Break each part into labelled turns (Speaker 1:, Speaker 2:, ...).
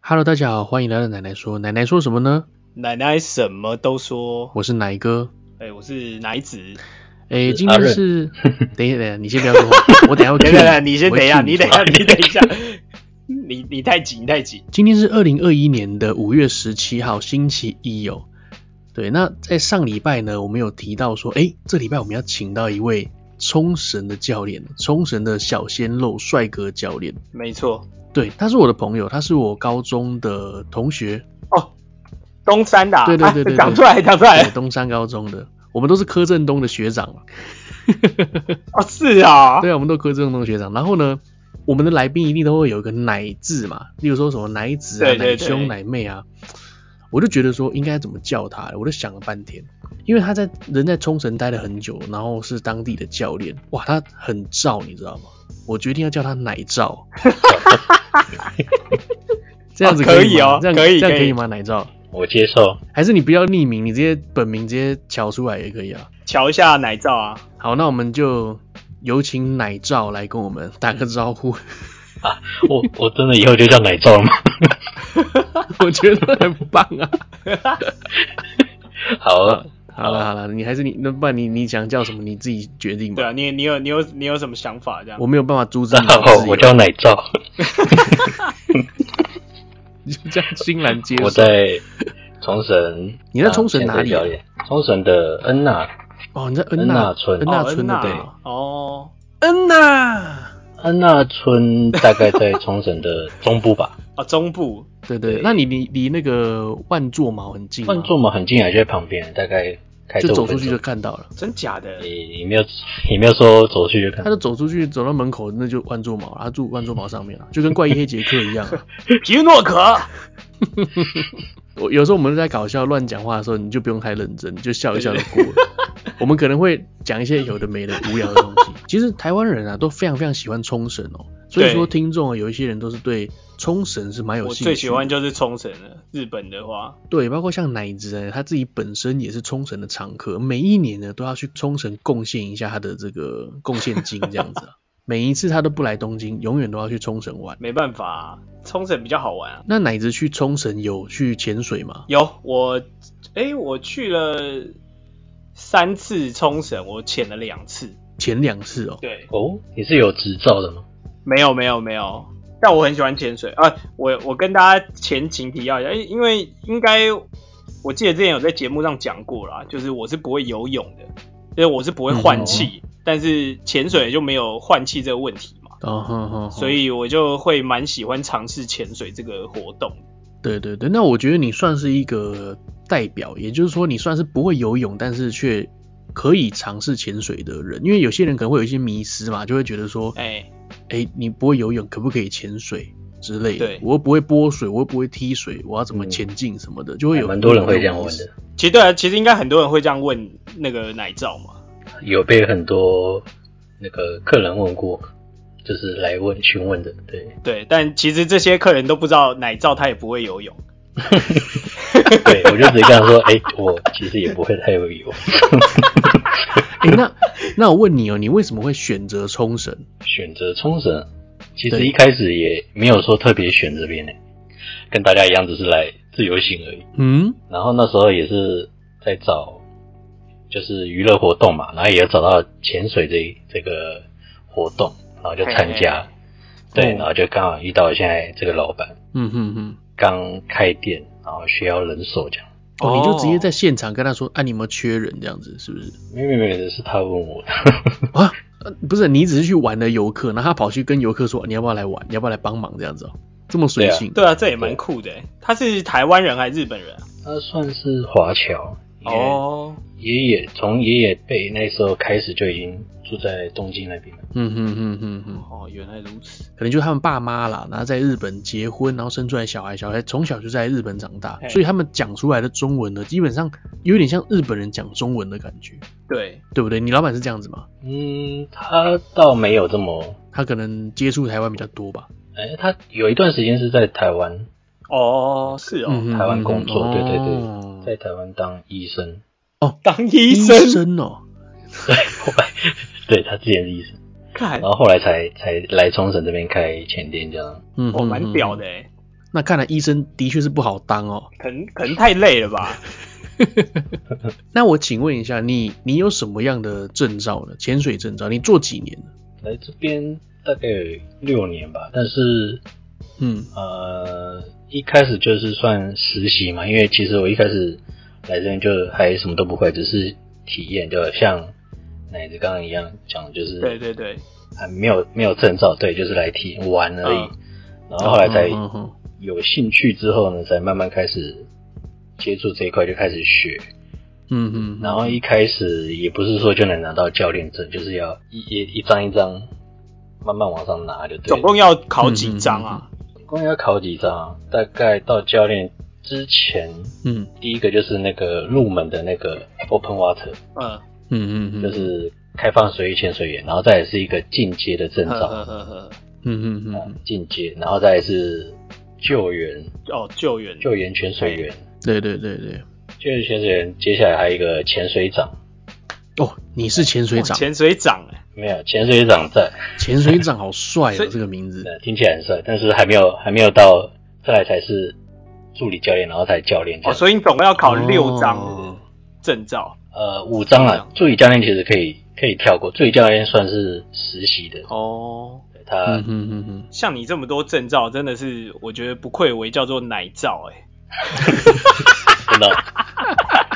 Speaker 1: Hello，大家好，欢迎来到奶奶说。奶奶说什么呢？
Speaker 2: 奶奶什么都说。
Speaker 1: 我是奶哥。
Speaker 2: 哎、我是奶子。
Speaker 1: 诶，今
Speaker 3: 阿
Speaker 1: 天
Speaker 3: 任
Speaker 1: 是等一下，等一下，你先不要说话，我 等一下会
Speaker 2: 等
Speaker 1: cue
Speaker 2: 等等，你先
Speaker 1: 我会
Speaker 2: 等一下，
Speaker 1: cue
Speaker 2: 你等一下，你等一下， 你你太急，你太急。
Speaker 1: 今天是二零二一年的五月十七号，星期一哦。对，那在上礼拜呢，我们有提到说，诶，这礼拜我们要请到一位冲绳的教练，冲绳的小鲜肉帅哥教练。
Speaker 2: 没错，
Speaker 1: 对，他是我的朋友，他是我高中的同学，
Speaker 2: 东山的、啊，
Speaker 1: 对对对对对
Speaker 2: 啊讲出来，讲出来
Speaker 1: 对，。东山高中的，我们都是柯震东的学长嘛。
Speaker 2: 哦，是啊，
Speaker 1: 对啊，我们都柯震东学长。然后呢，我们的来宾一定都会有一个奶字嘛，例如说什么奶子啊、
Speaker 2: 对对
Speaker 1: 奶兄、
Speaker 2: 对
Speaker 1: 奶妹啊，我就觉得说应该怎么叫他，我就想了半天，因为他在人在冲绳待了很久，然后是当地的教练，哇，他很燥，你知道吗？我决定要叫他奶 燥，这样子
Speaker 2: 可以
Speaker 1: 吗
Speaker 2: 哦
Speaker 1: 这样
Speaker 2: 可以
Speaker 1: 这样
Speaker 2: 可
Speaker 1: 可
Speaker 2: 以
Speaker 1: 以吗？奶燥，
Speaker 3: 我接受。
Speaker 1: 还是你不要匿名，你直接本名直接瞧出来也可以啊。
Speaker 2: 瞧一下奶罩啊。
Speaker 1: 好，那我们就有请奶罩来跟我们打个招呼。
Speaker 3: 我我真的以后就叫奶罩了吗？
Speaker 1: 我觉得很棒啊！
Speaker 3: 好，
Speaker 1: 好了好了，你还是你，那不然你你想叫什么你自己决定
Speaker 2: 对
Speaker 1: 吧。
Speaker 2: 啊，你你有你有你有什么想法这样
Speaker 1: 嗯我？没有办法阻止你
Speaker 3: 那
Speaker 1: 的自
Speaker 3: 好，
Speaker 1: 由，
Speaker 3: 我叫奶罩。
Speaker 1: 嗯你就 这样欣然接受。
Speaker 3: 我在冲绳。
Speaker 1: 你在冲绳哪里啊
Speaker 3: 啊现在教练？冲绳的恩纳，
Speaker 1: 哦，你在恩
Speaker 3: 恩
Speaker 1: 纳
Speaker 3: 纳村
Speaker 1: 恩纳村的
Speaker 2: 哦
Speaker 1: 对
Speaker 2: 恩
Speaker 1: 吗？
Speaker 2: 纳哦
Speaker 1: 恩纳，
Speaker 3: 恩纳村大概在冲绳的中部吧。
Speaker 2: 哦，中部
Speaker 1: 对对，
Speaker 3: 对
Speaker 1: 那你离离那个万座毛很近吗，
Speaker 3: 万座嘛很近啊，就在旁边，大概开车
Speaker 1: 嗯就走
Speaker 3: 5分
Speaker 1: 出去就
Speaker 3: 钟。
Speaker 1: 看到了。
Speaker 2: 真假的？
Speaker 3: 也也没有也没有说走出去就看
Speaker 1: 他，就走出去，走到门口，那就万座毛了，他住万座毛上面了，就跟怪异黑杰克一样啊。
Speaker 2: 皮诺可，
Speaker 1: 我有时候我们在搞笑乱讲话的时候，你就不用太认真，你就笑一笑就过了。我们可能会讲一些有的没的无聊的东 西。其实台湾人啊都非常非常喜欢冲绳哦，所以说
Speaker 2: 对
Speaker 1: 听众啊有一些人都是对冲绳是蛮有
Speaker 2: 我
Speaker 1: 兴趣的。
Speaker 2: 最喜欢就是冲绳了。日本的话，
Speaker 1: 对，包括像乃子啊呢，他自己本身也是冲绳的常客，每一年呢都要去冲绳贡献一下他的这个贡献金这样子、 啊。每一次他都不来东京，永远都要去冲绳玩。
Speaker 2: 没办法、啊，冲绳比较好玩啊。
Speaker 1: 那乃子去冲绳有去潜水吗？
Speaker 2: 有我，哎、我去了三次冲绳，我潜了两次。
Speaker 1: 潜两次哦。
Speaker 2: 对，
Speaker 3: 哦，你是有执照的吗？
Speaker 2: 没有没有没有，但我很喜欢潜水啊。我我跟大家前情提要一下，因因为应该我记得之前有在节目上讲过啦，就是我是不会游泳的，就是我是不会换气，但是潜水就没有换气这个问题嘛，
Speaker 1: 哦，哼哼哼
Speaker 2: 所以我就会蛮喜欢尝试潜水这个活动。
Speaker 1: 对对对，那我觉得你算是一个代表，也就是说你算是不会游泳，但是却可以尝试潜水的人。因为有些人可能会有一些迷失嘛，就会觉得说，
Speaker 2: 哎、
Speaker 1: 哎，你不会游泳，可不可以潜水之类的
Speaker 2: 对？
Speaker 1: 我又不会拨水，我又不会踢水，我要怎么
Speaker 3: 嗯
Speaker 1: 前进什么的，就会有
Speaker 3: 蛮多人会这样
Speaker 1: 迷
Speaker 3: 问
Speaker 1: 失
Speaker 3: 的。，
Speaker 2: 其实对啊，其实应该很多人会这样问那个奶罩嘛。
Speaker 3: 有被很多那个客人问过，就是来问询问的，对，
Speaker 2: 对，但其实这些客人都不知道奶罩他也不会游泳。
Speaker 3: 对我就直接跟他说，哎、我其实也不会太会游，
Speaker 1: 哎，那那我问你哦，你为什么会选择冲绳？
Speaker 3: 选择冲绳，其
Speaker 1: 对
Speaker 3: 实一开始也没有说特别选这边呢、跟大家一样只是来自由行而已。
Speaker 1: 嗯，
Speaker 3: 然后那时候也是在找，就是娱乐活动嘛，然后也有找到潜水这一这个活动，然后就参加，
Speaker 1: 嘿嘿
Speaker 3: 对，
Speaker 1: 哦
Speaker 3: 然后就刚好遇到现在这个老板
Speaker 1: 嗯哼哼。
Speaker 3: 刚开店，然后需要人手这样。
Speaker 1: 哦，你就直接在
Speaker 2: 哦
Speaker 1: 现场跟他说，啊，你有没有缺人这样子，是不是？
Speaker 3: 没有没有没有，是他问我的。
Speaker 1: 啊，呃不是，你只是去玩的游客，然后他跑去跟游客说，你要不要来玩，你要不要来帮忙这样子哦，这么随性。
Speaker 2: 对啊，这也蛮酷的欸。他是台湾人还是日本人啊？
Speaker 3: 他算是华侨，因为
Speaker 2: 哦，
Speaker 3: 爷爷从爷爷辈那时候开始就已经住在东京那边了。
Speaker 1: 嗯哼哼哼哼，
Speaker 2: 哦，原来如此。
Speaker 1: 可能就是他们爸妈啦，然后在日本结婚，然后生出来小孩，小孩从小就在日本长大，
Speaker 2: 嘿
Speaker 1: 所以他们讲出来的中文呢，基本上有点像日本人讲中文的感觉，
Speaker 2: 对，
Speaker 1: 对不对？你老板是这样子吗？
Speaker 3: 嗯，他倒没有这么，
Speaker 1: 他可能接触台湾比较多吧。
Speaker 3: 哎、他有一段时间是在台湾，
Speaker 2: 哦，是哦，
Speaker 1: 嗯哼
Speaker 3: 台湾工作，
Speaker 1: 嗯
Speaker 3: 对对
Speaker 1: 哦
Speaker 3: 对，在台湾当医生，
Speaker 2: 当医
Speaker 1: 医
Speaker 2: 生，
Speaker 1: 生哦，
Speaker 3: 对，后来对他之前是医生，
Speaker 2: 看
Speaker 3: 然后后来才才来冲绳这边开前店这样。
Speaker 1: 嗯，
Speaker 2: 我
Speaker 3: 哦
Speaker 1: 哼
Speaker 2: 哦蛮屌的。哎。
Speaker 1: 那看来医生的确是不好当哦。
Speaker 2: 可能可能太累了吧？
Speaker 1: 那我请问一下，你你有什么样的证照呢？潜水证照，你做几年了？
Speaker 3: 来这边大概有六年吧，但是
Speaker 1: 嗯，
Speaker 3: 呃，一开始就是算实习嘛，因为其实我一开始来这边就还什么都不会，只是体验，就像奶子刚刚一样讲的，就 是
Speaker 2: 对对对，
Speaker 3: 还没有没有证照，对，就是来体验玩而已。
Speaker 2: 嗯
Speaker 3: 然后后来才
Speaker 1: 嗯嗯嗯
Speaker 3: 有兴趣之后呢，才慢慢开始接触这一块，就开始学。
Speaker 1: 嗯嗯，
Speaker 3: 然后一开始也不是说就能拿到教练证，就是要一一一张一张慢慢往上拿就对了。
Speaker 2: 总共要考
Speaker 1: 嗯
Speaker 2: 几张啊？
Speaker 3: 总共要考几张啊？大概到教练之前，
Speaker 1: 嗯
Speaker 3: 第一个就是那个入门的那个 Open Water，
Speaker 2: 嗯，
Speaker 1: 嗯嗯嗯，
Speaker 3: 就是开放水域潜水员，然后再也是一个进阶的证
Speaker 2: 呵呵
Speaker 3: 照，
Speaker 2: 呵呵，
Speaker 1: 嗯嗯嗯，
Speaker 3: 进阶，然后再来是救援
Speaker 2: 哦，救援，
Speaker 3: 救援潜水员，
Speaker 1: 对对对对。
Speaker 3: 救援潜水员，接下来还有一个潜水长，
Speaker 1: 哦，你是潜水
Speaker 2: 哇
Speaker 1: 长，
Speaker 2: 潜水长哎，
Speaker 3: 没有潜水长在，
Speaker 1: 潜水长好帅
Speaker 2: 所
Speaker 1: 哦，
Speaker 2: 以
Speaker 1: 这个名字。
Speaker 3: 呃听起来很帅，但是还没有还没有到，再来才是助理教练，然后才教练这
Speaker 2: 哦，
Speaker 3: 样。
Speaker 2: 所以你总共要考六
Speaker 1: 哦
Speaker 2: 张证照
Speaker 3: 呃，五张啊，助理教练其实可以可以跳过，助理教练算是实习的，
Speaker 2: 哦。
Speaker 3: 对他、
Speaker 1: 嗯嗯嗯嗯，
Speaker 2: 像你这么多证照，真的是我觉得不愧为叫做奶照哎、
Speaker 3: 真的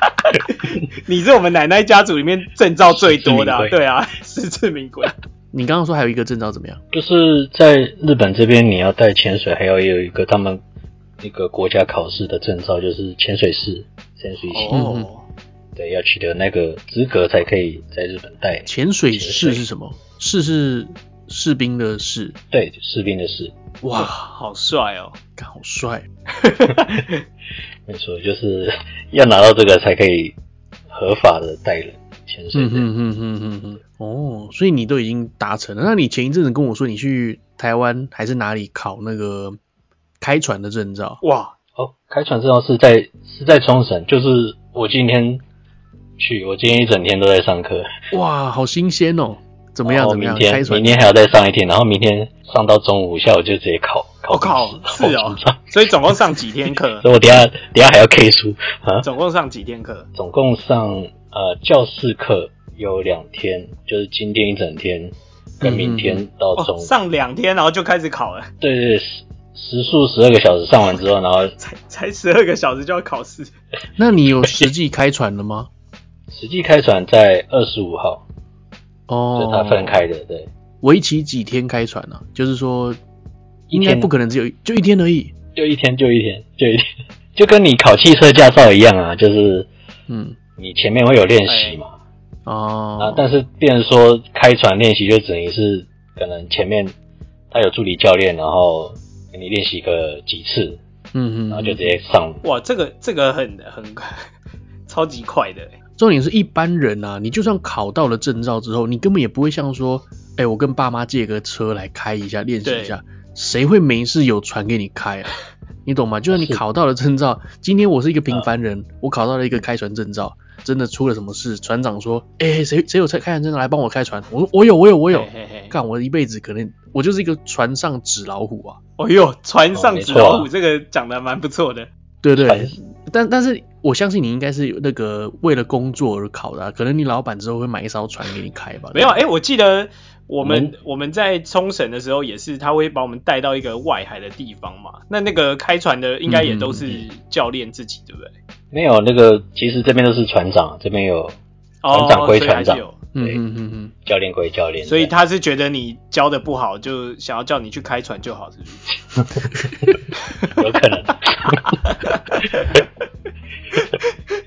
Speaker 2: 你是我们奶奶家族里面证照最多的、啊，
Speaker 3: 实至名归
Speaker 2: 对啊，实至名归。
Speaker 1: 你刚刚说还有一个证照怎么样？
Speaker 3: 就是在日本这边，你要带潜水，还要有一个他们一个国家考试的证照，就是潜水士潜水 系，
Speaker 2: 哦，
Speaker 3: 对，要取得那个资格才可以在日本带。
Speaker 1: 潜水士
Speaker 3: 潜水
Speaker 1: 是什么？士是士兵的士。
Speaker 3: 对，士兵的士，
Speaker 2: 哇，
Speaker 1: 哇，
Speaker 2: 好帅哦！
Speaker 1: 干好帅！
Speaker 3: 没错，就是 要拿到这个才可以合法的带人潜水
Speaker 1: 嗯
Speaker 3: 的。
Speaker 1: 嗯嗯嗯嗯嗯。哦，所以你都已经达成了。那你前一阵子跟我说你去台湾还是哪里考那个开船的证照？
Speaker 2: 哇，
Speaker 3: 哦，开船证照是在是在冲绳，就是我今天去，我今天一整天都在上课。
Speaker 1: 哇，好新鲜哦！怎么样？
Speaker 3: 然后
Speaker 1: 怎么样？
Speaker 3: 明天
Speaker 1: 开船
Speaker 3: 明天还要再上一天，然后明天上到中午，下午就直接考考
Speaker 2: 我、靠，
Speaker 3: 试
Speaker 2: 是
Speaker 1: 啊
Speaker 3: 好
Speaker 2: 哦
Speaker 3: 紧张。
Speaker 2: 所以总共上几天课？
Speaker 3: 所以我等一下等一下还要 K 书啊，
Speaker 2: 总共上几天课？
Speaker 3: 总共上呃教室课有两天，就是今天一整天跟
Speaker 1: 嗯
Speaker 3: 明天到中
Speaker 2: 哦，
Speaker 3: 午。
Speaker 2: 上两天，然后就开始考了，
Speaker 3: 对对对，时时速十二个小时上完之后，然后
Speaker 2: 才才十二个小时就要考试。
Speaker 1: 那你有实际开船了 吗？
Speaker 3: 实际开船在二十五号，就是
Speaker 1: 哦，
Speaker 3: 他分开的，对，
Speaker 1: 为期几天开船呢、啊？就是说，应
Speaker 3: 一
Speaker 1: 该
Speaker 3: 天
Speaker 1: 不可能只有一就一天而已。
Speaker 3: 就一天就一天就一天， 就跟你考汽车驾照一样啊，就是
Speaker 1: 嗯，
Speaker 3: 你前面会有练
Speaker 2: 哎
Speaker 3: 习嘛。啊
Speaker 1: 哦，，
Speaker 3: 但是变成说开船练习就等于是可能前面他有助理教练，然后给你练习个几次，
Speaker 1: 嗯嗯，
Speaker 3: 然后就直接上。
Speaker 2: 哇，这个这个很很 超级快的、欸，
Speaker 1: 重点是一般人啊，你就算考到了证照之后，你根本也不会像说，哎、我跟爸妈借个车来开一下练习一下，谁会没事有船给你开 啊？你懂吗？就算你
Speaker 3: 是
Speaker 1: 考到了证照，今天我是一个平凡人，
Speaker 2: 嗯
Speaker 1: 我考到了一个开船证照，真的出了什么事，船长说，哎、谁谁有开船证照来帮我开船？我说我有，我
Speaker 3: 哎
Speaker 1: 有，我有。
Speaker 2: 嘿嘿嘿
Speaker 1: 干我一辈子可能我就是一个船上纸老虎啊，
Speaker 2: 哦呦，船上纸
Speaker 3: 哦
Speaker 2: 老
Speaker 3: 没错
Speaker 2: 虎
Speaker 3: 啊
Speaker 2: 这个讲的蛮不错的，
Speaker 1: 对不对
Speaker 3: 船，
Speaker 1: 但但是我相信你应该是有那个为了工作而考的啊、可能你老板之后会买一艘船给你开吧？
Speaker 2: 没有，哎、我记得我
Speaker 3: 我
Speaker 2: 们我们在冲绳的时候也是，他会把我们带到一个外海的地方嘛。那那个开船的应该也都
Speaker 1: 嗯
Speaker 2: 是教练自己，对不对？
Speaker 3: 没有那个，其实这边都是船长，这边有
Speaker 2: 哦，
Speaker 3: 船长归
Speaker 2: 所以还
Speaker 3: 船
Speaker 2: 是
Speaker 3: 长
Speaker 2: 有
Speaker 1: 嗯
Speaker 3: 对
Speaker 1: 嗯嗯嗯，
Speaker 3: 教练归教练，
Speaker 2: 所以
Speaker 3: 这样
Speaker 2: 他是觉得你教的不好，就想要叫你去开船就好，是不是？
Speaker 3: 有可能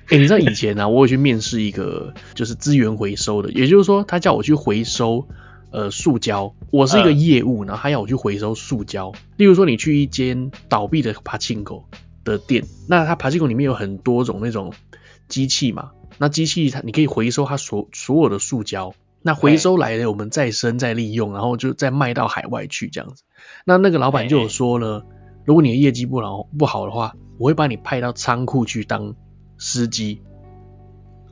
Speaker 1: 哎、你知道以前啊，我有去面试一个就是资源回收的，也就是说他叫我去回收呃塑胶，我是一个
Speaker 2: 嗯
Speaker 1: 业务，然后他要我去回收塑胶。例如说你去一间倒闭的爬进口的店，那它爬进口里面有很多种那种机器嘛，那机器它你可以回收它所所有的塑胶。那回收来的，我们再生再利用，然后就再卖到海外去这样子。那那个老板就有说了，如果你的业绩不好不好的话，我会把你派到仓库去当司机，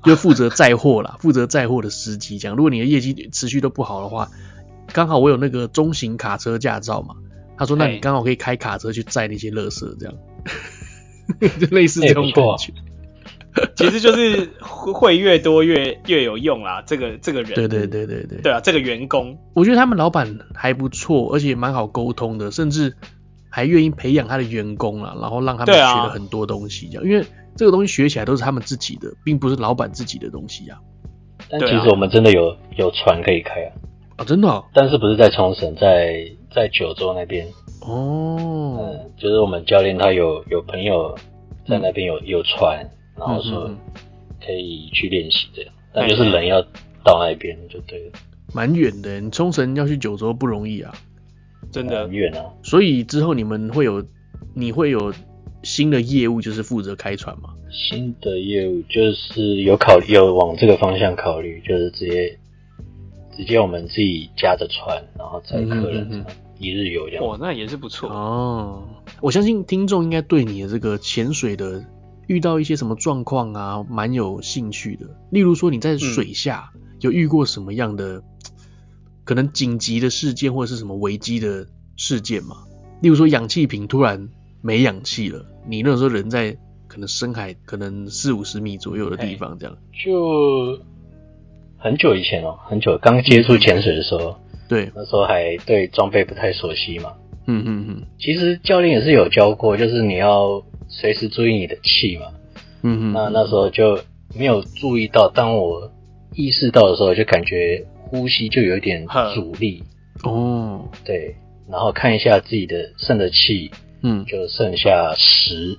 Speaker 1: 就负责载货啦， 负责载货的司机这样。如果你的业绩持续都不好的话，刚好我有那个中型卡车驾照嘛，他说：“那你
Speaker 2: 哎
Speaker 1: 刚好可以开卡车去载那些垃圾，这样， 就类似
Speaker 3: 哎
Speaker 1: 这种
Speaker 3: 不错
Speaker 1: 感
Speaker 3: 啊
Speaker 1: 觉。
Speaker 2: 其实就是会会越多越越有用啦。这个这个人，
Speaker 1: 对对对对对，
Speaker 2: 对啊，这个员工，
Speaker 1: 我觉得他们老板还不错，而且蛮好沟通的，甚至还愿意培养他的员工啦，然后让他们
Speaker 2: 对
Speaker 1: 学
Speaker 2: 啊
Speaker 1: 了很多东西，这样，因为这个东西学起来都是他们自己的，并不是老板自己的东西啊。
Speaker 3: 但
Speaker 2: 对啊
Speaker 3: 其实我们真的有有船可以开啊，
Speaker 1: 啊，真的哦，
Speaker 3: 但是不是在冲绳，在在九州那边，
Speaker 1: 哦，
Speaker 3: 嗯，就是我们教练他有有朋友在那边有、有船，然后说
Speaker 1: 嗯嗯嗯
Speaker 3: 可以去练习这样，但就是人要到那边就对了，
Speaker 1: 蛮远的，你冲绳要去九州不容易啊，
Speaker 2: 真的
Speaker 3: 很远啊，
Speaker 1: 所以之后你们会有，你会有新的业务，就是负责开船嘛。
Speaker 3: 新的业务就是有考有往这个方向考虑，就是直接直接我们自己家的船，然后载客人、
Speaker 1: 嗯嗯嗯
Speaker 3: 一日游这样。
Speaker 2: 哇，那也是不错。
Speaker 1: 哦，我相信听众应该对你的这个潜水的遇到一些什么状况啊，蛮有兴趣的。例如说你在水下、
Speaker 2: 嗯
Speaker 1: 有遇过什么样的可能紧急的事件，或者是什么危机的事件吗？例如说氧气瓶突然没氧气了，你那时候人在可能深海，可能四五十米左右的地方这样。
Speaker 3: 就很久以前哦，很久刚接触潜水的时候，
Speaker 1: 对，
Speaker 3: 那时候还对装备不太熟悉嘛。
Speaker 1: 嗯嗯嗯
Speaker 3: 其实教练也是有教过，就是你要随时注意你的气嘛。
Speaker 1: 嗯嗯。
Speaker 3: 那那时候就没有注意到，当我意识到的时候，就感觉呼吸就有一点
Speaker 2: 呵
Speaker 3: 阻 力，
Speaker 2: 嗯
Speaker 1: 哦，
Speaker 3: 对，然后看一下自己的剩的气，
Speaker 1: 嗯，
Speaker 3: 就剩下十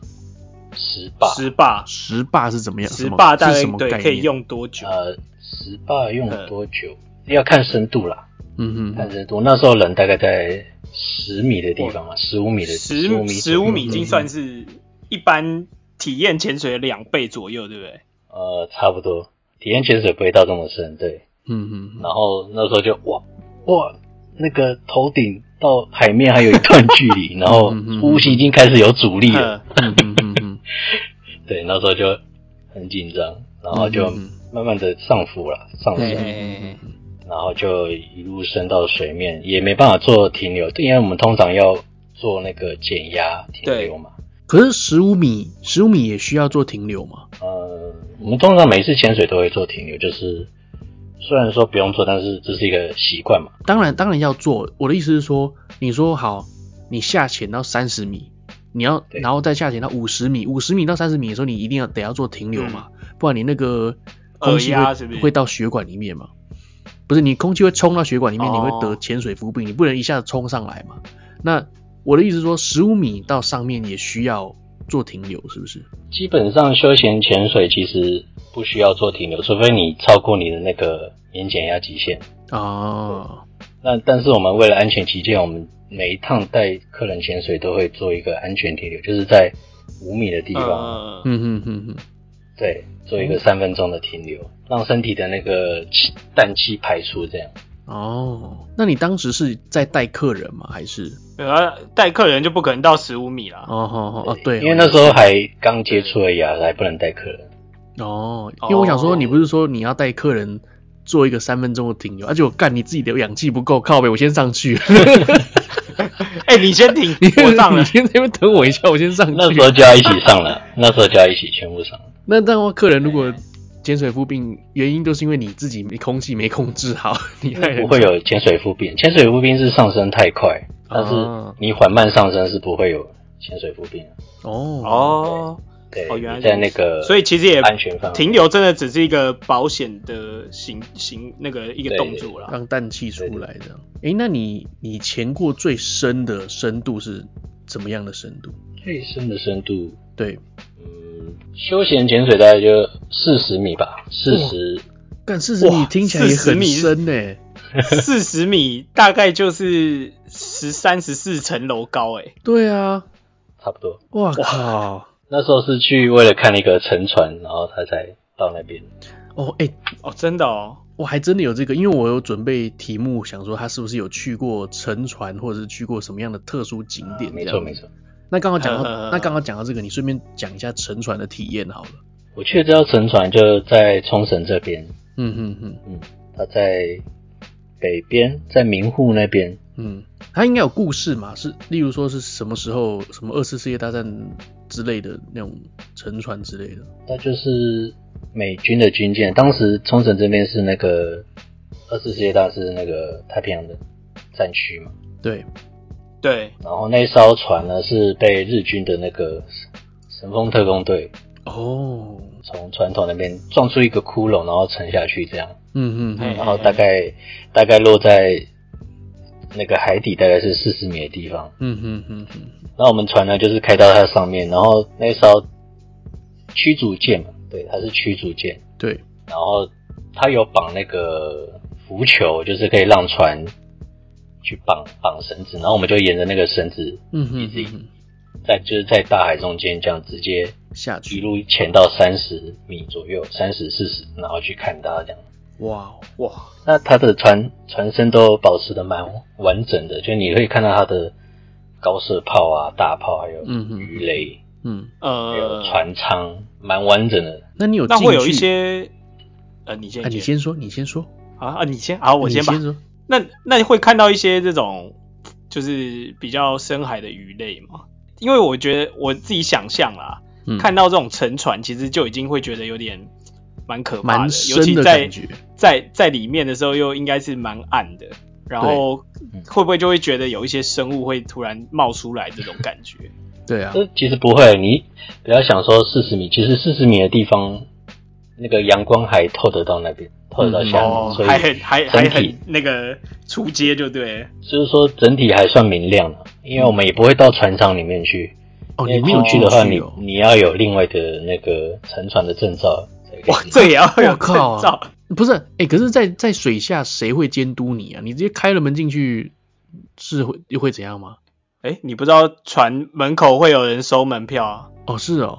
Speaker 3: 十把，
Speaker 2: 十霸，
Speaker 1: 十霸是怎么样？
Speaker 2: 十
Speaker 1: 什么
Speaker 2: 霸大
Speaker 1: 是
Speaker 2: 概
Speaker 1: 什么概
Speaker 2: 对
Speaker 1: 念？
Speaker 2: 可以。用多久？
Speaker 3: 呃，十把用多久？
Speaker 2: 嗯
Speaker 3: 要看深度啦，
Speaker 1: 嗯嗯
Speaker 3: 看深度。那时候人大概在十米的地方嘛，十五米的
Speaker 2: 十
Speaker 3: 15米左
Speaker 2: 十
Speaker 3: 右
Speaker 2: 五米已经
Speaker 1: 嗯
Speaker 2: 算是一般体验潜水的两倍左右，对不对？
Speaker 3: 呃，差不多。体验潜水不会到这么深，对。
Speaker 1: 嗯嗯嗯。
Speaker 3: 然后那时候就哇哇，那个头顶到海面还有一段距离，然后
Speaker 1: 嗯嗯嗯
Speaker 3: 呼吸已经开始有阻力了
Speaker 2: 嗯，
Speaker 1: 嗯嗯嗯嗯，
Speaker 3: 对，那时候就很紧张，然后就
Speaker 1: 嗯嗯
Speaker 3: 慢慢的上浮了，上
Speaker 2: 哎哎，
Speaker 3: 升
Speaker 2: 哎哎
Speaker 3: 然后就一路升到水面，也没办法做停留，因为我们通常要做那个减压停留嘛。
Speaker 1: 可是十五米，十五米也需要做停留嘛？
Speaker 3: 呃，我们通常每次潜水都会做停留，就是虽然说不用做，但是这是一个习惯嘛。
Speaker 1: 当然，当然要做。我的意思是说，你说好，你下潜到三十米，你要
Speaker 3: 对
Speaker 1: 然后再下潜到五十米，五十米到三十米的时候，你一定要得要做停留嘛，不然你那个空气
Speaker 2: 耳
Speaker 1: 会
Speaker 2: 压是不是
Speaker 1: 会到血管里面嘛？不是，你空气会冲到血管里面，
Speaker 2: 哦
Speaker 1: 你会得潜水浮病，你不能一下子冲上来嘛。那我的意思是说，十五米到上面也需要做停留，是不是？
Speaker 3: 基本上休闲潜水其实不需要做停留，除非你超过你的那个免减压极限。
Speaker 1: 啊，
Speaker 3: 那但是我们为了安全起见，我们每一趟带客人潜水都会做一个安全停留，就是在五米的地方，
Speaker 2: 呃
Speaker 1: 嗯哼哼哼。
Speaker 3: 对，做一个三分钟的停留，让身体的那个气氮气排出，这样。
Speaker 1: 哦，那你当时是在带客人吗？还是？
Speaker 2: 没有啊带客人就不可能到十五米啦。
Speaker 1: 哦，好好哦，对，
Speaker 3: 因为那时候还刚接触而已啊，还不能带客人。
Speaker 1: 哦，因为我想说，你不是说你要带客人做一个三分钟的停留，而且我干你自己的氧气不够，靠呗，我先上 去，
Speaker 2: 哎，你先停，我上
Speaker 1: 你
Speaker 2: 了。
Speaker 1: 先在那边等我一下，我先上
Speaker 3: 那
Speaker 1: 去
Speaker 3: 时。候就要一起上了，那时候就要一起全部上。
Speaker 1: 那那样客人如果潜水夫病，原因都是因为你自己没空气没控制好， 你害人
Speaker 3: 不会有潜水浮冰，潜水浮冰是上升太快，
Speaker 2: 哦
Speaker 3: 但是你缓慢上升是不会有潜水浮冰的。
Speaker 1: 哦
Speaker 2: 哦，
Speaker 3: 对，
Speaker 2: 哦原来
Speaker 3: 你在那个，
Speaker 2: 所以其实也
Speaker 3: 安全范围
Speaker 2: 停留真的只是一个保险的行行那个一个
Speaker 3: 对
Speaker 2: 动作啦。
Speaker 1: 让氮气出来这样。诶，那你你潜过最深的深度是怎么样的深度？
Speaker 3: 最深的深度，
Speaker 1: 对，
Speaker 3: 嗯，休闲潜水大概就四十米吧，四十
Speaker 1: 干四十米
Speaker 2: 哇
Speaker 1: 听起来也很深呢、
Speaker 2: 四十米大概就是十三十四层楼高，哎，
Speaker 1: 对啊，
Speaker 3: 差不多。
Speaker 1: 哇靠！
Speaker 3: 那时候是去为了看那个沉船，然后他才到那边。
Speaker 1: 哦，哎、
Speaker 2: 哦，真的哦，
Speaker 1: 我还真的有这个，因为我有准备题目，想说他是不是有去过沉船，或者是去过什么样的特殊景点、
Speaker 3: 啊没错没。错，
Speaker 1: 那刚好讲到，
Speaker 2: 呵呵呵
Speaker 1: 那刚好讲到这个，你顺便讲一下沉船的体验好了。
Speaker 3: 我去的这条沉船就在冲绳这边，
Speaker 1: 嗯嗯嗯
Speaker 3: 嗯，它在北边，在名护那边。
Speaker 1: 嗯，它应该有故事嘛？是例如说是什么时候，什么二次世界大战之类的那种沉船之类的。
Speaker 3: 那就是美军的军舰。当时冲绳这边是那个二次世界大战是那个太平洋的战区嘛，
Speaker 1: 对，
Speaker 2: 对，
Speaker 3: 然后那艘船呢是被日军的那个神风特工队
Speaker 1: 哦，
Speaker 3: 从船头那边撞出一个窟窿，然后沉下去这样。
Speaker 1: 嗯嗯嗯，
Speaker 2: 哎
Speaker 3: 然后大概大概落在那个海底大概是四十米的地方。
Speaker 1: 嗯嗯嗯嗯，
Speaker 3: 那我们船呢就是开到它上面，然后那艘驱逐舰嘛，对，它是驱逐舰，
Speaker 1: 对，
Speaker 3: 然后它有绑那个浮球，就是可以让船去绑绑绳子，然后我们就沿着那个绳子
Speaker 1: 嗯嗯嗯嗯，
Speaker 3: 在就是在大海中间这样直接
Speaker 1: 下
Speaker 3: 一
Speaker 1: 去，
Speaker 3: 路潜到三十米左右，三十四十，然后去看它这样。
Speaker 1: 哇哦，
Speaker 2: 哇，
Speaker 3: 那它的船船身都保持的蛮完整的，就你可以看到它的高射炮啊、大炮，还有
Speaker 1: 嗯嗯
Speaker 3: 鱼雷，
Speaker 1: 嗯，
Speaker 3: 还有
Speaker 2: 呃，
Speaker 3: 船舱，蛮完整的。
Speaker 1: 那你有
Speaker 2: 那
Speaker 1: 进
Speaker 2: 会有
Speaker 1: 去，
Speaker 2: 一些，呃，你先，
Speaker 1: 啊，你先说，你先说，
Speaker 2: 啊啊，你先，好，我
Speaker 1: 你
Speaker 2: 先吧。
Speaker 1: 先说，
Speaker 2: 那那你会看到一些这种就是比较深海的鱼类吗？因为我觉得我自己想象啦，
Speaker 1: 嗯，
Speaker 2: 看到这种沉船，其实就已经会觉得有点蛮可怕
Speaker 1: 蛮
Speaker 2: 尤
Speaker 1: 深
Speaker 2: 其
Speaker 1: 的
Speaker 2: 在
Speaker 1: 感觉，
Speaker 2: 在在里面的时候，又应该是蛮暗的，然后
Speaker 3: 嗯
Speaker 2: 会不会就会觉得有一些生物会突然冒出来这种感觉？
Speaker 1: 对啊，
Speaker 3: 这呃其实不会，你不要想说四十米，其实四十米的地方，那个阳光还透得到那边，透得到下面，
Speaker 2: 哦
Speaker 3: 所，
Speaker 2: 还
Speaker 3: 以
Speaker 2: 很还还
Speaker 3: 整
Speaker 2: 很
Speaker 3: 体
Speaker 2: 那个出街就对了，
Speaker 3: 就是说整体还算明亮的，因为我们也不会到船舱里面去。
Speaker 1: 哦，
Speaker 3: 因
Speaker 1: 你
Speaker 3: 为
Speaker 1: 没有
Speaker 3: 进去
Speaker 1: 进
Speaker 3: 的话，
Speaker 1: 去
Speaker 3: 呃你
Speaker 1: 哦，
Speaker 3: 你要有另外的那个沉船的证照才可以进去。
Speaker 2: 哇，这也 要有
Speaker 1: 我靠
Speaker 2: 证照，
Speaker 1: 不是，哎、可是在，在水下谁会监督你啊？你直接开了门进去是会又会怎样吗？
Speaker 2: 哎，你不知道船门口会有人收门票啊？
Speaker 1: 哦，是哦，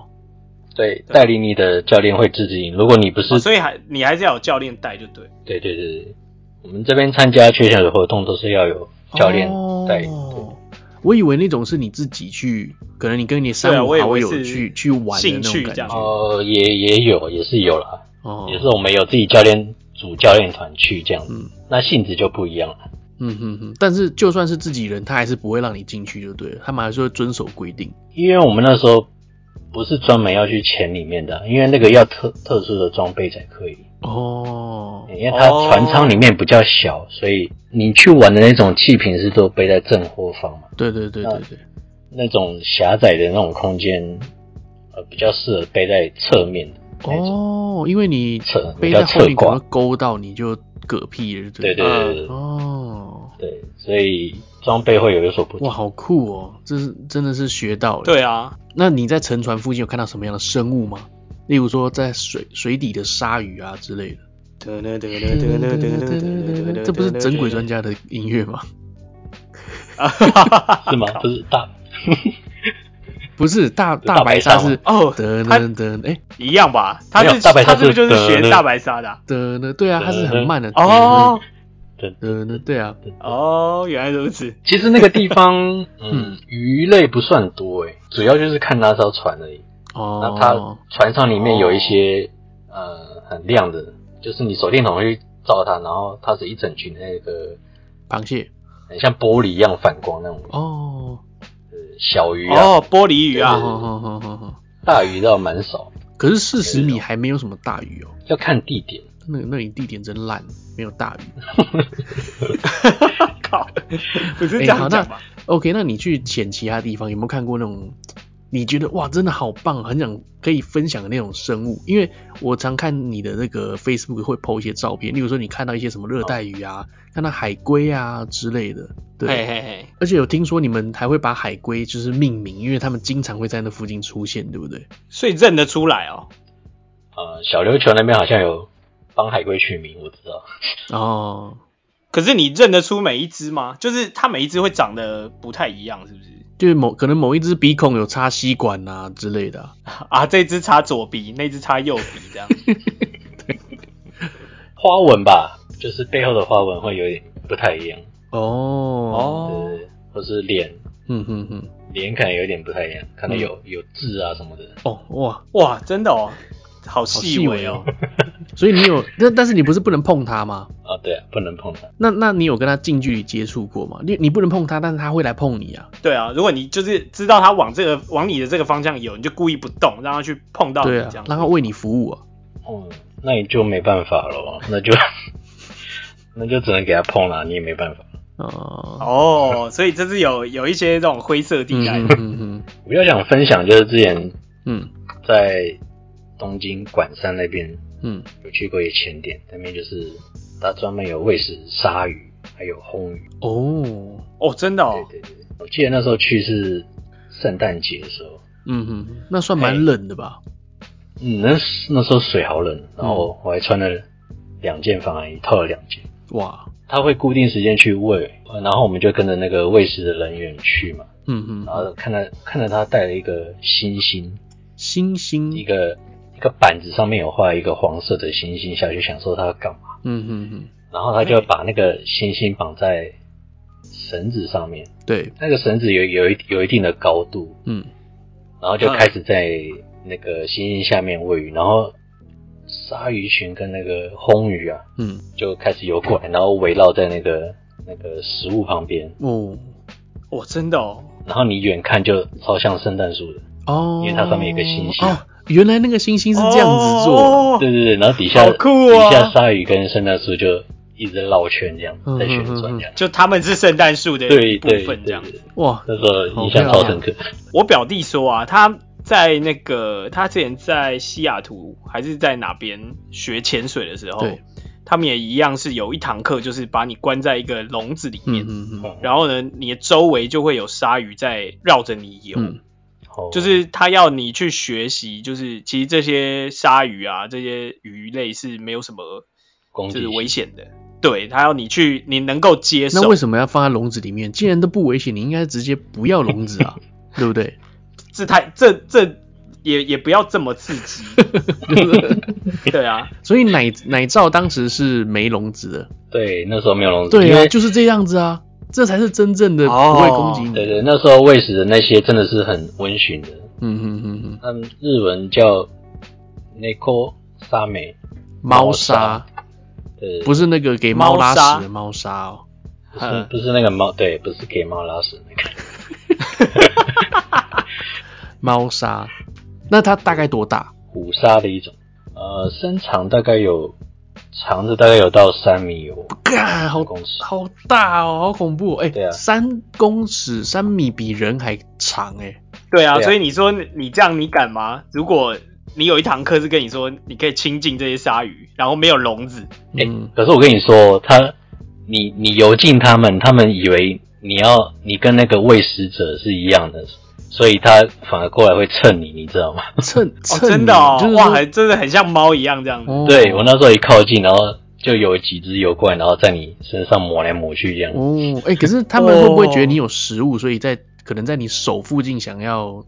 Speaker 3: 对，带领你的教练会制止你。如果你不是、
Speaker 2: 哦、所以还你还是要有教练带就对。
Speaker 3: 对对对，对我们这边参加缺球的活动都是要有教练带。
Speaker 1: 哦，我以为那种是你自己去，可能你跟你三
Speaker 2: 对啊
Speaker 1: 五
Speaker 2: 我以为
Speaker 1: 好友
Speaker 2: 是
Speaker 1: 去去玩的那
Speaker 2: 兴
Speaker 1: 种
Speaker 2: 趣
Speaker 1: 感
Speaker 2: 这样
Speaker 1: 觉。
Speaker 3: 哦、也也有，也是有啦，
Speaker 1: 哦，
Speaker 3: 也是我们有自己教练组教练团去这样子，
Speaker 1: 嗯
Speaker 3: 那性质就不一样了。
Speaker 1: 嗯哼哼，但是就算是自己人，他还是不会让你进去，就对了，他们还是会遵守规定。
Speaker 3: 因为我们那时候不是专门要去潜里面的，啊因为那个要特特殊的装备才可以，
Speaker 1: 哦，
Speaker 3: 因为它
Speaker 2: 哦
Speaker 3: 船舱里面比较小，所以你去玩的那种气瓶是都背在正后方嘛。
Speaker 1: 对对对对对，
Speaker 3: 那种狭窄的那种空间，呃，比较适合背在侧面的那种，
Speaker 1: 哦，因为你
Speaker 3: 侧
Speaker 1: 背
Speaker 3: 比较
Speaker 1: 在后
Speaker 3: 侧
Speaker 1: 面可能
Speaker 3: 挂
Speaker 1: 会，勾到，你就嗝屁了，
Speaker 3: 对
Speaker 1: 对
Speaker 3: 对
Speaker 1: 了
Speaker 3: 对对
Speaker 1: 哦，
Speaker 3: 对，所以装备会有所不
Speaker 1: 哇，
Speaker 3: 同。
Speaker 1: 好酷哦！这是真的是学到了。，
Speaker 2: 对啊，
Speaker 1: 那你在沉船附近有看到什么样的生物吗？例如说在水水底的鲨鱼啊之类的。这不是整鬼专家的音乐吗？
Speaker 3: 是吗？不是大，
Speaker 1: 不是，大
Speaker 3: 大
Speaker 1: 大白鲨
Speaker 3: 白鲨吗
Speaker 1: 是
Speaker 2: 哦
Speaker 1: 噔
Speaker 2: 它
Speaker 1: 噔噔，哎
Speaker 2: 一样吧？他
Speaker 3: 没
Speaker 2: 是
Speaker 3: 有大白鲨
Speaker 2: 他是不是就是
Speaker 3: 是
Speaker 2: 学大白鲨的啊、
Speaker 1: 噔噔，对啊，它是很慢的。
Speaker 2: 哦
Speaker 1: 噔噔，对啊，
Speaker 2: 哦，原来如此。
Speaker 3: 其实那个地方，
Speaker 1: 嗯
Speaker 3: 嗯，鱼类不算多诶，主要就是看那艘船而已。那它
Speaker 1: 哦，
Speaker 3: 船上里面有一些呃很亮的，就是你手电筒会去照它，然后它是一整群那个
Speaker 1: 螃蟹，
Speaker 3: 很像玻璃一样反光那种
Speaker 1: 哦，
Speaker 3: 呃小鱼啊，
Speaker 2: 哦， 玻璃鱼
Speaker 1: 好
Speaker 2: 啊，
Speaker 1: 好好好好好。
Speaker 3: 大鱼倒蛮少，
Speaker 1: 可是四十米还没有什么大鱼哦，
Speaker 3: 要看地点。
Speaker 1: 那那里地点真烂，没有大鱼。
Speaker 2: 靠，不是这
Speaker 1: 哎
Speaker 2: 样
Speaker 1: 好
Speaker 2: 讲
Speaker 1: 那
Speaker 2: 吧？
Speaker 1: OK，那你去潜其他地方有没有看过那种你觉得哇真的好棒，很想可以分享的那种生物？因为我常看你的那个 Facebook 会 po 一些照片，例如说你看到一些什么热带鱼啊，看到海龟啊之类的，
Speaker 2: 嘿
Speaker 1: 对。
Speaker 2: 嘿嘿，
Speaker 1: 而且有听说你们还会把海龟就是命名，因为他们经常会在那附近出现，对不对？
Speaker 2: 所以认得出来哦。
Speaker 3: 呃，小琉球那边好像有帮海龟取名，我知道。
Speaker 1: 哦，
Speaker 2: 可是你认得出每一只吗？就是它每一只会长得不太一样，是不是？
Speaker 1: 就是某可能某一只鼻孔有插吸管啊之类的啊、
Speaker 2: 啊，这只插左鼻，那只插右鼻，这样。
Speaker 3: 花纹吧，就是背后的花纹会有点不太一样，
Speaker 1: 哦，
Speaker 2: 哦，
Speaker 3: 对，或是脸
Speaker 1: 嗯哼哼，
Speaker 3: 脸可能有点不太一样，可能有、有痣啊什么的。
Speaker 1: 哦哇，
Speaker 2: 哇，真的哦，好细微
Speaker 1: 好
Speaker 2: 哦
Speaker 1: 细。所以你有，但但是你不是不能碰它吗？
Speaker 3: 啊，对啊，不能碰它。
Speaker 1: 那那你有跟它近距离接触过吗？你你不能碰它，但是它会来碰你啊。
Speaker 2: 对啊，如果你就是知道他往这个往你的这个方向游，你就故意不动，让他去碰到你
Speaker 1: 对
Speaker 2: 这
Speaker 1: 啊
Speaker 2: 样，子。
Speaker 1: 让它为你服务啊。
Speaker 3: 哦，那你就没办法了， 那就那就只能给它碰了，你也没办法。
Speaker 1: 哦，
Speaker 2: 哦，所以这是有有一些这种灰色地带。
Speaker 1: 嗯嗯
Speaker 3: 我比较想分享就是之前
Speaker 1: 嗯
Speaker 3: 在东京管山那边
Speaker 1: 嗯
Speaker 3: 有去过一个潜点，那边就是它专门有喂食鲨鱼，还有烘鱼。
Speaker 1: 嗯，哦，
Speaker 2: 哦，真的哦，
Speaker 3: 对对对，我记得那时候去是圣诞节的时候，
Speaker 1: 嗯哼，那算蛮冷的吧？
Speaker 3: 嗯，那时那时候水好冷，然后我还穿了两件防寒衣，套了两件。
Speaker 1: 哇，
Speaker 3: 他会固定时间去喂，呃然后我们就跟着那个喂食的人员去嘛，
Speaker 1: 嗯
Speaker 3: 然
Speaker 1: 哼，
Speaker 3: 后看到看到他带了一个星星，
Speaker 1: 星星，
Speaker 3: 一个一个板子上面有画一个黄色的星星下去，想说他要干嘛，
Speaker 1: 嗯哼哼，
Speaker 3: 然后他就把那个星星绑在绳子上面，
Speaker 1: 对，
Speaker 3: 那个绳子有有一有一定的高度，
Speaker 1: 嗯，
Speaker 3: 然后就开始在那个星星下面喂鱼，然后鲨鱼群跟那个红鱼啊
Speaker 1: 嗯，
Speaker 3: 就开始游过来，然后围绕在那个那个食物旁边，
Speaker 1: 哦，
Speaker 2: 哦，真的哦，
Speaker 3: 然后你远看就超像圣诞树的，
Speaker 1: 哦，
Speaker 3: 因为它上面有一个星星
Speaker 1: 哦，原来那个星星是这样子做，
Speaker 2: 哦
Speaker 3: 对对对，然后底下
Speaker 2: 好酷哦
Speaker 1: 啊
Speaker 3: 底下鲨鱼跟圣诞树就一直在绕圈这样
Speaker 1: 嗯
Speaker 3: 在旋转这样，
Speaker 2: 就他们是圣诞树的一
Speaker 3: 对
Speaker 2: 部
Speaker 3: 对对
Speaker 2: 分这样。
Speaker 3: 对
Speaker 1: 哇，
Speaker 3: 那时候印象超深刻，
Speaker 2: 我表弟说啊，他在那个他之前在西雅图还是在哪边学潜水的时候
Speaker 1: 对，
Speaker 2: 他们也一样是有一堂课，就是把你关在一个笼子里面，
Speaker 1: 嗯嗯
Speaker 3: 哦
Speaker 1: 嗯，
Speaker 2: 然后呢，你的周围就会有鲨鱼在绕着你游。
Speaker 1: 嗯
Speaker 3: 哦
Speaker 2: 就是他要你去学习，就是其实这些鲨鱼啊，这些鱼类是没有什么
Speaker 3: 攻
Speaker 2: 就
Speaker 3: 击
Speaker 2: 是危险的，对他要你去，你能够接受。
Speaker 1: 那为什么要放在笼子里面？既然都不危险，你应该直接不要笼子 啊，对不对？
Speaker 2: 这太这这也也不要这么刺 激，对啊，
Speaker 1: 所以奶奶罩当时是没笼子的，
Speaker 3: 对那时候没有笼子，
Speaker 1: 对
Speaker 3: 因
Speaker 1: 啊，
Speaker 3: 为
Speaker 1: 就是这样子啊，这才是真正的不
Speaker 2: 哦
Speaker 1: 会攻击你。
Speaker 3: 对对，那时候喂食的那些真的是很温驯的，
Speaker 1: 嗯哼哼哼，
Speaker 3: 他们日文叫 neko 沙美，
Speaker 1: 猫
Speaker 3: 猫
Speaker 1: 砂
Speaker 3: 砂呃，
Speaker 1: 不
Speaker 3: 是
Speaker 1: 是那个给猫拉屎的猫砂哦。
Speaker 3: 不
Speaker 2: 嗯
Speaker 3: 是
Speaker 2: 呃
Speaker 3: 不是那个猫，对，不是给猫拉屎那个，
Speaker 1: 猫砂。那它大概多大？
Speaker 3: 虎鲨的一种，呃，身长大概有长的大概有到三米有，
Speaker 1: 干，好
Speaker 3: 三公尺
Speaker 1: 好大哦，好恐怖、哦！哎、
Speaker 3: 对啊
Speaker 1: 三公尺，三米比人还长哎、
Speaker 2: 对啊，
Speaker 3: 对啊
Speaker 2: 所以你说你你这样你敢吗？如果你有一堂课是跟你说你可以亲近这些鲨鱼，然后没有笼子，
Speaker 3: 哎、
Speaker 1: 嗯，
Speaker 3: 可是我跟你说，他你你游进他们，他们以为你要你跟那个喂食者是一样的，所以他反而过来会蹭你，你知道吗？
Speaker 1: 称
Speaker 2: 哦，
Speaker 1: 称、
Speaker 2: 真的哦，
Speaker 1: 就是说
Speaker 2: 哇，还真的很像猫一样这样子。
Speaker 1: 哦
Speaker 3: 对我那时候一靠近，然后就有几只游过来，然后在你身上抹来抹去这样。
Speaker 1: 哦，哎、可是他们会不会觉得你有食物，所以在可能在你手附近想要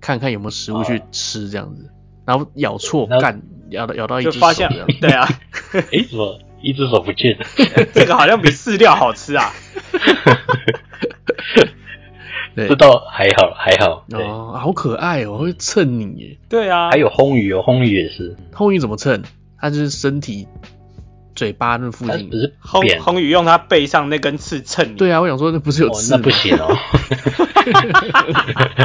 Speaker 1: 看看有没有食物去吃这样子，然后咬错
Speaker 3: 那
Speaker 1: 干咬到咬到一
Speaker 2: 就
Speaker 1: 只手
Speaker 2: 发现
Speaker 1: 这样子，
Speaker 2: 对啊，
Speaker 3: 诶，怎么一只手不 见了？
Speaker 2: 这个好像比饲料好吃啊。
Speaker 1: 对
Speaker 3: 这倒还好，还好。对，
Speaker 1: 哦，好可爱哦，会蹭你耶。
Speaker 2: 对啊，
Speaker 3: 还有烘鱼哦，烘鱼也是，
Speaker 1: 后羿怎么蹭？它就是身体、嘴巴那附
Speaker 3: 它
Speaker 1: 近
Speaker 3: 不。是
Speaker 2: 红
Speaker 3: 扁，
Speaker 2: 红宇用他背上那根刺蹭你。
Speaker 1: 对啊，我想说那不是有
Speaker 3: 哦，
Speaker 1: 刺
Speaker 3: 那
Speaker 1: 吗？
Speaker 3: 不行哦。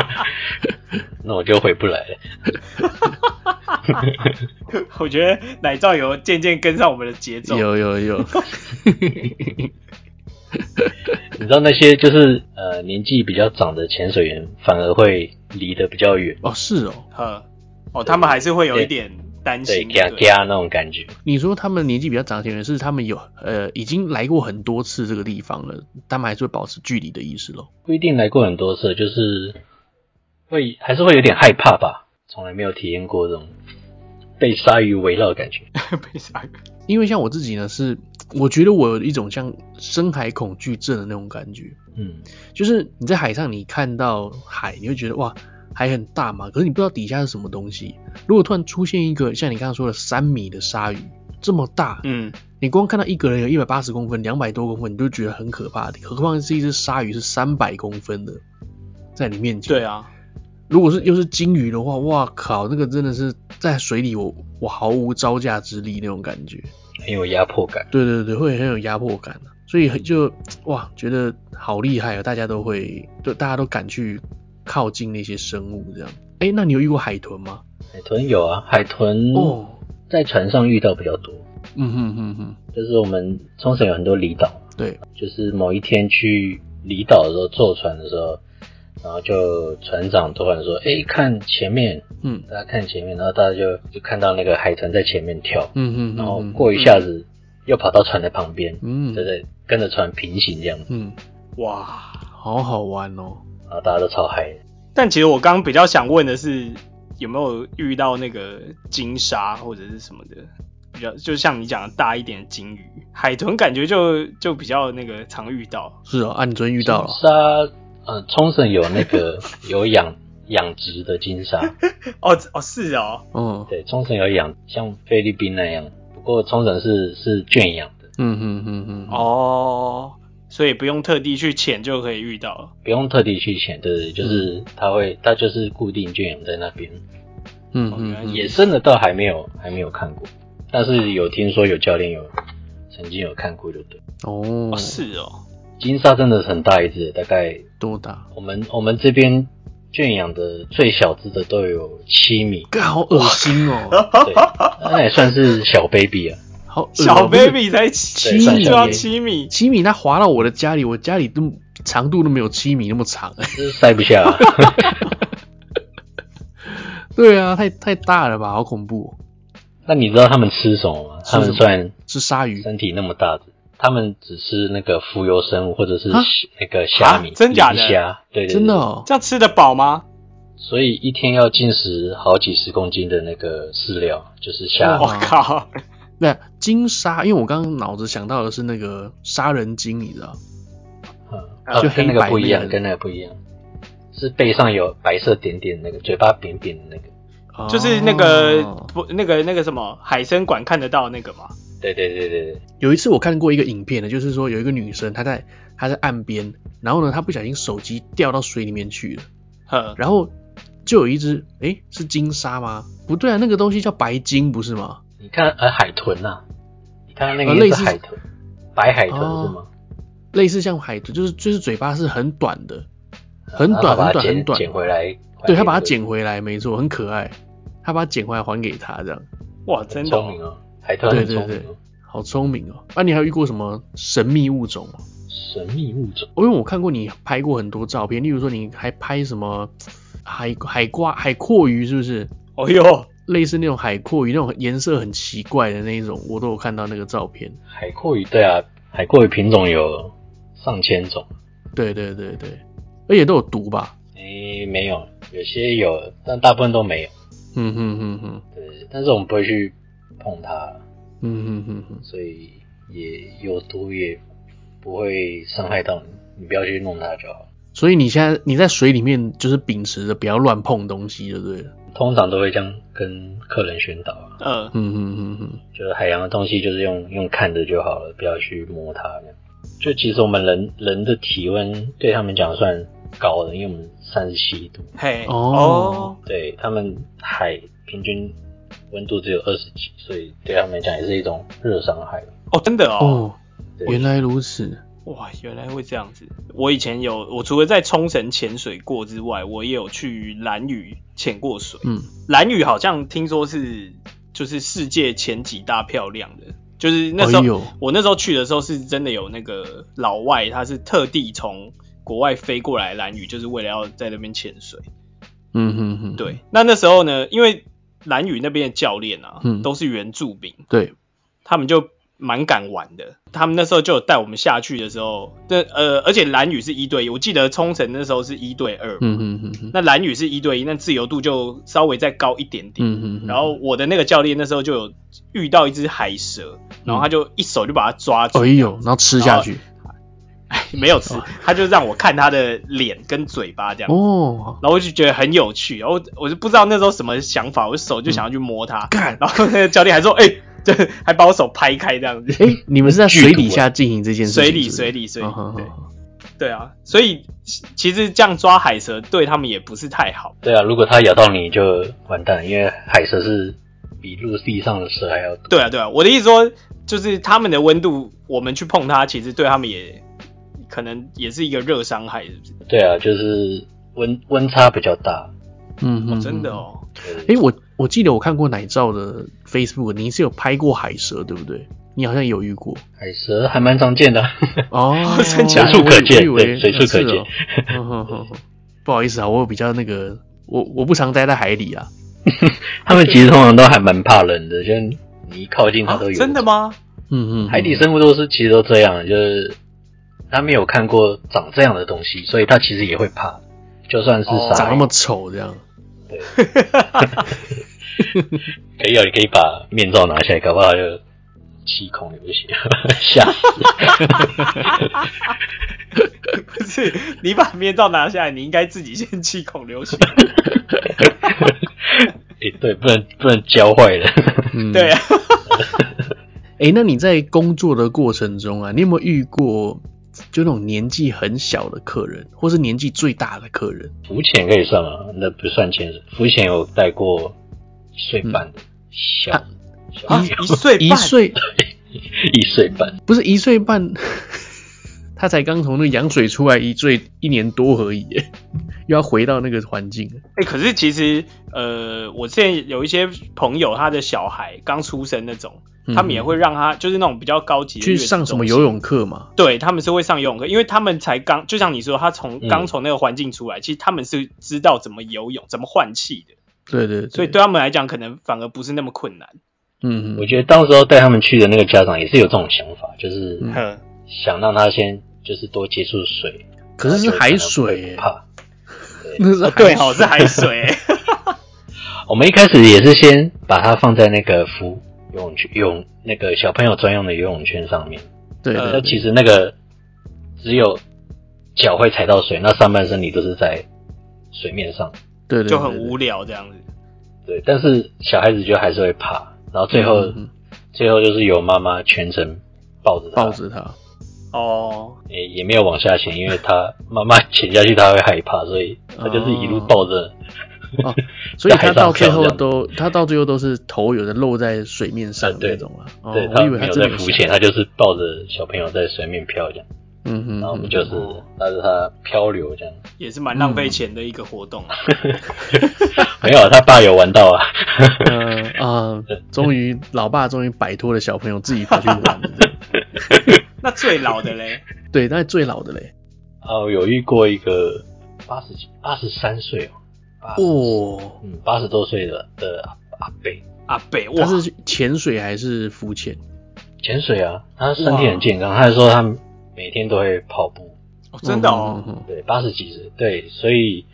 Speaker 3: 那我就回不来了。
Speaker 2: 我觉得奶罩有渐渐跟上我们的节奏。
Speaker 1: 有有有，
Speaker 3: 你知道那些就是呃年纪比较长的潜水员，反而会离得比较远，
Speaker 1: 哦是哦。
Speaker 2: 呵，哦，他们还是会有一点担
Speaker 3: 对，
Speaker 2: 心。
Speaker 3: 嘎
Speaker 2: 对
Speaker 3: 嘎那种感觉。
Speaker 1: 你说他们年纪比较长的人，是他们有呃已经来过很多次这个地方了，他们还是会保持距离的意思咯。
Speaker 3: 不一定来过很多次，就是会还是会有点害怕吧，从来没有体验过这种被鲨鱼围绕的感觉。
Speaker 2: 被鲨鱼
Speaker 1: 因为像我自己呢，是我觉得我有一种像深海恐惧症的那种感觉，
Speaker 3: 嗯，
Speaker 1: 就是你在海上，你看到海，你会觉得哇，海很大嘛，可是你不知道底下是什么东西。如果突然出现一个像你刚刚说的三米的鲨鱼这么大，
Speaker 2: 嗯，
Speaker 1: 你光看到一个人有一百八十公分、两百多公分，你就觉得很可怕，何况是一只鲨鱼是三百公分的在你面前。
Speaker 2: 对，啊，
Speaker 1: 如果是又是鲸鱼的话，哇靠，那个真的是在水里我我毫无招架之力那种感觉。
Speaker 3: 很有压迫感。
Speaker 1: 对对对，会很有压迫感啊所以很就哇，觉得好厉害啊！大家都会，就大家都敢去靠近那些生物这样。哎，那你有遇过海豚吗？
Speaker 3: 海豚有啊，海豚
Speaker 1: 哦，
Speaker 3: 在船上遇到比较多，
Speaker 1: 嗯哼哼哼，
Speaker 3: 就是我们冲绳有很多离岛，
Speaker 1: 对，
Speaker 3: 就是某一天去离岛的时候坐船的时候，然后就船长突然说：“哎、看前面，
Speaker 1: 嗯
Speaker 3: 大家看前面。”然后大家就就看到那个海豚在前面跳，
Speaker 1: 嗯哼哼哼，
Speaker 3: 然后哦过一下子又跑到船的旁边，
Speaker 1: 嗯，
Speaker 3: 对对，跟着船平行这样子，
Speaker 1: 嗯，
Speaker 2: 哇！
Speaker 1: 好好玩哦。
Speaker 3: 然后大家都超嗨。
Speaker 2: 但其实我刚刚比较想问的是，有没有遇到那个金鲨或者是什么的，比较就像你讲的大一点的金鱼，海豚感觉就就比较那个常遇到。
Speaker 1: 是哦，啊，你昨天遇到了哦，
Speaker 3: 沙，呃，冲绳有那个 有养养殖的金沙，
Speaker 2: 哦哦是哦，
Speaker 1: 嗯
Speaker 3: 对，冲绳有养，像菲律宾那样，不过冲绳是是圈养的，
Speaker 1: 嗯哼哼哼，哼，
Speaker 2: 哦，所以不用特地去潜就可以遇到了。
Speaker 3: 不用特地去潜，对对，就是它会，它就是固定圈养在那边。
Speaker 1: 嗯
Speaker 2: 哦原
Speaker 1: 嗯
Speaker 2: 来
Speaker 1: 嗯，
Speaker 3: 野生的倒还没有还没有看过，但是有听说有教练有曾经有看过，就对。
Speaker 1: 哦
Speaker 2: 哦，是哦，
Speaker 3: 金沙真的是很大一只，大概
Speaker 1: 多大？，
Speaker 3: 我们我们这边圈养的最小只的都有七米
Speaker 1: 干好恶心 哦，
Speaker 3: 对，那也算是小 baby 啊。
Speaker 1: 好恶哦
Speaker 2: 小
Speaker 1: 不是
Speaker 2: baby 才七
Speaker 1: 对
Speaker 2: 米就要
Speaker 3: 算小
Speaker 2: 七米，
Speaker 1: 七米，它滑到我的家里，我家里都长度都没有七米那么长。
Speaker 3: 就是塞 不下、啊
Speaker 1: 对啊，太太大了吧，好恐怖、哦！
Speaker 3: 那你知道他们吃什么吗？
Speaker 1: 吃什
Speaker 3: 他
Speaker 1: 么
Speaker 3: 们虽然
Speaker 1: 是鲨鱼，
Speaker 3: 身体那么大，他们只吃那个浮游生物或者是
Speaker 1: 啊
Speaker 3: 那个虾米、
Speaker 2: 啊真假的
Speaker 3: 磷虾，对对对
Speaker 1: 真的、。哦。
Speaker 2: 这样吃得饱吗？
Speaker 3: 所以一天要进食好几十公斤的那个饲料，就是虾
Speaker 2: 我、
Speaker 1: 哇
Speaker 2: 靠，
Speaker 1: 对啊，金鲨，因为我刚刚脑子想到的是那个杀人鲸，你知道？
Speaker 3: 嗯，
Speaker 2: 啊
Speaker 3: 啊
Speaker 1: 就
Speaker 3: 跟
Speaker 1: 黑
Speaker 3: 那个
Speaker 1: 白
Speaker 3: 不一
Speaker 1: 那
Speaker 3: 样，
Speaker 1: 个
Speaker 3: 跟那个不一样，是背上有白色点点那个，嘴巴扁扁的那个。
Speaker 2: 就是那个、
Speaker 1: 哦
Speaker 2: 不那个那个什么海参馆看得到那个嘛？
Speaker 3: 对对对对对，
Speaker 1: 有一次我看过一个影片呢，就是说有一个女生她在她在岸边，然后呢她不小心手机掉到水里面去了，
Speaker 2: 呵，
Speaker 1: 然后就有一只，诶，是金鲨吗？不对啊，那个东西叫白鲸不是吗？
Speaker 3: 你看呃海豚呐、你看到那个
Speaker 1: 呃
Speaker 3: 应该
Speaker 1: 类
Speaker 3: 是
Speaker 1: 似
Speaker 3: 海豚，白海豚
Speaker 1: 哦
Speaker 3: 是吗？
Speaker 1: 类似像海豚，就是就是嘴巴是很短的，很
Speaker 3: 然后
Speaker 1: 短
Speaker 3: 把
Speaker 1: 很
Speaker 3: 啊它
Speaker 1: 短很
Speaker 3: 捡
Speaker 1: 短，
Speaker 3: 捡回来，
Speaker 1: 对他把它捡回来，没错，很可爱。他把它捡回来还给他，这样
Speaker 2: 哇，
Speaker 3: 很
Speaker 2: 真的
Speaker 3: 聪
Speaker 2: 哦、
Speaker 3: 明哦，海豚
Speaker 1: 对
Speaker 3: 很
Speaker 1: 对
Speaker 3: 聪明
Speaker 1: 对
Speaker 3: 哦。
Speaker 1: 好聪明哦。那、你还有遇过什么神秘物种吗？
Speaker 3: 神秘物种，
Speaker 1: 哦因为我看过你拍过很多照片，例如说你还拍什么海海瓜、海阔鱼，是不是？
Speaker 2: 哦哟，
Speaker 1: 类似那种海阔鱼，那种颜色很奇怪的那一种，我都有看到那个照片。
Speaker 3: 海阔鱼对啊，海阔鱼品种有上千种，
Speaker 1: 对对对对，而且都有毒吧？
Speaker 3: 诶、没有，有些有，但大部分都没有。
Speaker 1: 嗯哼哼哼，
Speaker 3: 对，但是我们不会去碰它，
Speaker 1: 嗯哼哼哼，
Speaker 3: 所以也有毒也不会伤害到你，你不要去弄它就好。
Speaker 1: 所以你现在你在水里面就是秉持着不要乱碰东西，就对了。
Speaker 3: 通常都会这样跟客人宣导啊，
Speaker 2: 呃，
Speaker 1: 嗯哼哼哼，
Speaker 3: 就是海洋的东西就是用用看着就好了，不要去摸它这样。就其实我们人人的体温对他们讲算高的，因为我们三十七度，
Speaker 2: 嘿，
Speaker 1: 哦
Speaker 2: 哦，
Speaker 3: 对他们海平均温度只有二十几，所以对他们来讲也是一种热伤害。
Speaker 2: 哦，真的哦，
Speaker 1: 哦，
Speaker 3: 对
Speaker 1: 原来如此。
Speaker 2: 哇，原来会这样子。我以前有，我除了在冲绳潜水过之外，我也有去蓝屿潜过水。
Speaker 1: 嗯，
Speaker 2: 蓝屿好像听说是就是世界前几大漂亮的，就是那时候、
Speaker 1: 哎呦
Speaker 2: 我那时候去的时候是真的有那个老外，他是特地从国外飞过来蓝屿，就是为了要在那边潜水。
Speaker 1: 嗯哼哼，
Speaker 2: 对，那那时候呢，因为蓝屿那边的教练啊，
Speaker 1: 嗯
Speaker 2: 都是原住民，
Speaker 1: 对，
Speaker 2: 他们就蛮敢玩的。他们那时候就有带我们下去的时候，那呃，而且蓝屿是一对一，我记得冲绳那时候是一对二、
Speaker 1: 嗯哼哼哼，
Speaker 2: 那蓝屿是一对一，那自由度就稍微再高一点点。
Speaker 1: 嗯哼哼，
Speaker 2: 然后我的那个教练那时候就有遇到一只海蛇，
Speaker 1: 嗯
Speaker 2: 然后他就一手就把它抓住，
Speaker 1: 哎呦，然后吃下去，
Speaker 2: 没有吃，他就让我看他的脸跟嘴巴这样。
Speaker 1: 哦，
Speaker 2: 然后我就觉得很有趣，然后我我就不知道那时候什么想法，我手就想要去摸它，
Speaker 1: 干
Speaker 2: 然后那个教练还说，哎、 这还把我手拍开这样子，
Speaker 1: 哎，你们是在水底下进行这件事情？
Speaker 2: 水里
Speaker 1: 是不是
Speaker 2: 水里水里
Speaker 1: 哦好好
Speaker 2: 对
Speaker 1: 好
Speaker 2: 对啊，所以其其实这样抓海蛇对他们也不是太好。
Speaker 3: 对啊，如果它咬到你就完蛋了，因为海蛇是比陆地上的蛇还要毒。
Speaker 2: 对啊，对啊，我的意思说，就是他们的温度，我们去碰它，其实对他们也可能也是一个热伤害，是不是？
Speaker 3: 对啊，就是温温差比较大。
Speaker 1: 嗯哼，
Speaker 2: 真的
Speaker 1: 嗯。
Speaker 2: 哦，
Speaker 3: 就是
Speaker 1: 哎、我我记得我看过奶罩的 Facebook，你是有拍过海蛇对不对？你好像有遇过
Speaker 3: 海蛇还蛮常见的啊，
Speaker 1: 哦，
Speaker 2: 真假
Speaker 3: 随
Speaker 2: 的
Speaker 3: 处可见，
Speaker 1: 我以为
Speaker 3: 对，随处可
Speaker 1: 是
Speaker 3: 见
Speaker 1: 哦。嗯哼哼哼不好意思啊，我比较那个，我我不常待在海里啊。
Speaker 3: 他们其实通常都还蛮怕冷的，就是你一靠近它
Speaker 2: 啊
Speaker 3: 都有、
Speaker 2: 真的？吗？
Speaker 1: 嗯嗯，
Speaker 3: 海底生物都是其实都这样，就是他没有看过长这样的东西，所以它其实也会怕，就算是
Speaker 2: 哦
Speaker 3: 鲨
Speaker 1: 长那
Speaker 3: 鱼，
Speaker 1: 么丑这样。
Speaker 3: 可以啊，你可以把面罩拿下来，搞不好就气孔流血， 吓死。
Speaker 2: 不是，你把面罩拿下来，你应该自己先气孔流血。
Speaker 1: 嗯
Speaker 3: 哎、对，不能不能教坏了。
Speaker 1: 嗯，
Speaker 2: 对啊，
Speaker 1: 哎、那你在工作的过程中啊，你有没有遇过就那种年纪很小的客人，或是年纪最大的客人？
Speaker 3: 浮潜可以算吗？那不算潜水。浮潜有带过一岁半的小、
Speaker 1: 啊
Speaker 3: 小
Speaker 2: 嗯啊，
Speaker 3: 鸟
Speaker 2: 一岁
Speaker 1: 一
Speaker 2: 半，
Speaker 1: 岁
Speaker 3: 一岁半，
Speaker 1: 不是一岁半， 他才刚从那个羊水出来一岁一年多而已耶， 又要回到那个环境了。
Speaker 2: 哎、可是其实，呃，我之前有一些朋友，他的小孩刚出生那种，
Speaker 1: 嗯
Speaker 2: 他们也会让他就是那种比较高级的
Speaker 1: 去
Speaker 2: 月子
Speaker 1: 上什么
Speaker 2: 中心
Speaker 1: 游？泳课嘛？
Speaker 2: 对，他们是会上游泳课，因为他们才刚，就像你说，他从
Speaker 3: 嗯
Speaker 2: 刚从那个环境出来，其实他们是知道怎么游泳、怎么换气的，
Speaker 1: 对对对，
Speaker 2: 所以对他们来讲，可能反而不是那么困难。
Speaker 1: 嗯，
Speaker 3: 我
Speaker 1: 嗯，
Speaker 3: 觉得当时候带他们去的那个家长也是有这种想法，就是
Speaker 1: 嗯
Speaker 2: 哼，
Speaker 3: 想让他先就是多接触水，
Speaker 1: 可是是海水
Speaker 3: 然后
Speaker 1: 耶
Speaker 3: 就可能会不，怕。
Speaker 1: 那是
Speaker 2: 哦
Speaker 1: 海
Speaker 2: 对哦，是海水、
Speaker 3: 我们一开始也是先把它放在那个浮游泳圈、游泳那个小朋友专用的游泳圈上面。
Speaker 1: 对
Speaker 2: 呃
Speaker 3: 那
Speaker 1: 对
Speaker 3: 其
Speaker 1: 对，
Speaker 3: 实那个只有脚会踩到水，那上半身你都是在水面上。
Speaker 1: 对对
Speaker 2: 就很无
Speaker 1: 聊。
Speaker 2: 聊这样子。
Speaker 3: 对，但是小孩子就还是会怕，然后最后、
Speaker 1: 嗯嗯
Speaker 3: 最后就是由妈妈全程抱着他，
Speaker 1: 抱着他，
Speaker 2: 哦，
Speaker 3: 也也没有往下潜，因为他妈妈潜下去他会害怕，所以他就是一路抱着。
Speaker 1: 哦，所以
Speaker 3: 在海
Speaker 1: 他
Speaker 3: 上
Speaker 1: 到最
Speaker 3: 漂
Speaker 1: 后
Speaker 3: 这样
Speaker 1: 都，他到最后都是头有的露在水面上
Speaker 3: 啊
Speaker 1: 的
Speaker 3: 对
Speaker 1: 那种啦。哦
Speaker 3: 对，
Speaker 1: 我
Speaker 3: 他
Speaker 1: 以为
Speaker 3: 没有
Speaker 1: 真
Speaker 3: 在
Speaker 1: 的有
Speaker 3: 浮
Speaker 1: 下
Speaker 3: 潜，他就是抱着小朋友在水面漂这样，
Speaker 1: 嗯哼，
Speaker 3: 然后我们
Speaker 1: 嗯
Speaker 3: 就是拉着他漂流这样。
Speaker 2: 也是蛮浪费钱的一个活动啊。
Speaker 1: 嗯
Speaker 3: 没有，他爸有玩到啊。
Speaker 1: 呃啊，终于老爸终于摆脱了小朋友，自己跑去玩了。这样
Speaker 2: 那最老的嘞，
Speaker 1: 对，那最老的嘞，
Speaker 3: 啊，我有遇过一个八十几、八十三岁哦，八 十
Speaker 1: 哦，
Speaker 3: 嗯八十多岁的的阿阿伯
Speaker 2: 阿北哇
Speaker 1: 他，是去潜水还是浮潜？
Speaker 3: 潜水啊，他身体很健康，他还说他每天都会跑步，
Speaker 2: 哦真的哦，
Speaker 1: 嗯，嗯嗯嗯
Speaker 3: 对，八十几岁，对，所以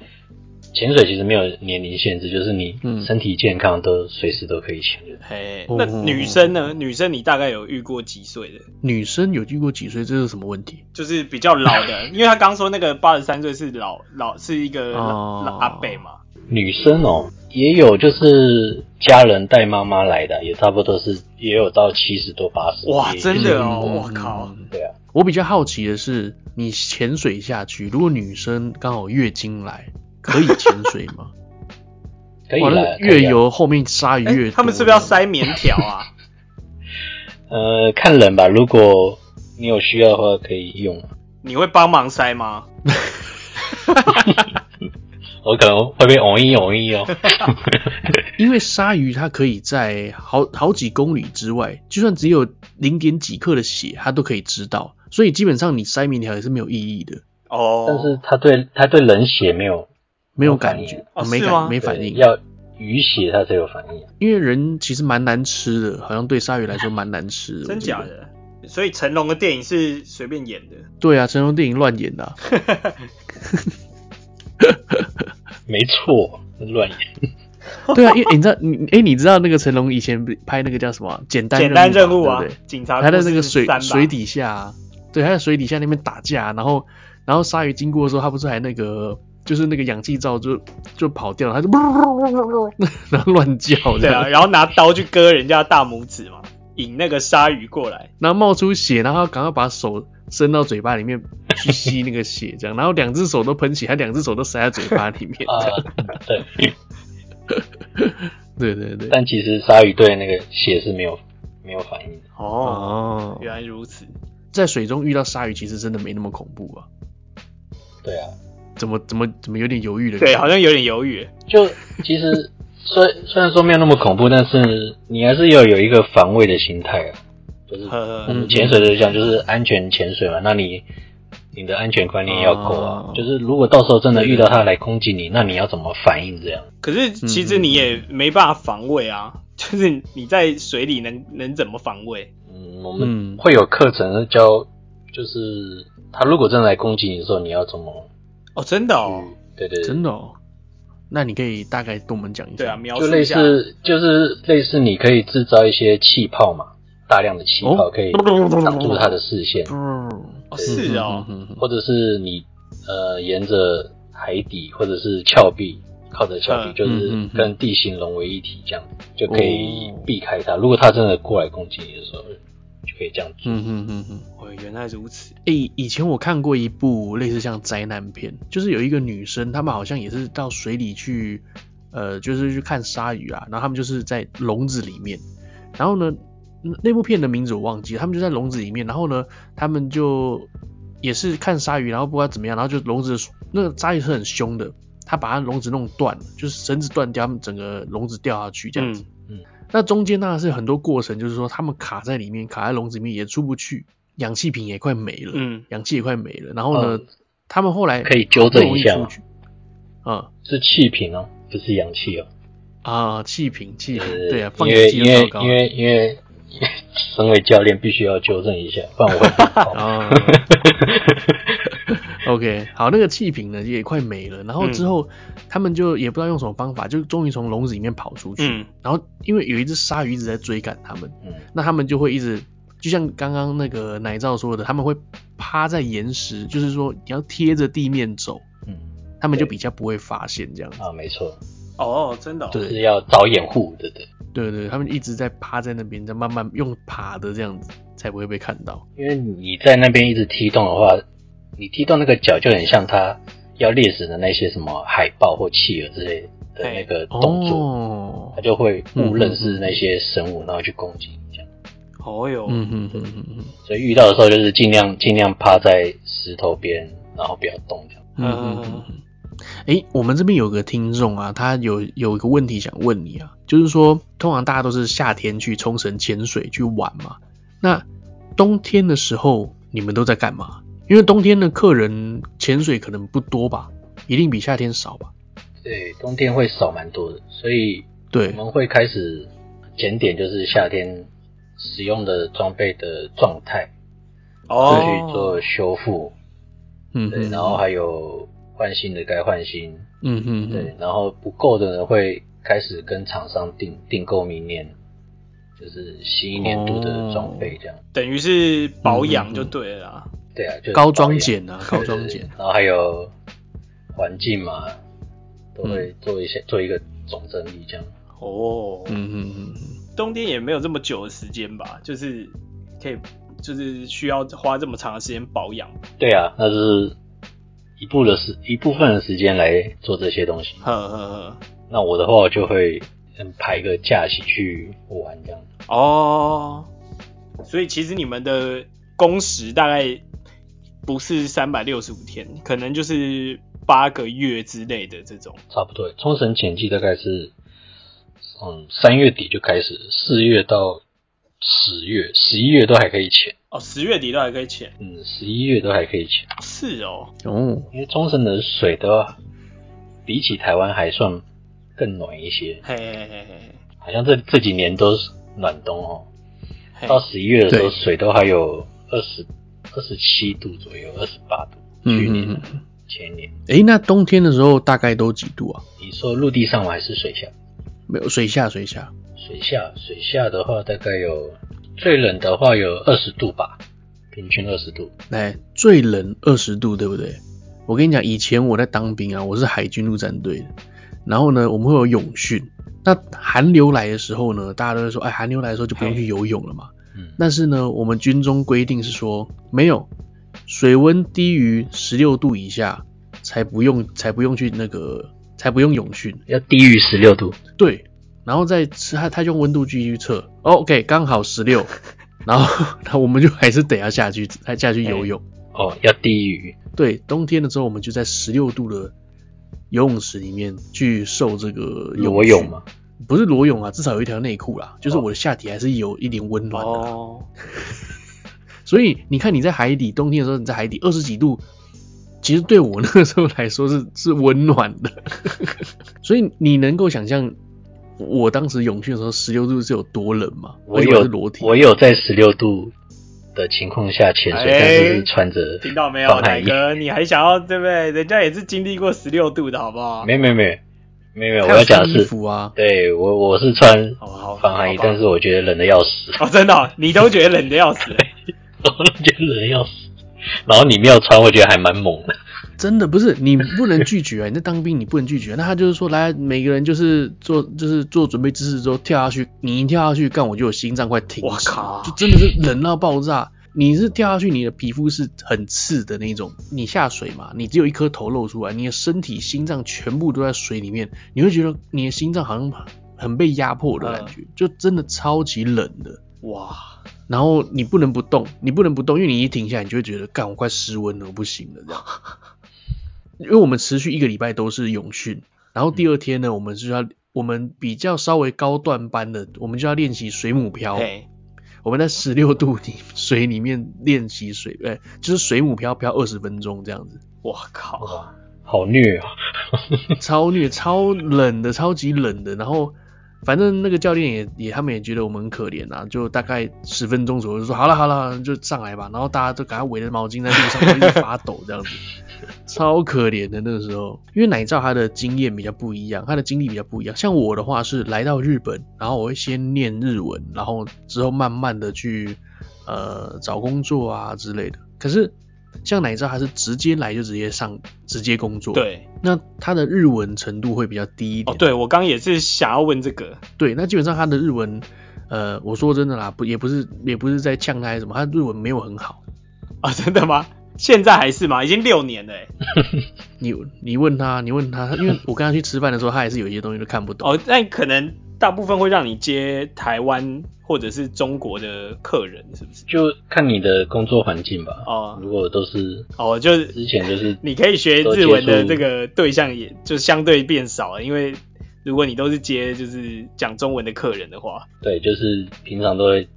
Speaker 3: 潜水其实没有年龄限制，就是你
Speaker 1: 嗯
Speaker 3: 身体健康都随时都可以潜。
Speaker 2: 嘿，
Speaker 1: 哦
Speaker 2: 那女生呢？女生你大概有遇过几岁的？
Speaker 1: 女生有遇过几岁？这是什么问题？
Speaker 2: 就是比较老 的，因为他刚说那个八十三岁是老老是一个
Speaker 1: 哦
Speaker 2: 老阿伯嘛，
Speaker 3: 女生哦，也有就是家人带妈妈来的，也差不多是也有到七十多八十，
Speaker 2: 哇，
Speaker 3: 也
Speaker 2: 真的哦，
Speaker 1: 嗯
Speaker 2: 我靠，
Speaker 1: 嗯嗯
Speaker 3: 对啊，
Speaker 1: 我比较好奇的是，你潜水下去，如果女生刚好月经来，可以潜水吗？
Speaker 3: 可以
Speaker 1: 哇，
Speaker 3: 啦
Speaker 1: 那，
Speaker 3: 可
Speaker 1: 越
Speaker 3: 以啦啊
Speaker 1: 游后面鲨鱼
Speaker 2: 哎、
Speaker 1: 越多。
Speaker 2: 他们是不是要塞棉条 啊？
Speaker 3: 呃，看人吧。如果你有需要的话，可以用。
Speaker 2: 你会帮忙塞吗？
Speaker 3: 我可能会被偶一偶 一哦。
Speaker 1: 因为鲨鱼它可以在好好几公里之外，就算只有零点几克的血，它都可以知道，所以基本上你塞棉条也是没有意义的，
Speaker 2: 哦，
Speaker 3: 但是他对他对人血没有
Speaker 1: 没有
Speaker 3: 没有
Speaker 1: 感
Speaker 3: 反应
Speaker 1: 觉，
Speaker 2: 哦
Speaker 1: 啊没
Speaker 2: 是吗
Speaker 1: 感没
Speaker 3: 对
Speaker 1: 反应，
Speaker 3: 要鱼血他才有反应。
Speaker 1: 因为人其实蛮难吃的，好像对鲨鱼来说蛮难吃的。
Speaker 2: 真
Speaker 1: 我记得
Speaker 2: 假？的？所以成龙的电影是随便演的，
Speaker 1: 对啊，成龙电影乱演的啊、
Speaker 3: 没错， 乱演。
Speaker 1: 对啊， 因为你知道你哎，你知道那个成龙以前不是拍那个叫什么啊简单
Speaker 2: 简单任务
Speaker 1: 务
Speaker 2: 啊
Speaker 1: 嘛对不对？，
Speaker 2: 警察
Speaker 1: 他在
Speaker 2: 故
Speaker 1: 那
Speaker 2: 事
Speaker 1: 个水
Speaker 2: 三吧
Speaker 1: 水底下啊、对，他在水底下那边打架，然后然后鲨鱼经过的时候，他不是还那个就是那个氧气罩就就 跑掉了，他就然后乱叫，
Speaker 2: 啊 对啊，，然后拿刀去割人家大拇指嘛，引那个鲨鱼过来，
Speaker 1: 然后冒出血，然后赶快把手伸到嘴巴里面去吸那个血，这样，然后两只手都喷血，他两只手都塞在嘴巴 里面，
Speaker 2: 呃
Speaker 3: 啊、对，
Speaker 1: 对对对，
Speaker 3: 但其实鲨鱼对那个血是没有没有反应的。
Speaker 2: 哦，
Speaker 1: 哦，
Speaker 2: 原来如此，
Speaker 1: 在水中遇到鲨鱼其实真的没那么恐怖啊，
Speaker 3: 对啊，
Speaker 1: 怎么怎么怎么有点犹豫的感觉？
Speaker 2: 对，好像有点犹豫，
Speaker 3: 就其实虽虽然说没有那么恐怖，但是你还是要有一个防卫的心态啊。就是
Speaker 2: 呵呵
Speaker 3: 我们
Speaker 1: 嗯
Speaker 3: 潜水就是讲就是安全潜水嘛，那你你的安全观念要够啊
Speaker 1: 哦。
Speaker 3: 就是如果到时候真的遇到它来攻击你，那你要怎么反应？这样
Speaker 2: 可是其实你也没办法防卫啊， 就是你在水里能能怎么防卫？
Speaker 3: 嗯，我们
Speaker 1: 嗯
Speaker 3: 会有课程是教，就是它如果真的来攻击你的时候，你要怎么？
Speaker 2: 哦，真的哦，
Speaker 1: 嗯
Speaker 3: 对对对，
Speaker 1: 真的哦，那你可以大概跟我们讲一下，
Speaker 2: 对啊，描述
Speaker 3: 就
Speaker 2: 一
Speaker 3: 类
Speaker 2: 下，
Speaker 3: 似就是类似你可以制造一些气泡嘛，大量的气泡
Speaker 1: 哦
Speaker 3: 可以挡住它的视线，
Speaker 2: 哦是哦，
Speaker 1: 嗯哼哼哼
Speaker 3: 或者是你呃沿着海底或者是峭壁，靠着峭壁
Speaker 2: 嗯
Speaker 3: 就是
Speaker 1: 嗯嗯嗯
Speaker 3: 跟地形融为一体，这样就可以
Speaker 1: 哦
Speaker 3: 避开它。如果它真的过来攻击你的时候，就可以这样做。
Speaker 1: 嗯哼哼哼。
Speaker 2: 哦，原来如此，
Speaker 1: 诶、以前我看过一部类似像灾难片，就是有一个女生，她们好像也是到水里去，呃，就是去看鲨鱼啊，然后她们就是在笼子里面，然后呢，嗯那部片的名字我忘记了，她们就在笼子里面，然后呢，她们就也是看鲨鱼，然后不知道怎么样，然后就笼子那个鲨鱼是很凶的，它把它笼子弄断了，就是绳子断掉，它们整个笼子掉下去这样子。
Speaker 2: 嗯，
Speaker 1: 那中间当然是很多过程，就是说他们卡在里面，卡在笼子里面也出不去，氧气瓶也快没了，
Speaker 2: 嗯
Speaker 1: 氧气也快没了。然后呢，
Speaker 3: 嗯
Speaker 1: 他们后来
Speaker 3: 可以纠正一下
Speaker 1: 好不容
Speaker 3: 吗
Speaker 1: 易出去，啊
Speaker 3: 是气瓶哦，不是氧气哦。
Speaker 1: 啊，气瓶气瓶
Speaker 3: 呃，
Speaker 1: 对啊，
Speaker 3: 因
Speaker 1: 放氧
Speaker 3: 为
Speaker 1: 气
Speaker 3: 因
Speaker 1: 就糟
Speaker 3: 为
Speaker 1: 糕
Speaker 3: 因
Speaker 1: 了
Speaker 3: 为因为身为教练必须要纠正一下，不然我会被 爆。
Speaker 1: 啊。OK，好，那个气瓶呢也快没了，然后之
Speaker 2: 嗯
Speaker 1: 后、他们就也不知道用什么方法，就终于从笼子里面跑出去。
Speaker 2: 嗯
Speaker 1: 然后因为有一只鲨鱼一直在追赶他们，
Speaker 3: 嗯
Speaker 1: 那他们就会一直，就像刚刚那个奶罩说的，他们会趴在岩石，就是说你要贴着地面走，
Speaker 3: 嗯
Speaker 1: 他们就
Speaker 3: 对
Speaker 1: 比较不会发现这样子。
Speaker 3: 啊，没错，
Speaker 2: 哦，真的哦，
Speaker 1: 对
Speaker 3: 是要找掩护，对不对？
Speaker 1: 对对，他们一直在趴在那边，在慢慢用爬的这样子，才不会被看到。
Speaker 3: 因为你在那边一直踢动的话，你踢动那个脚就很像它要猎食的那些什么海豹或企鹅之类的那个动作，
Speaker 1: 哦
Speaker 3: 它，就会误
Speaker 1: 嗯
Speaker 3: 认识那些生物，然后去攻击你这样。
Speaker 2: 哦哟，
Speaker 1: 嗯哼哼哼哼，
Speaker 3: 所以遇到的时候就是尽量尽量趴在石头边，然后不要动这样。
Speaker 1: 嗯嗯嗯嗯。哎，我们这边有个听众啊，他有有一个问题想问你啊，就是说，通常大家都是夏天去冲绳潜水去玩嘛，那冬天的时候你们都在干嘛？因为冬天的客人潜水可能不多吧，一定比夏天少吧？
Speaker 3: 对，冬天会少蛮多的，所以
Speaker 1: 对
Speaker 3: 我，们会开始检点，就是夏天使用的装备的状态，
Speaker 2: 哦，
Speaker 3: 去做修复，
Speaker 1: 嗯
Speaker 3: 对，
Speaker 1: 哼，
Speaker 3: 然后还有换新的该换新，
Speaker 1: 嗯哼
Speaker 3: 对
Speaker 1: 哼，，
Speaker 3: 然后不够的人会开始跟厂商订订购明年，就是新一年度的装备
Speaker 1: 哦
Speaker 3: 这样，
Speaker 2: 等于是保
Speaker 1: 嗯
Speaker 2: 养
Speaker 1: 嗯嗯
Speaker 2: 就对了啦，
Speaker 3: 对啊，就是
Speaker 1: 高装
Speaker 3: 检。
Speaker 1: 检啊，高装检
Speaker 3: 对，然后还有环境嘛，都会做一些、做一个总整理这样。
Speaker 2: 哦，
Speaker 1: 嗯哼哼哼。
Speaker 2: 冬天也没有这么久的时间吧，就是可以，就是需要花这么长的时间保养。
Speaker 3: 对啊，那就是一部的时一部分的时间来做这些东西。
Speaker 2: 呵呵
Speaker 3: 那我的话，我就会嗯排个假期去玩这样。
Speaker 2: 呵，哦，所以其实你们的工时大概不是三百六十五天，可能就是八个月之类的这种。
Speaker 3: 差不多，冲绳潜季大概是嗯三月底就开始，四月到十月、十一月都还可以潜，
Speaker 2: 哦，十月底都还可以潜，
Speaker 3: 嗯，十一月都还可以潜，
Speaker 2: 是哦，
Speaker 1: 哦，
Speaker 3: 因为冲绳的水都比起台湾还算更暖一些，
Speaker 2: 嘿嘿嘿嘿
Speaker 3: 好像这这几年都是暖冬哦，
Speaker 2: 嘿，
Speaker 3: 到十一月的时
Speaker 1: 对
Speaker 3: 候水都还有二十二十七度左右，二十八度，
Speaker 1: 嗯
Speaker 3: 去年、
Speaker 1: 嗯嗯
Speaker 3: 前年，
Speaker 1: 哎，那冬天的时候大概都几度啊？
Speaker 3: 你说陆地上吗还是水下？
Speaker 1: 没有水下，水下，
Speaker 3: 水下，水下的话大概有最冷的话有二十度吧，平均二十度。
Speaker 1: 来，最冷二十度，对不对？我跟你讲，以前我在当兵啊，我是海军陆战队的，然后呢，我们会有泳训，那寒流来的时候呢，大家都会说，哎，寒流来的时候就不用
Speaker 2: 嘿
Speaker 1: 去游泳了嘛。
Speaker 3: 嗯，
Speaker 1: 但是呢，我们军中规定是说，没有水温低于十六度以下，才不用才不用去那个，才不用泳训。
Speaker 3: 要低于十六度，
Speaker 1: 对，然后再吃它，它用温度计去测、o k 刚好十六，然后 那我们就还是得要下去，还下去游泳。
Speaker 3: 哦，要低于，
Speaker 1: 对，冬天的时候我们就在十六度的游泳池里面去受这个
Speaker 3: 裸
Speaker 1: 训
Speaker 3: 泳？嘛，哦
Speaker 1: 不是裸泳啊，至少有一条内裤啦，就是我的下体还是有一点温暖的啦。
Speaker 2: 哦，
Speaker 1: 所以你看你在海底，冬天的时候你在海底二十几度，其实对我那个时候来说是是温暖 的。所以你能够想象我当时泳训的时候十六度是有多冷吗？
Speaker 3: 我
Speaker 1: 而且
Speaker 3: 有
Speaker 1: 是裸体，
Speaker 3: 我有在十六度的情况下潜水，
Speaker 2: 哎
Speaker 3: 但是是穿着
Speaker 2: 听到没有，
Speaker 3: 防
Speaker 2: 奶
Speaker 3: 寒衣，
Speaker 2: 哥，你还想要对不对？人家也是经历过十六度的好不好？
Speaker 3: 没有没有没有没有没有，
Speaker 1: 还
Speaker 3: 我
Speaker 1: 有
Speaker 3: 要讲的
Speaker 1: 穿衣
Speaker 3: 是，
Speaker 1: 服啊，
Speaker 3: 对我我是穿
Speaker 2: 好好
Speaker 3: 防寒衣，
Speaker 2: 好吧
Speaker 3: 但是我觉得冷的要死，
Speaker 2: 哦，真的哦、你都觉得冷的要死，
Speaker 3: 我觉得冷得要死，然后你没有穿，我觉得还蛮猛的，
Speaker 1: 真的不是你不能拒绝啊！你在当兵你不能拒绝， 那他就是说来每个人就是做就是做准备姿势之后跳下去，你一跳下去干我就有心脏快停止，
Speaker 2: 我靠
Speaker 1: 就真的是冷到爆炸。你是掉下去，你的皮肤是很刺的那种。你下水嘛，你只有一颗头露出来，你的身体、心脏全部都在水里面，你会觉得你的心脏好像很被压迫的感觉，就真的超级冷的。
Speaker 2: 哇，
Speaker 1: 然后你不能不动，你不能不动，因为你一停下来，你就会觉得干，我快失温了，我不行了这样。因为我们持续一个礼拜都是泳训，然后第二天呢，我们就要我们比较稍微高段班的，我们就要练习水母漂。
Speaker 2: 嘿，
Speaker 1: 我们在十六度里水里面练习水，哎、就是水母漂漂二十分钟这样子，
Speaker 2: 我靠，
Speaker 3: 哇，好虐啊！
Speaker 1: 超虐、超冷的、超级冷的。然后反正那个教练也也他们也觉得我们很可怜啊，就大概十分钟左右就说好了好了，好了就上来吧。然后大家都赶快围着毛巾在路上一直发抖这样子。超可怜的那个时候，因为奶罩他的经验比较不一样，他的经历比较不一样。像我的话是来到日本，然后我会先念日文，然后之后慢慢的去呃找工作啊之类的。可是像奶罩他是直接来就直接上直接工作，，
Speaker 2: 对，
Speaker 1: 那他的日文程度会比较低一
Speaker 2: 哦
Speaker 1: 点，，
Speaker 2: 对我刚刚也是想要问这个，
Speaker 1: 对，那基本上他的日文，呃，我说真的啦，不也不是也不是在呛他还是什么，他日文没有很好。
Speaker 2: 啊，真的吗？现在还是吗？已经六年了欸，
Speaker 1: 你你问他，你问他，他因为我跟他去吃饭的时候，他还是有一些东西都看不懂。
Speaker 2: 哦，那可能大部分会让你接台湾或者是中国的客人，是不是？
Speaker 3: 就看你的工作环境吧。
Speaker 2: 哦
Speaker 3: 如果都是
Speaker 2: 哦，就是
Speaker 3: 之前就是
Speaker 2: 你可以学日文的这个对象也就相对变少了，因为如果你都是接就是讲中文的客人的话，
Speaker 3: 对，就是平常都会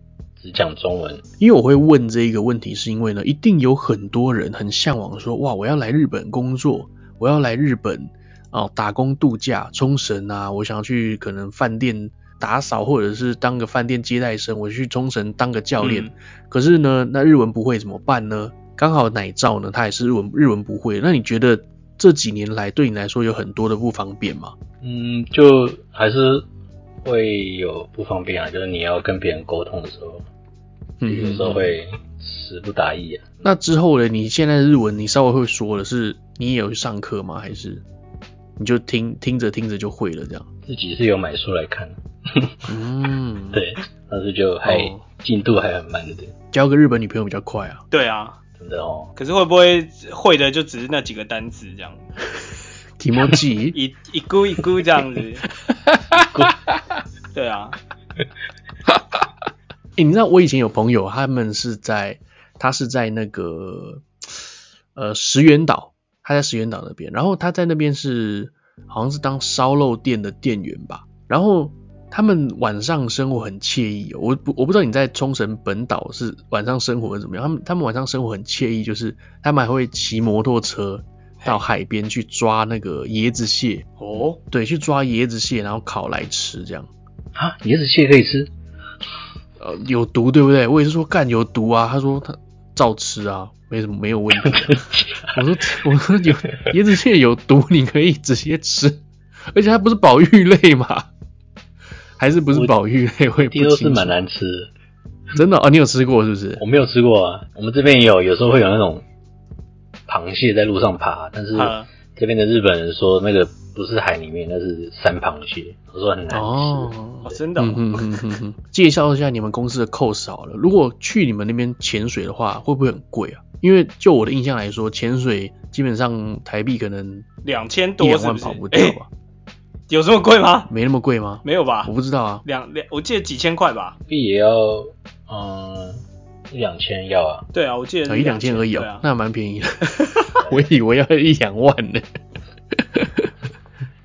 Speaker 3: 只讲中文，
Speaker 1: 因为我会问这一个问题，是因为呢，一定有很多人很向往说，哇，我要来日本工作，我要来日本哦打工度假，冲绳啊，我想要去可能饭店打扫，或者是当个饭店接待生，我去冲绳当个教练。
Speaker 2: 嗯
Speaker 1: 可是呢，那日文不会怎么办呢？刚好奶罩呢，他也是日文日文不会，那你觉得这几年来对你来说有很多的不方便吗？
Speaker 3: 嗯，就还是会有不方便啊，就是你要跟别人沟通的时候，有时候会词不达意啊。
Speaker 1: 那之后呢？你现在日文你稍微会说了，是你也有去上课吗？还是你就听听着听着就会了这样？
Speaker 3: 自己是有买书来看，
Speaker 1: 嗯，，
Speaker 3: 对，但是就还
Speaker 1: 哦
Speaker 3: 进度还很慢的，对，
Speaker 1: 交个日本女朋友比较快 啊。
Speaker 2: 对啊，
Speaker 3: 真的哦。
Speaker 2: 可是会不会会的就只是那几个单词这样，
Speaker 1: 提莫 i
Speaker 2: 一一咕一咕这样子，对啊，
Speaker 1: 欸，你知道我以前有朋友，他们是在他是在那个呃石原岛，他在石原岛那边，然后他在那边是好像是当烧肉店的店员吧，然后他们晚上生活很惬意哦、我不我不知道你在冲绳本岛是晚上生活是怎么样，他们他们晚上生活很惬意，就是他们还会骑摩托车到海边去抓那个椰子蟹，
Speaker 2: 哦，
Speaker 1: 对，去抓椰子蟹然后烤来吃这样。
Speaker 3: 啊，椰子蟹可以吃？
Speaker 1: 呃，有毒对不对？我也是说干有毒啊，他说他照吃啊，没什么没有问题。 我说我说有椰子蟹有毒，你可以直接吃，而且它不是保育类嘛，还是不是保育类？我也
Speaker 3: 听
Speaker 1: 不
Speaker 3: 说是
Speaker 1: 清楚
Speaker 3: 蛮。难吃的，
Speaker 1: 真的哦，你有吃过是不是？
Speaker 3: 我没有吃过啊。我们这边也有，有时候会有那种螃蟹在路上爬，但是
Speaker 2: 啊
Speaker 3: 这边的日本人说那个不是海里面，那是山螃蟹，我说很难吃。
Speaker 1: 哦
Speaker 2: 哦，真的、
Speaker 1: 嗯
Speaker 2: 哦，
Speaker 1: 哼哼哼哼，介绍一下你们公司的 cost 好了。如果去你们那边潜水的话，会不会很贵啊？因为就我的印象来说，潜水基本上台币可能
Speaker 2: 两千
Speaker 1: 一
Speaker 2: 多
Speaker 1: 两
Speaker 2: 是
Speaker 1: 万
Speaker 2: 不是？
Speaker 1: 跑不掉
Speaker 2: 哎
Speaker 1: 吧，
Speaker 2: 有这么贵吗？
Speaker 1: 没那么贵吗？
Speaker 2: 没有吧
Speaker 1: 我，不知道啊。
Speaker 2: 两两，我记得几千块吧。
Speaker 3: 币也要嗯一两千要啊，
Speaker 2: 对啊，我记得
Speaker 1: 啊，
Speaker 2: 是
Speaker 1: 一两千而已
Speaker 2: 对
Speaker 1: 哦
Speaker 2: 啊，，
Speaker 1: 那蛮便 宜的。我以为要一两万呢。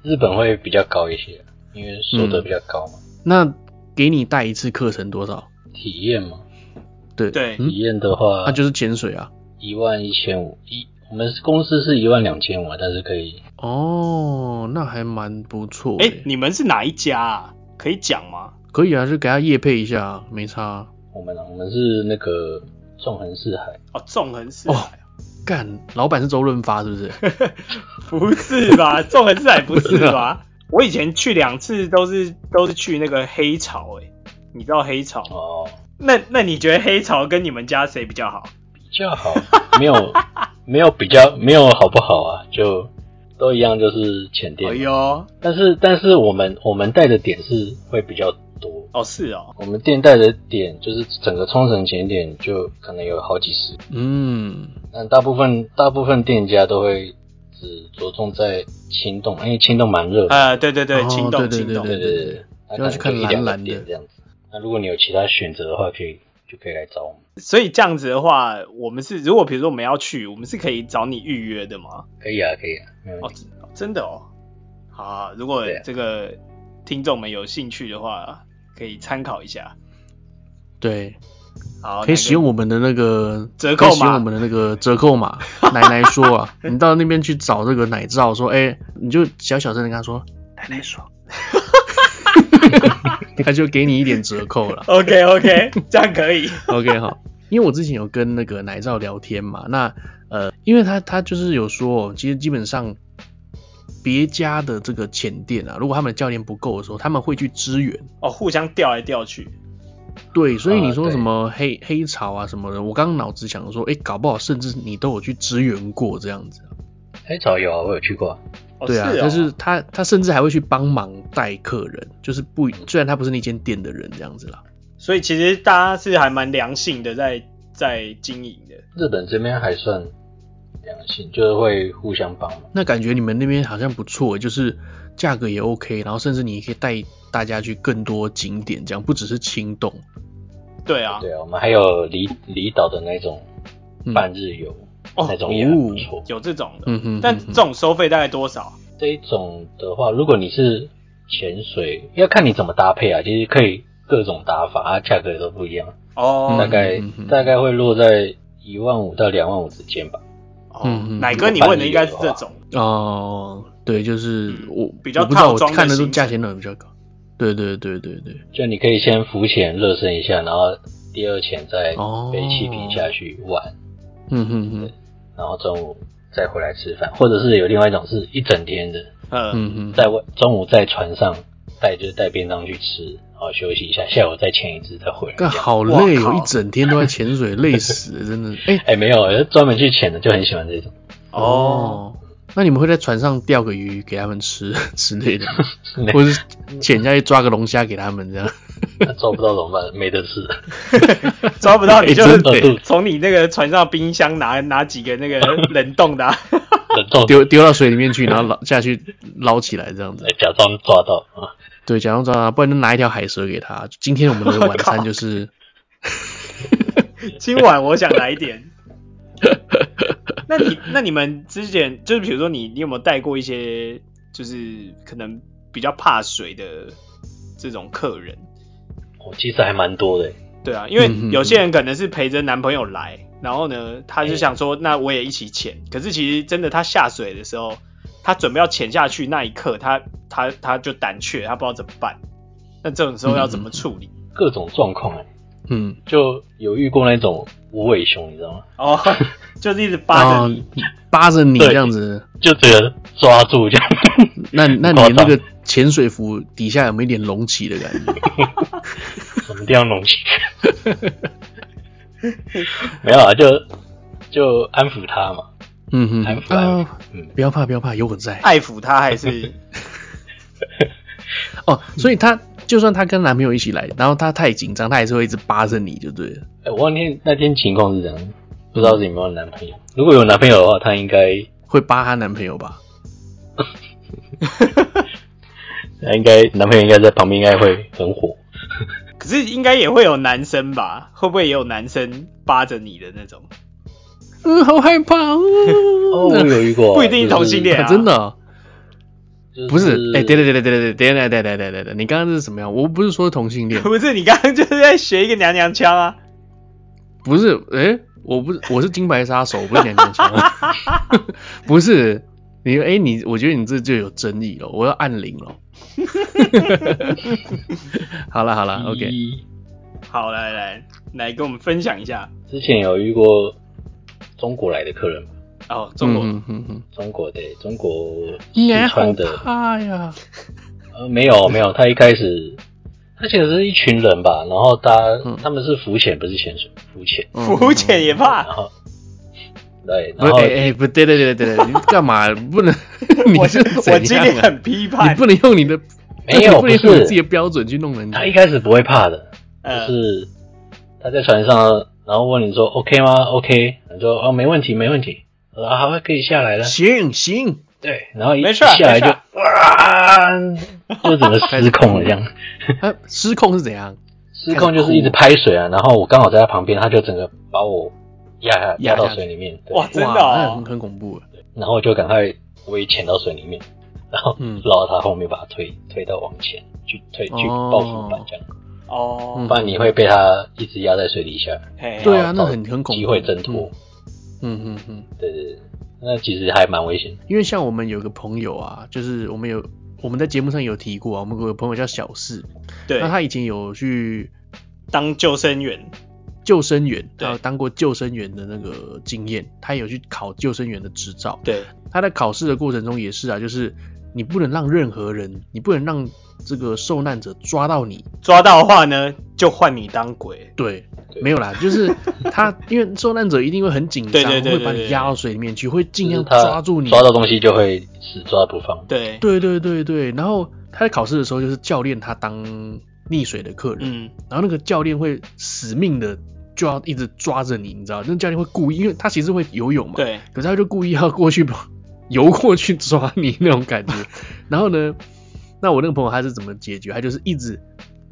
Speaker 3: 日本会比较高一些，因为收得比较高嘛。
Speaker 1: 那给你带一次课程多少？
Speaker 3: 体验嘛，
Speaker 1: 对
Speaker 2: 对
Speaker 1: 嗯
Speaker 3: 体验的话，
Speaker 1: 那就是潜水啊。
Speaker 3: 一万一千五一，我们公司是一万两千五啊，但是可以
Speaker 1: 哦，那还蛮不错的。
Speaker 2: 哎、你们是哪一家啊？可以讲吗？
Speaker 1: 可以啊，就给他夜配一下啊，没差啊。
Speaker 3: 我们啊我们是那个纵横四海，
Speaker 2: 哦，纵横四
Speaker 1: 哦
Speaker 2: 海，
Speaker 1: 干，老板是周润发是不是？
Speaker 2: 不是吧？纵横四海不
Speaker 1: 啊
Speaker 2: 是吧？我以前去两次都是都是去那个黑潮、欸，你知道黑潮吗？
Speaker 3: 哦，
Speaker 2: 那那你觉得黑潮跟你们家谁比较好？
Speaker 3: 比 较好，没有没有比较没有好不好啊，就都一样就是浅
Speaker 2: 哎
Speaker 3: 店嘛，
Speaker 2: 呦，
Speaker 3: 但是但是我们我们带的点是会比较多。
Speaker 2: 哦是哦，
Speaker 3: 我们店带的点就是整个冲绳景点就可能有好几十，
Speaker 1: 嗯，
Speaker 3: 但大部分大部分店家都会只着重在青洞，因为青洞蛮热的，
Speaker 2: 呃，对对对，
Speaker 1: 哦
Speaker 2: 青
Speaker 1: 对
Speaker 2: 洞青洞，
Speaker 1: 对
Speaker 3: 对
Speaker 1: 对
Speaker 3: 对对，那
Speaker 1: 就要去
Speaker 3: 可能就
Speaker 1: 看
Speaker 3: 一
Speaker 1: 蓝
Speaker 3: 两个
Speaker 1: 蓝的
Speaker 3: 点这样子。那如果你有其他选择的话，可以就可以来找我们，
Speaker 2: 所以这样子的话，我们是如果比如说我们要去，我们是可以找你预约的吗？
Speaker 3: 可以啊，可以啊，没有问
Speaker 2: 哦
Speaker 3: 题。，
Speaker 2: 真的哦。好啊、如果
Speaker 3: 对啊
Speaker 2: 这个听众们有兴趣的话，可以参考一下。
Speaker 1: 对，
Speaker 2: 好，
Speaker 1: 可以
Speaker 2: 那个
Speaker 1: 使用我们的那个
Speaker 2: 折扣码
Speaker 1: 可以使用我们的那个折扣 码。奶奶说啊，你到那边去找这个奶罩，说，哎、你就小小声的跟他说，奶奶说，他就给你一点折扣了。
Speaker 2: OK OK，这样可以。
Speaker 1: OK 好，因为我之前有跟那个奶罩聊天嘛，那呃，因为他他就是有说哦，其实基本上别家的这个潜店啊，如果他们的教练不够的时候，他们会去支援。
Speaker 2: 哦，互相调来调去。
Speaker 1: 对，所以你说
Speaker 3: 啊对
Speaker 1: 什么黑、黑潮啊什么的，我刚刚脑子想说，哎、搞不好甚至你都有去支援过这样子啊。
Speaker 3: 黑潮有啊，我有去过啊，
Speaker 2: 哦，
Speaker 1: 对啊，
Speaker 2: 是哦
Speaker 1: 但是他他甚至还会去帮忙带客人，就是不虽然他不是那间店的人这样子啦。
Speaker 2: 所以其实大家是还蛮良性的在，在经营的。
Speaker 3: 日本这边还算良性，就是会互相帮忙。
Speaker 1: 那感觉你们那边好像不错，就是价格也 OK，然后甚至你可以带大家去更多景点，这样不只是青洞。
Speaker 2: 对啊，
Speaker 3: 对啊，我们还有离离岛的那种
Speaker 1: 嗯
Speaker 3: 半日游，
Speaker 2: 哦
Speaker 3: 那种也很不错。
Speaker 2: 有这种的。
Speaker 1: 嗯哼，
Speaker 2: 但
Speaker 1: 嗯
Speaker 2: 这
Speaker 1: 哼
Speaker 2: 种收费大概多少？
Speaker 3: 这一种的话，如果你是潜水，要看你怎么搭配啊，其实可以各种打法啊，价格都不一样，
Speaker 2: 哦，
Speaker 3: 大概、
Speaker 1: 嗯嗯嗯
Speaker 3: 大概会落在一万五到两万五之间吧。
Speaker 2: 哦
Speaker 1: 嗯嗯
Speaker 2: 奶哥你问的应该是这种，
Speaker 1: 哦，对，就是
Speaker 2: 嗯
Speaker 1: 我
Speaker 2: 比较
Speaker 1: 我不知道，
Speaker 2: 套
Speaker 1: 我
Speaker 2: 装的
Speaker 1: 看的都
Speaker 2: 行程
Speaker 1: 价钱都比较高。对对对对对，
Speaker 3: 就你可以先浮潜热身一下，然后第二潜再
Speaker 1: 哦
Speaker 3: 背气瓶下去玩，
Speaker 1: 嗯哼哼，
Speaker 3: 然后中午再回来吃饭，或者是有另外一种是一整天的，
Speaker 2: 嗯，
Speaker 1: 嗯哼，
Speaker 3: 在外中午在船上带就是带便当去吃，然后休息一下，下午再潜一只再回来。
Speaker 1: 但好
Speaker 2: 哇
Speaker 1: 累哦，
Speaker 2: 靠
Speaker 1: 一整天都在潜水，累死 了，真的。哎、
Speaker 3: 哎、没有，专门去潜的就很喜欢这种。
Speaker 2: 哦，，
Speaker 1: 那你们会在船上钓个鱼给他们吃之类 的吗，
Speaker 3: 没
Speaker 1: 或是潜下去抓个龙虾给他们这样？
Speaker 3: 那 抓不到怎么办？没得吃。
Speaker 2: 抓不到你
Speaker 1: 哎
Speaker 2: 就
Speaker 1: 真
Speaker 2: 是
Speaker 1: 的耶
Speaker 2: 从你那个船上冰箱拿拿几个那个冷冻 的啊、
Speaker 3: 冷 冻
Speaker 1: 丢丢到水里面去，然后捞下去捞起来这样子。
Speaker 3: 假装抓到啊，
Speaker 1: 对，假装抓他，不然就拿一条海蛇给他。今天我们的晚餐就是，
Speaker 2: 今晚我想来 点。那你那你们之前就是比如说你你有没有带过一些就是可能比较怕水的这种客人？
Speaker 3: 我其实还蛮多的。
Speaker 2: 对啊，因为
Speaker 1: 嗯嗯嗯
Speaker 2: 有些人可能是陪着男朋友来，然后呢，他就想说，那我也一起潜。可是其实真的他下水的时候，他准备要潜下去那一刻，他他他就胆怯，他不知道怎么办。那这种时候要怎么处理？
Speaker 3: 各种状况哎，
Speaker 1: 嗯，
Speaker 3: 就有遇过那种无尾熊，你知道吗？
Speaker 2: 哦， 就是一直扒着你，
Speaker 1: 然后扒着你这样子。
Speaker 3: 就只能抓住这样。
Speaker 1: 那那
Speaker 3: 夸
Speaker 1: 你
Speaker 3: 张
Speaker 1: 那个潜水服底下有没有一点隆起的感觉？
Speaker 3: 什么地方隆起？没有啊，就就安抚他嘛，
Speaker 1: 嗯哼
Speaker 3: 安抚
Speaker 1: 啊
Speaker 3: 安抚，嗯，
Speaker 1: 不要怕，不要怕，有我在。
Speaker 2: 爱抚他还是
Speaker 1: 哦，所以她就算她跟男朋友一起来，然后她太紧张，她还是会一直扒着你，就对了。
Speaker 3: 哎我忘记那天情况是这样，不知道是有没有男朋友。如果有男朋友的话，她应该
Speaker 1: 会扒她男朋友吧？
Speaker 3: 她应该男朋友应该在旁边，应该会很火。
Speaker 2: 可是应该也会有男生吧？会不会也有男生扒着你的那种？
Speaker 1: 嗯，好害怕哦。
Speaker 3: 哦，我有遇过，
Speaker 2: 不一定是同性恋
Speaker 1: 啊
Speaker 2: 啊
Speaker 1: 真的哦、
Speaker 3: 就是，
Speaker 1: 不是？哎、对
Speaker 3: 对，
Speaker 1: 对对对对对对对对对对对对，你刚刚是什么样？我不是说同性 恋，
Speaker 2: 不是，你刚刚就是在学一个娘娘腔啊！
Speaker 1: 不是？哎、我不是，我是金牌杀手，我不是娘娘 腔， 不是。你哎、你我觉得你这就有争议了，我要按铃 了。 好了好了，OK。嗯
Speaker 2: 好，来来来，跟我们分享一下
Speaker 3: 之前有遇过中国来的客人嘛，
Speaker 2: 哦，中国、
Speaker 1: 嗯嗯嗯
Speaker 3: 中国的中国
Speaker 1: 嗯，哎
Speaker 3: 四
Speaker 1: 好
Speaker 3: 川的，
Speaker 1: 怕呀！
Speaker 3: 呃，没有没有，他一开始他其实是一群人吧，然后他、
Speaker 1: 嗯
Speaker 3: 他们是浮潜，不是潜水，浮潜，
Speaker 1: 嗯
Speaker 2: 浮潜也怕
Speaker 3: 然，后对，
Speaker 1: 不
Speaker 3: 然
Speaker 1: 是，
Speaker 3: 后
Speaker 1: 哎、哎、不对，对对对对，你干嘛不能？ 你
Speaker 2: 我
Speaker 1: 是怎
Speaker 2: 我今
Speaker 1: 样
Speaker 2: 天
Speaker 1: 啊？
Speaker 2: 很批
Speaker 1: 你
Speaker 2: 判，
Speaker 1: 不能用你的，
Speaker 3: 没有
Speaker 1: 你不能用你
Speaker 3: 不是
Speaker 1: 自己的标准去弄人家
Speaker 3: 他。一开始不会怕的，就
Speaker 2: 嗯，
Speaker 3: 是呃他在船上，然后问你说 OK 吗？OK，你说哦没问题没问题，啊好可以下来了，
Speaker 1: 行行，
Speaker 3: 对，然后一
Speaker 2: 没
Speaker 3: 一
Speaker 2: 事儿
Speaker 3: 下来就
Speaker 2: 没事
Speaker 3: 哇，就整个失控 了这样。
Speaker 1: 他失控是怎样？
Speaker 3: 失控就是一直拍水啊，然后我刚好在他旁边，他就整个把我压压到水里面，对
Speaker 2: 哇，，真的
Speaker 1: 哇，那
Speaker 2: 哦
Speaker 1: 很，很恐怖。
Speaker 3: 然后我就赶快我也潜到水里面，然后
Speaker 1: 嗯
Speaker 3: 捞到他后面，把他推推到往前去推去
Speaker 1: 哦
Speaker 3: 抱浮板这样，
Speaker 2: 哦
Speaker 1: 嗯
Speaker 3: 不，然你会被他一直压在水底下，
Speaker 2: 嘿
Speaker 1: 对
Speaker 3: 然
Speaker 1: 啊，
Speaker 3: 后
Speaker 1: 那
Speaker 3: 找
Speaker 1: 很很恐怖。
Speaker 3: 机会挣脱，
Speaker 1: 嗯嗯嗯，
Speaker 3: 对对对，那其实还蛮危险的，
Speaker 1: 因为像我们有个朋友啊，就是我们有我们在节目上有提过啊，我们有个朋友叫小四，
Speaker 2: 对
Speaker 1: 那，他以前有去
Speaker 2: 当救生员，
Speaker 1: 救生员，
Speaker 2: 对
Speaker 1: 他有当过救生员的那个经验，他有去考救生员的执照。
Speaker 2: 对，
Speaker 1: 他在考试的过程中也是啊，就是你不能让任何人，你不能让这个受难者抓到你。
Speaker 2: 抓到的话呢，就换你当鬼，
Speaker 1: 对，
Speaker 3: 对
Speaker 1: 没有啦，就是 他，因为受难者一定会很紧张，
Speaker 2: 对对对对
Speaker 1: 会把你压到水里面去，会尽量
Speaker 3: 就是他
Speaker 1: 抓住你。
Speaker 3: 抓到东西就会死抓不放，
Speaker 2: 对，
Speaker 1: 对对对对，然后他在考试的时候，就是教练他当溺水的客人，
Speaker 2: 嗯，
Speaker 1: 然后那个教练会死命的就要一直抓着你，你知道，那教练会故意，因为他其实会游泳嘛，
Speaker 2: 对，
Speaker 1: 可是他就故意要过去把游过去抓你那种 感觉。然后呢，那我那个朋友他是怎么解决？他就是一直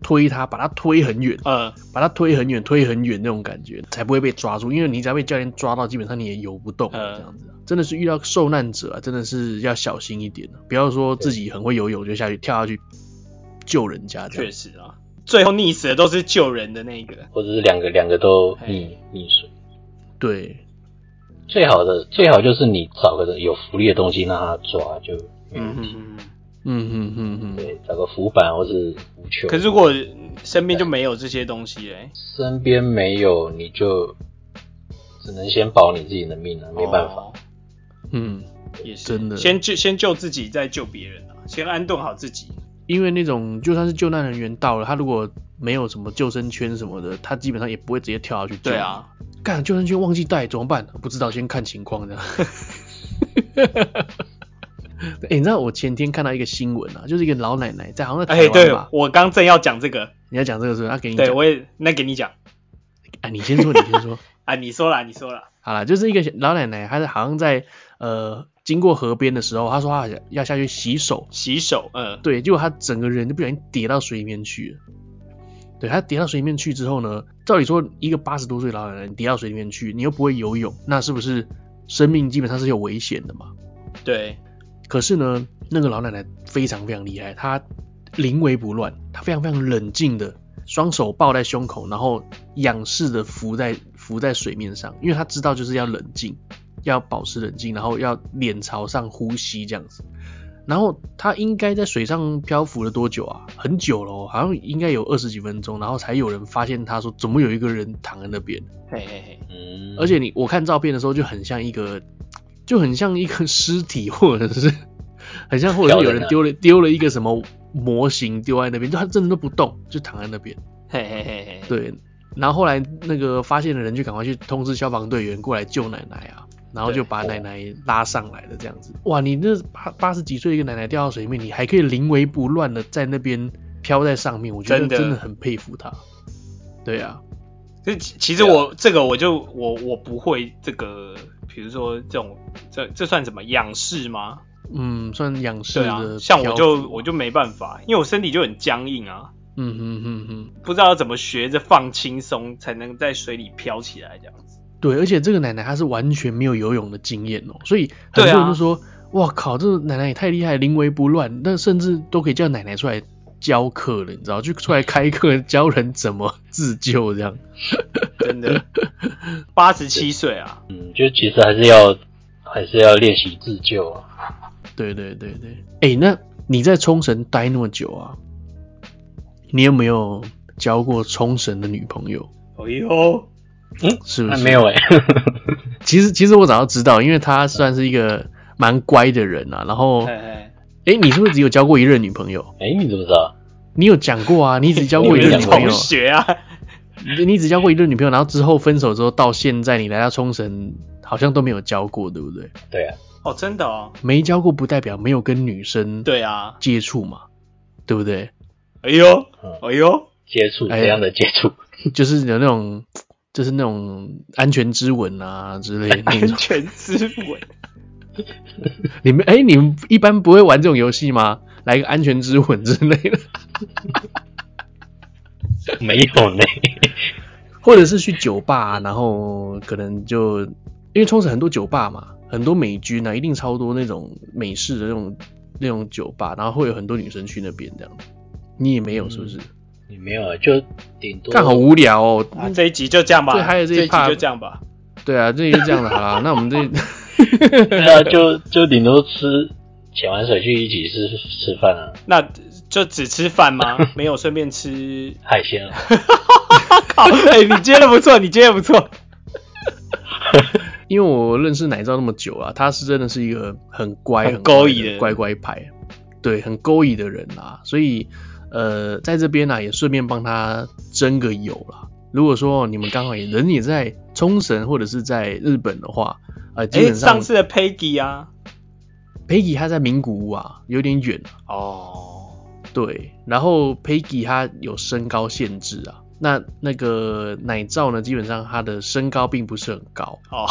Speaker 1: 推他，把他推很远，
Speaker 2: 呃，
Speaker 1: 把他推很远，推很远那种感觉，才不会被抓住。因为你只要被教练抓到，基本上你也游不动啊
Speaker 2: 嗯
Speaker 1: 这样子。真的是遇到受难者啊，真的是要小心一点啊不要说自己很会游泳就下去跳下去救人家这
Speaker 2: 确
Speaker 1: 样。
Speaker 2: 实啊，最后溺死的都是救人的那个，
Speaker 3: 或者是两个两个都溺溺水。
Speaker 1: 对，
Speaker 3: 最好的最好就是你找个有浮力的东西让他抓，就
Speaker 2: 嗯
Speaker 3: 嗯，
Speaker 2: 嗯嗯。
Speaker 1: 嗯哼哼哼，
Speaker 3: 对，找个浮板或是浮球。
Speaker 2: 可是如果身边就没有这些东西嘞、
Speaker 3: 身边没有，你就只能先保你自己的命了、没办法。
Speaker 2: 哦
Speaker 1: 嗯，
Speaker 2: 也是
Speaker 1: 真的
Speaker 2: 先救先救自己，再救别人啊，先安顿好自己。
Speaker 1: 因为那种就算是救难人员到了，他如果没有什么救生圈什么的，他基本上也不会直接跳下去救。
Speaker 2: 对，啊，
Speaker 1: 干救生圈忘记带怎么办？不知道，先看情况这样。 哎、你知道我前天看到一个新闻啊，就是一个老奶奶在好像在
Speaker 2: 哎、
Speaker 1: 台湾
Speaker 2: 对
Speaker 1: 吧，
Speaker 2: 我刚正要讲这个，
Speaker 1: 你要讲这个是不是？他给你
Speaker 2: 对
Speaker 1: 讲，
Speaker 2: 我也那给你讲
Speaker 1: 哎，你先说，你先说。
Speaker 2: 啊，你说啦，你说啦，
Speaker 1: 好啦，就是一个老奶奶，她是好像在呃经过河边的时候，她说她要下去洗手，
Speaker 2: 洗手，嗯，
Speaker 1: 对，结果他整个人就不小心跌到水里面去了。对他跌到水里面去之后呢，照理说一个八十多岁的老奶奶你跌到水里面去，你又不会游泳，那是不是生命基本上是有危险的嘛？
Speaker 2: 对，
Speaker 1: 可是呢，那个老奶奶非常非常厉害，她临危不乱，她非常非常冷静的，双手抱在胸口，然后仰视的浮在浮在水面上，因为她知道就是要冷静，要保持冷静，然后要脸朝上呼吸这样子。然后她应该在水上漂浮了多久啊？很久了、哦，好像应该有二十几分钟，然后才有人发现她说怎么有一个人躺在那边。
Speaker 2: 嘿嘿嘿，
Speaker 3: 嗯，
Speaker 1: 而且你我看照片的时候就很像一个，就很像一个 尸体，或者是很像，或者是有人丢了丢了一个什么模型丢在那边，就他真的都不动，就躺在那边。
Speaker 2: 嘿嘿嘿嘿，
Speaker 1: 对，然后后来那个发现的人就赶快去通知消防队员过来救奶奶啊。然后就
Speaker 2: 哦
Speaker 1: 把奶奶拉上来了，这样子。哇，你那八八十几岁一个奶奶掉到水里面，你还可以临危不乱的在那边飘在上面，我觉得
Speaker 2: 真的
Speaker 1: 真的很佩服她。对啊，
Speaker 2: 这其其实我这个我就我我不会这个，比如说这种这这算什么仰视吗？
Speaker 1: 嗯，算仰视
Speaker 2: 对
Speaker 1: 的、
Speaker 2: 啊，像我就我，就没办法，因为我身体就很僵硬啊，
Speaker 1: 嗯哼哼哼，
Speaker 2: 不知道怎么学着放轻松才能在水里飘起来这样 子。
Speaker 1: 对，而且这个奶奶她是完全没有游泳的经验哦，所以很
Speaker 2: 对啊
Speaker 1: 多人就说：“哇靠，这个奶奶也太厉害，临危不乱。”那甚至都可以叫奶奶出来教课了，你知道，就出来开课教人怎么自救这样。
Speaker 2: 真的，八十七岁啊，
Speaker 3: 嗯，就其实还是要还是要练习自救啊。
Speaker 1: 对对对对，哎、那你在冲绳待那么久啊，你有没有交过冲绳的女朋友？
Speaker 2: 哎呦，
Speaker 1: 是不
Speaker 3: 那
Speaker 1: 嗯是？
Speaker 3: 没有哎、
Speaker 1: 其实其实我早就知道，因为她算是一个蛮乖的人啊。然后，哎、
Speaker 2: 哎
Speaker 1: 你是不是只有交过一任女朋友？
Speaker 3: 哎、你怎么知道？
Speaker 1: 你有讲过啊，你只交
Speaker 2: 哎，
Speaker 1: 过
Speaker 2: 我
Speaker 1: 一任
Speaker 2: 是
Speaker 1: 女朋
Speaker 2: 同
Speaker 1: 友，
Speaker 2: 学啊，
Speaker 1: 你你只交过一任女朋友，然后之后分手之后到现在你来到冲绳，好像都没有交过，对不对？
Speaker 3: 对啊，
Speaker 2: 哦，真的哦，
Speaker 1: 没交过不代表没有跟女生
Speaker 2: 对啊，
Speaker 1: 接触嘛，对不对？
Speaker 2: 哎呦
Speaker 3: 嗯，
Speaker 2: 哎呦，
Speaker 3: 接触
Speaker 1: 哎
Speaker 3: 这样的接触，
Speaker 1: 就是有那种，就是那种安全之吻啊之类的那
Speaker 2: 安
Speaker 1: 种。
Speaker 2: 全之吻，
Speaker 1: 你们哎、你们一般不会玩这种游戏吗？来个安全之吻之类的，
Speaker 3: 没有呢。
Speaker 1: 或者是去酒吧，然后可能就因为冲绳很多酒吧嘛，很多美军啊，一定超多那种美式的那种那种酒吧，然后会有很多女生去那边这样。你也没有是不是？
Speaker 3: 你没有啊，就顶多
Speaker 1: 干、好无聊哦。
Speaker 2: 啊，这一集就这样吧，
Speaker 1: 对还有这
Speaker 2: 这
Speaker 1: 一
Speaker 2: 一集
Speaker 1: 趴
Speaker 2: 就这样吧，
Speaker 1: 对啊，这就这样了，好啦。那我们这
Speaker 3: 对啊，就就顶多吃潜完水去一起吃吃饭啊，
Speaker 2: 那就只吃饭 吗？没有顺便 吃？
Speaker 3: 海 鲜啊。
Speaker 2: 靠！哎、你接的不错，你接的不错。
Speaker 1: 因为我认识奶罩那么久啊，他是真的是一个很乖、
Speaker 2: 很
Speaker 1: 很乖
Speaker 2: 勾引的
Speaker 1: 的乖乖牌，对，很勾引的人啦、所以呃，在这边呢、也顺便帮他争个友啦。如果说你们刚好也人也在冲绳或者是在日本的话，呃，基
Speaker 2: 哎、
Speaker 1: 本上、
Speaker 2: 上次的 Peggy 啊，
Speaker 1: Peggy 他在名古屋啊，有点远、啊，
Speaker 2: 哦，
Speaker 1: 对。然后 Peggy 他有身高限制啊，那那个奶罩呢，基本上他的身高并不是很高，
Speaker 2: 哦，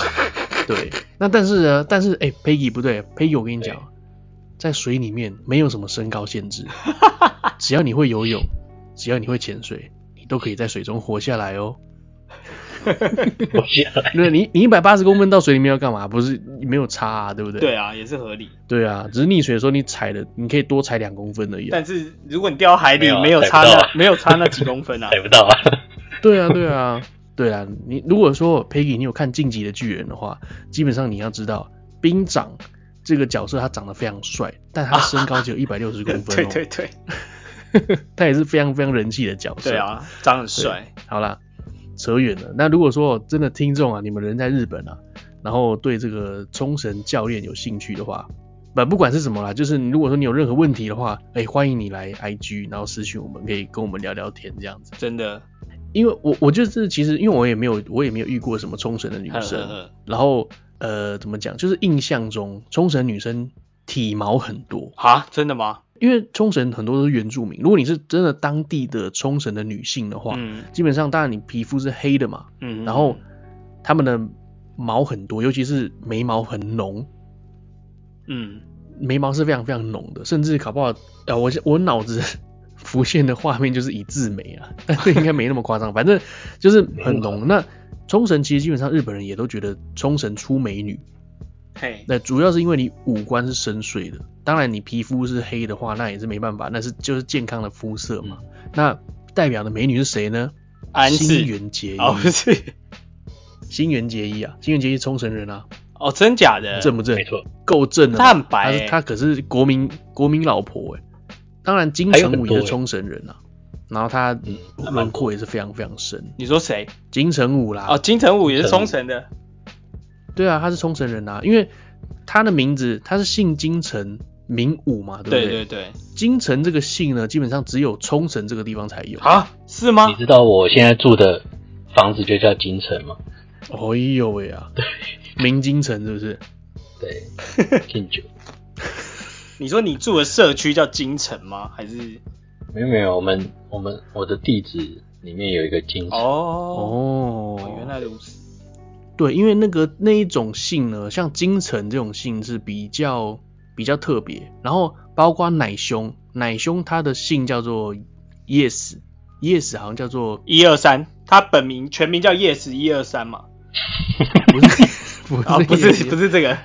Speaker 1: 对，那但是呢，但是哎、p e g g y 不对，Peggy 我跟你讲，在水里面没有什么身高限制，只要你会游泳，只要你会潜水，你都可以在水中活下来哦。
Speaker 3: 我下来
Speaker 1: 那你你一百八十公分到水里面要干嘛？不是没有差啊，对不对？
Speaker 2: 对啊，也是合理。
Speaker 1: 对啊，只是溺水的时候你踩了，你可以多踩两公分而已、啊。
Speaker 2: 但是如果你掉到海里，
Speaker 3: 没有
Speaker 2: 没有
Speaker 3: 啊
Speaker 2: 差
Speaker 3: 踩不到啊
Speaker 2: 那没有差那几 公分啊
Speaker 3: 逮。不到啊。
Speaker 1: 对啊，对啊，对啊。你如果说 Peggy 你有看《晋级的巨人》的话，基本上你要知道，兵长这个角色他长得非常帅，但他身高只有一百六十公分
Speaker 2: 对
Speaker 1: 哦。
Speaker 2: 对对，
Speaker 1: 他也是非常非常人气的角色。
Speaker 2: 对，啊，长很帅。
Speaker 1: 好啦，扯远了。那如果说真的听众啊，你们人在日本啊，然后对这个冲绳教练有兴趣的话，不不管是什么啦，就是你如果说你有任何问题的话，哎、欢迎你来 IG，然后私讯我们，可以跟我们聊聊天这样子。
Speaker 2: 真的，
Speaker 1: 因为我我就是其实因为我也没有我也没有遇过什么冲绳的女
Speaker 2: 呵
Speaker 1: 生，
Speaker 2: 呵呵
Speaker 1: 然后呃怎么讲，就是印象中冲绳女生体毛很多，
Speaker 2: 啊，真的吗？
Speaker 1: 因为冲绳很多都是原住民，如果你是真的当地的冲绳的女性的话，
Speaker 2: 嗯
Speaker 1: 基本上当然你皮肤是黑的嘛，
Speaker 2: 嗯，
Speaker 1: 然后她们的毛很多，尤其是眉毛很浓，
Speaker 2: 嗯，
Speaker 1: 眉毛是非常非常浓的，甚至搞不好，呃，我我脑子 浮现的画面就是一字眉啊， 但是应该没那么夸张，反正就是很浓。那冲绳其实基本上日本人也都觉得冲绳出美女，
Speaker 2: 嘿，
Speaker 1: 那主要是因为你五官是深邃的，当然你皮肤是黑的话，那也是没办法，那是就是健康的肤色嘛。那代表的美女是谁呢？
Speaker 2: 嗯安
Speaker 1: 新
Speaker 2: 室，
Speaker 1: 垣结衣，
Speaker 2: 哦不 是，
Speaker 1: 新垣结衣啊，新垣结衣冲绳人啊，
Speaker 2: 哦真假的，
Speaker 1: 正不正
Speaker 3: 没？错，
Speaker 1: 够正的嘛，
Speaker 2: 她很白
Speaker 1: 她是
Speaker 2: 欸
Speaker 1: 她可是国民国民老婆哎、当然金
Speaker 3: 还有
Speaker 1: 城
Speaker 3: 很
Speaker 1: 武
Speaker 3: 多
Speaker 1: 也是
Speaker 3: 欸
Speaker 1: 冲绳人啊，然后她
Speaker 3: 嗯还蛮
Speaker 1: 轮廓也是非常非常深，
Speaker 2: 你说谁？
Speaker 1: 金城啊武啦，
Speaker 2: 哦，金城武也是冲绳的，
Speaker 1: 对啊，他是冲绳人啊，因为他的名字他是姓金城。名武嘛，对不
Speaker 2: 对对对，
Speaker 1: 金城这个姓呢，基本上只有冲绳这个地方才有。
Speaker 2: 啊，是吗
Speaker 3: 你？知道我现在住的房子就叫金城吗？
Speaker 1: 哦呦喂啊！明京城是不是？
Speaker 3: 对，敬酒。
Speaker 2: 你说你住的社区叫京城吗？还是
Speaker 3: 没有没有，我们我们我的地址里面有一个京城。
Speaker 2: 哦哦，
Speaker 1: 哦，
Speaker 2: 原来如此。
Speaker 1: 对，因为那个那一种姓呢，像京城这种姓是比较比较特别，然后包括奶兄，奶兄他的姓叫做 Yes，Yes 好像叫 做
Speaker 2: 一二三，他本名全名叫 Yes 一二三 嘛？
Speaker 1: 不是不是
Speaker 2: 啊，不是
Speaker 1: Yes，
Speaker 2: 不是这个，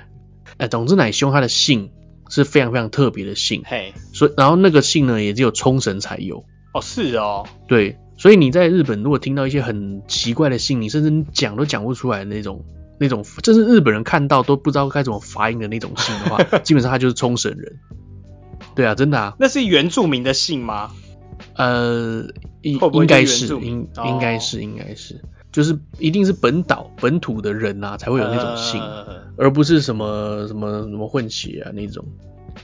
Speaker 1: 哎，总之奶兄他的姓是非常非常特别的姓，
Speaker 2: 嘿，
Speaker 1: 所以然后那个姓呢也只有冲绳才有。
Speaker 2: 哦是哦，
Speaker 1: 对，所以你在日本如果听到一些很奇怪的姓，你甚至你讲都讲不出来的那种那种，就是日本人看到都不知道该怎么发音的那种姓的话，基本上他就是冲绳人。对啊，真的啊，
Speaker 2: 那是原住民的姓吗？
Speaker 1: 呃，应
Speaker 2: 会不会
Speaker 1: 应该
Speaker 2: 就
Speaker 1: 是
Speaker 2: 是原住民
Speaker 1: 应
Speaker 2: 哦
Speaker 1: 应该是应该是，就是一定是本岛本土的人啊才会有那种姓，
Speaker 2: 呃
Speaker 1: 而不是什么什么什么混血啊那种。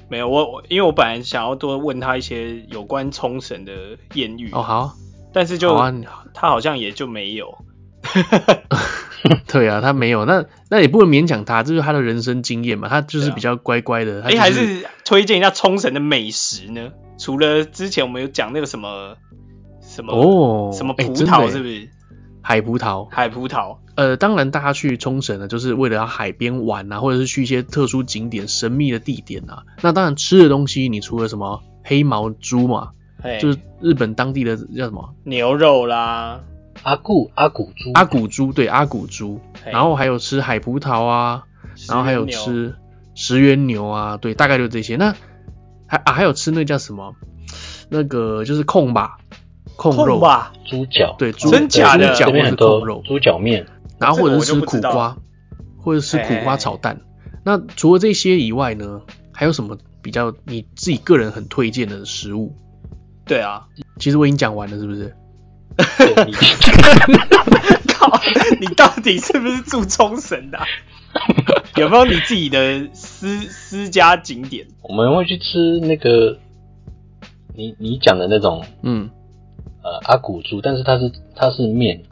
Speaker 2: 没有，我我因为我本来想要多问他一些有关冲绳的艳遇，
Speaker 1: 哦，好，
Speaker 2: 但是就、
Speaker 1: 好啊你好
Speaker 2: 他好像也就没有。
Speaker 1: 对啊，他没有，那那也不能勉强他，这就是他的人生经验嘛，他就是比较乖乖的。他
Speaker 2: 哎、
Speaker 1: 就是
Speaker 2: 还是推荐一下冲绳的美食呢？除了之前我们有讲那个什么什么、
Speaker 1: 哦，
Speaker 2: 什么
Speaker 1: 哎
Speaker 2: 葡
Speaker 1: 真的
Speaker 2: 萄
Speaker 1: 哎
Speaker 2: 是不是？
Speaker 1: 海葡萄。
Speaker 2: 海葡萄
Speaker 1: 呃，当然大家去冲绳呢，就是为了要海边玩啊，或者是去一些特殊景点、神秘的地点啊。那当然吃的东西，你除了什么黑毛猪嘛，
Speaker 2: 嘿
Speaker 1: 就是日本当地的叫什么
Speaker 2: 牛肉啦，
Speaker 3: 阿固阿古猪
Speaker 1: 阿古猪，对阿古猪，
Speaker 2: 嘿
Speaker 1: 然后还有吃海葡萄啊，然后还有
Speaker 2: 石榴牛
Speaker 1: 吃石原牛啊，对，大概就这些。那还啊还有吃那叫什么，那个就是控吧，控肉
Speaker 2: 控，吧，
Speaker 3: 猪脚，
Speaker 1: 对猪
Speaker 2: 真假的
Speaker 3: 对这边很
Speaker 1: 猪脚或者是扣肉
Speaker 3: 多猪脚面，
Speaker 1: 然后或者是
Speaker 2: 这
Speaker 1: 吃
Speaker 2: 个我就不
Speaker 1: 苦
Speaker 2: 知道
Speaker 1: 瓜，或者是苦
Speaker 2: 哎哎
Speaker 1: 瓜
Speaker 2: 哎
Speaker 1: 炒蛋。那除了这些以外呢，还有什么比较你自己个人很推荐的食物？
Speaker 2: 对啊，
Speaker 1: 其实我已经讲完了，是不是？
Speaker 3: 对你
Speaker 2: 靠，你到底是不是住冲 绳的啊、有没有你自己的私私家景点？
Speaker 3: 我们会去吃那个你你讲的那种
Speaker 1: 嗯，
Speaker 3: 呃阿古猪，但是它是它是面，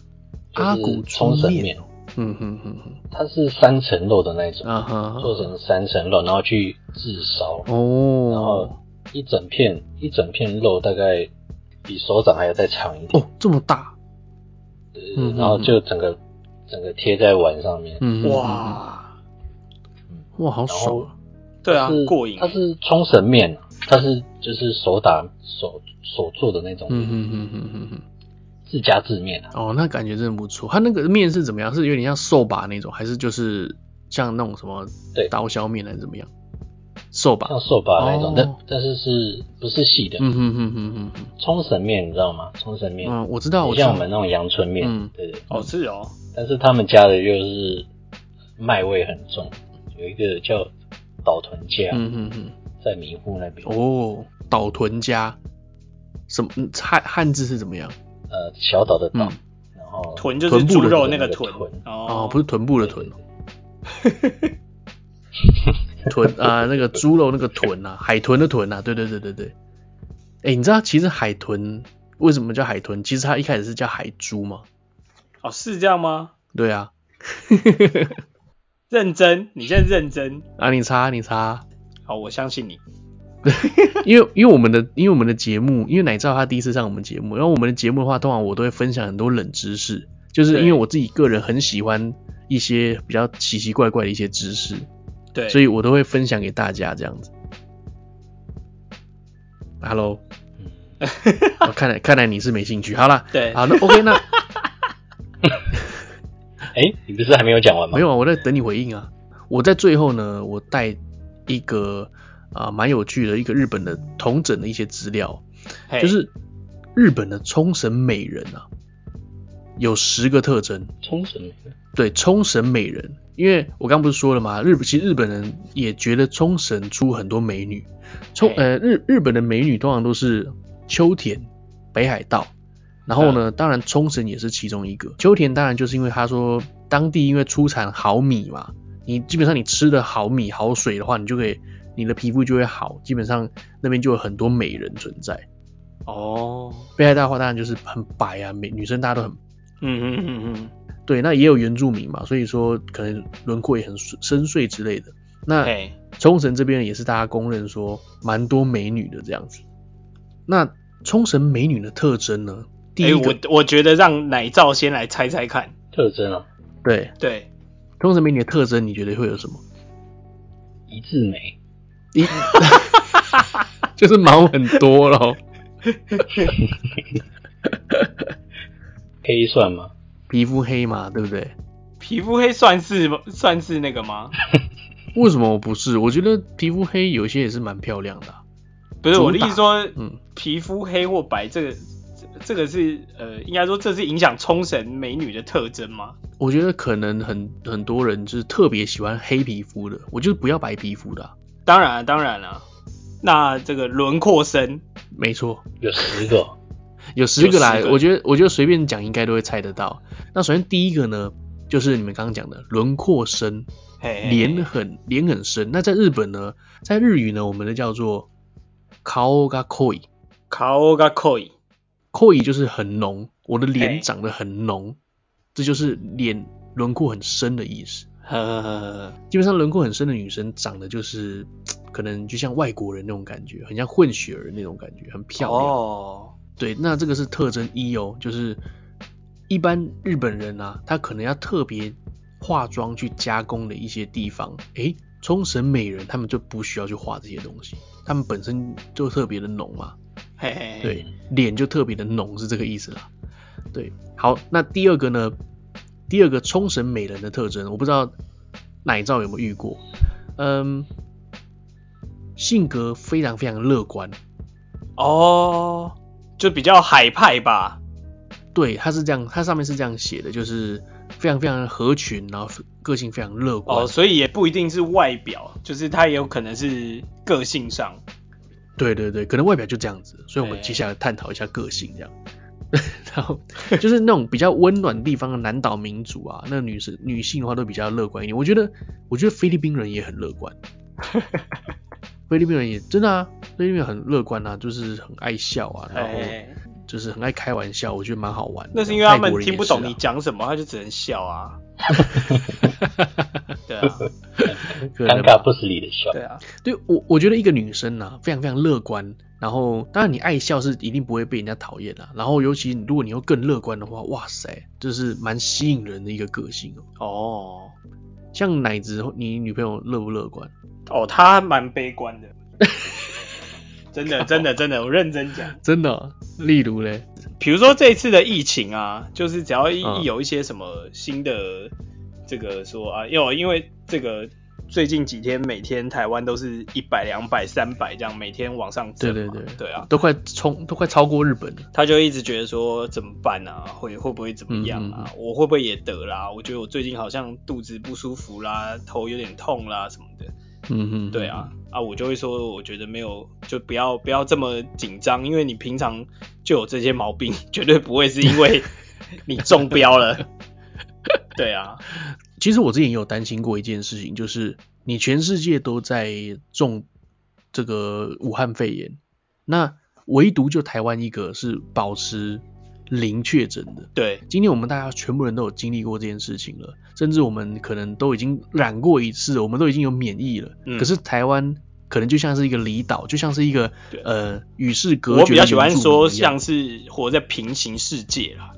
Speaker 3: 就
Speaker 1: 阿古
Speaker 3: 是
Speaker 1: 猪
Speaker 3: 冲绳
Speaker 1: 面
Speaker 3: 面，
Speaker 1: 嗯哼哼哼，
Speaker 3: 它是三层肉的那一种，
Speaker 1: 啊哈，
Speaker 3: 做成三层肉，然后去炙烧，然
Speaker 1: 哦
Speaker 3: 后，一整片一整片肉大概比手掌还要再长一点，
Speaker 1: 哦，这么大，
Speaker 3: 对
Speaker 1: 嗯嗯
Speaker 3: 呃然后就整个整个贴在碗上面，
Speaker 1: 嗯，嗯，
Speaker 2: 哇，
Speaker 3: 嗯
Speaker 1: 嗯哇，好
Speaker 3: 然
Speaker 1: 爽
Speaker 3: 后
Speaker 1: 啊！
Speaker 2: 对啊
Speaker 3: 它是，
Speaker 2: 过瘾
Speaker 3: 它是冲绳面，啊它是就是手打手手做的那种
Speaker 1: 嗯哼哼哼哼哼，
Speaker 3: 自家制面啊，
Speaker 1: 哦，那感觉真的不错。它那个面是怎么样？是有点像寿把那种，还是就是像那种什么
Speaker 3: 对
Speaker 1: 刀削面还是怎么样？寿把，
Speaker 3: 像寿把那种
Speaker 1: 哦，
Speaker 3: 但但是是不是细的？
Speaker 1: 嗯哼哼哼哼哼，
Speaker 3: 冲绳面你知道吗？冲绳面，
Speaker 1: 嗯，我知道，我
Speaker 3: 不
Speaker 1: 知道
Speaker 3: 像我们那种阳春面，
Speaker 1: 嗯
Speaker 3: 对对。
Speaker 2: 哦是哦，
Speaker 3: 但是他们家的又是麦味很重，有一个叫岛豚家，
Speaker 1: 嗯哼哼，
Speaker 3: 在名户那边，
Speaker 1: 哦，岛豚家，什么嗯汉汉字是怎么样？
Speaker 3: 呃，小岛的岛，
Speaker 1: 嗯
Speaker 3: 然后
Speaker 2: 臀就
Speaker 1: 臀
Speaker 2: 是
Speaker 1: 部
Speaker 2: 猪
Speaker 1: 的
Speaker 2: 肉
Speaker 3: 那
Speaker 2: 个
Speaker 3: 个
Speaker 2: 臀
Speaker 3: 臀
Speaker 1: 哦，
Speaker 2: 哦，
Speaker 1: 不是臀部的
Speaker 3: 对
Speaker 1: 臀
Speaker 3: 对，对
Speaker 1: 臀啊，那个猪肉那个臀啊，海豚的豚啊，对对对对对。哎、你知道其实海豚为什么叫海豚？其实它一开始是叫海猪嘛。
Speaker 2: 哦是这样吗？
Speaker 1: 对啊，
Speaker 2: 认真，你现在认真，
Speaker 1: 啊你查你查，
Speaker 2: 好，我相信你。
Speaker 1: 因为因为我们的因为我们的节目，因为奶罩他第一次上我们节目，然后我们的节目的话，通常我都会分享很多冷知识，就是因为
Speaker 2: 对
Speaker 1: 我自己个人很喜欢一些比较奇奇怪怪的一些知识，
Speaker 2: 对，
Speaker 1: 所以我都会分享给大家这样子。Hello。
Speaker 3: 嗯
Speaker 1: 哦、看来看来你是没兴趣。好啦，
Speaker 2: 对
Speaker 1: 好那 OK，那
Speaker 3: 哎、你不是还没有讲完吗？
Speaker 1: 没有啊，我在等你回应啊。我在最后呢，我带一个啊蛮、有趣的一个日本的同整的一些资料，
Speaker 2: 嘿
Speaker 1: 就是日本的冲绳美人啊，有十个特征。
Speaker 3: 冲绳面，
Speaker 1: 对，冲绳美人，因为我刚不是说了嘛，日本其实日本人也觉得冲绳出很多美女，冲
Speaker 2: 嘿
Speaker 1: 呃日日本的美女通常都是秋田、北海道，然后呢，当然冲绳也是其中一个。秋田当然就是因为他说当地因为出产好米嘛，你基本上你吃的好米好水的话，你就可以你的皮肤就会好，基本上那边就有很多美人存在。
Speaker 2: 哦，
Speaker 1: 北海道的话当然就是很白啊，美女生大家都很
Speaker 2: 嗯嗯嗯嗯，
Speaker 1: 对，那也有原住民嘛，所以说可能轮廓也很深邃之类的。那
Speaker 2: 嘿，
Speaker 1: 冲绳这边也是大家公认说蛮多美女的这样子。那冲绳美女的特征呢？第
Speaker 2: 哎，
Speaker 1: 一个，
Speaker 2: 我我觉得让奶罩先来猜猜看，
Speaker 3: 特征啊，
Speaker 1: 对
Speaker 2: 对，
Speaker 1: 冲绳美女的特征，你觉得会有什么？
Speaker 3: 一致美，
Speaker 1: 一 就是毛很多咯，
Speaker 3: 黑算吗？
Speaker 1: 皮肤黑嘛，对不对？
Speaker 2: 皮肤黑算是算是那个吗？
Speaker 1: 为什么我不是？我觉得皮肤黑有些也是蛮漂亮的啊、
Speaker 2: 不是
Speaker 1: 主打
Speaker 2: 我的意思说，
Speaker 1: 嗯，
Speaker 2: 皮肤黑或白这个这这个是呃，应该说这是影响冲绳美女的特征吗？
Speaker 1: 我觉得可能很很多人就是特别喜欢黑皮肤的，我就是不要白皮肤的啊、
Speaker 2: 当然、啊，当然了、那这个轮廓深，
Speaker 1: 没错，
Speaker 3: 有十 个哦，
Speaker 1: 有十个啦
Speaker 2: 有十，个
Speaker 1: 我觉得我觉得随便讲应该都会猜得到。那首先第一个呢，就是你们刚刚讲的轮廓深，
Speaker 2: 嘿嘿嘿
Speaker 1: 脸很脸很深。那在日本呢，在日语呢，我们的叫做 kao ga koi。
Speaker 2: 顔が濃い，
Speaker 1: 扣以就是很浓，我的脸
Speaker 2: 嘿
Speaker 1: 长得很浓，这就是脸轮廓很深的意思。
Speaker 2: 呵呵呵呵，
Speaker 1: 基本上轮廓很深的女生长得就是嘖可能就像外国人那种感觉，很像混血儿那种感觉，很漂亮。
Speaker 2: 哦，
Speaker 1: 对，那这个是特征一哦，就是一般日本人啊，他可能要特别化妆去加工的一些地方，诶，冲绳美人他们就不需要去画这些东西，他们本身就特别的浓嘛。
Speaker 2: 嘿嘿嘿，
Speaker 1: 对，脸就特别的浓，是这个意思啦。对，好，那第二个呢？第二个冲绳美人的特征，我不知道奶罩有没有遇过。嗯，性格非常非常乐观，
Speaker 2: 哦，就比较海派吧，
Speaker 1: 对，他是这样，他上面是这样写的，就是非常非常合群，然后个性非常乐观。
Speaker 2: 哦，所以也不一定是外表，就是他也有可能是个性上，
Speaker 1: 对对对，可能外表就这样子，所以我们
Speaker 2: 哎
Speaker 1: 接下来探讨一下个性这样。 然后就是那种比较温暖地方的南岛民族啊，那女生女性的话都比较乐观一点。我觉得，我觉得菲律宾人也很乐 观，菲律宾人也真的啊，菲律宾人很乐观啊，就是很爱笑啊，然后
Speaker 2: 哎，
Speaker 1: 就是很爱开玩笑，我觉得蛮好玩的。
Speaker 2: 那是因为他
Speaker 1: 泰
Speaker 2: 们
Speaker 1: 国人也
Speaker 2: 听不懂
Speaker 1: 是啊
Speaker 2: 你讲什么，他就只能笑啊，对啊，
Speaker 1: 可能
Speaker 3: 尴
Speaker 1: 吧
Speaker 3: 尬不失礼的笑，
Speaker 2: 对啊，
Speaker 1: 对我，我觉得一个女生呐、非常非常乐观，然后当然你爱笑是一定不会被人家讨厌啦、啊然后尤其如果你又更乐观的话，哇塞，这是蛮吸引人的一个个性哦。
Speaker 2: 哦，
Speaker 1: 像奶子，你女朋友乐不乐观？
Speaker 2: 哦，他蛮悲 观的，真的，真的，真的，我认真讲。
Speaker 1: 真的哦、例如嘞，
Speaker 2: 比如说这一次的疫情啊，就是只要一、
Speaker 1: 嗯
Speaker 2: 一有一些什么新的这个说啊，因为因为这个最近几天每天台湾都是一百、两百、三百这样每天往上
Speaker 1: 对
Speaker 2: 增
Speaker 1: 对
Speaker 2: 嘛，
Speaker 1: 对，
Speaker 2: 对啊，
Speaker 1: 都快冲，都快超过日本了。
Speaker 2: 他就一直觉得说怎么办啊，会会不会怎么样
Speaker 1: 嗯
Speaker 2: 啊，
Speaker 1: 嗯
Speaker 2: 我会不会也得啦？我觉得我最近好像肚子不舒服啦，头有点痛啦什么的，
Speaker 1: 嗯哼，
Speaker 2: 对啊，，啊，我就会说，我觉得没有，就不要不要这么紧张，因为你平常就有这些毛病，绝对不会是 因为你中标了。对啊，
Speaker 1: 其实我之前也有担心过一件事情，就是你全世界都在中这个武汉肺炎，那唯独就台湾一个是保持零确诊的。
Speaker 2: 对，
Speaker 1: 今天我们大家全部人都有经历过这件事情了，甚至我们可能都已经染过一次，我们都已经有免疫了。
Speaker 2: 嗯
Speaker 1: 可是台湾可能就像是一个离岛，就像是一个
Speaker 2: 对
Speaker 1: 呃与世隔绝。
Speaker 2: 我比较喜欢说像是活在平行世界啦。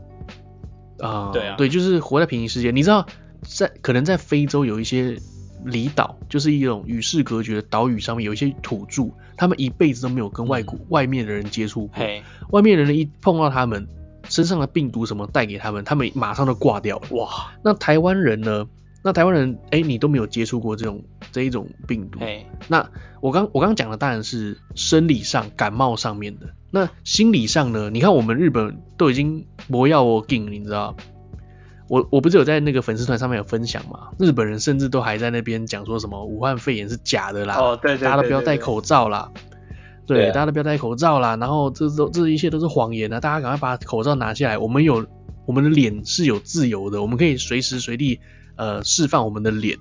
Speaker 1: 啊，
Speaker 2: 对啊
Speaker 1: 对，就是活在平行世界。你知道，在可能在非洲有一些离岛，就是一种与世隔绝的岛屿上面，有一些土著，他们一辈子都没有跟外国、外面的人接触过，
Speaker 2: 嗯嘿，
Speaker 1: 外面的人一碰到他们身上的病毒什么带给他们，他们马上就挂掉了。
Speaker 2: 哇，
Speaker 1: 那台湾人呢？那台湾人，哎、你都没有接触过这种这一种病毒，
Speaker 2: 嘿，
Speaker 1: 那我刚我刚讲的当然是生理上感冒上面的，那心理上呢？你看我们日本都已经魔药我定，你知道？我我不是有在那个粉丝团上面有分享嘛？日本人甚至都还在那边讲说什么武汉肺炎是假的啦，
Speaker 2: 哦，对对对，
Speaker 1: 大家都不要
Speaker 2: 对
Speaker 1: 戴
Speaker 2: 对
Speaker 1: 口罩啦，对，
Speaker 3: 对啊
Speaker 1: 大家都不要戴口罩啦，然后这都这一切都是谎言啊！大家赶快把口罩拿下来，我们有我们的脸是有自由的，我们可以随时随地呃释放我们的脸，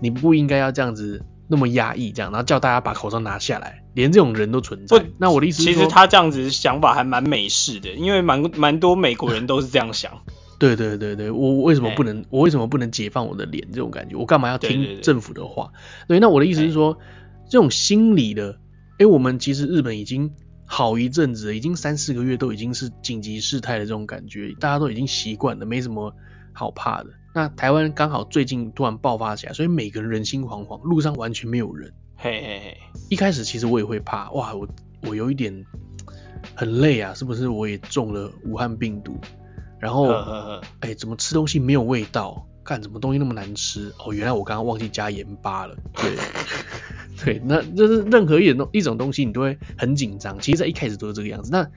Speaker 1: 你不应该要这样子那么压抑这样，然后叫大家把口罩拿下来，连这种人都存在
Speaker 2: 不。
Speaker 1: 那我的意思是
Speaker 2: 其
Speaker 1: 说
Speaker 2: 实他这样子想法还蛮美式的，因为蛮蛮多美国人都是这样想。
Speaker 1: 对对对对，我我为什么
Speaker 2: 哎
Speaker 1: 不能、我为什么不能解放我的脸这种感觉？我干嘛要
Speaker 2: 对对
Speaker 1: 听
Speaker 2: 对
Speaker 1: 政府的话？对，那我的意思是说，这种心理的，哎、我们其实日本已经好一阵子了，已经三四个月都已经是紧急事态的这种感觉，大家都已经习惯了，没什么好怕的。那台湾刚好最近突然爆发起来，所以每个人人心惶惶，路上完全没有人。
Speaker 2: 嘿嘿嘿，
Speaker 1: 一开始其实我也会怕，哇，我我有一点很累啊，是不是我也中了武汉病毒？然后，
Speaker 2: 呵呵呵，
Speaker 1: 哎、怎么吃东西没有味道？干什么东西那么难吃？哦，原来我刚刚忘记加盐巴了。对， 对，那就是任何一种一种东西，你都会很紧张。其实，在一开始都是这个样子。那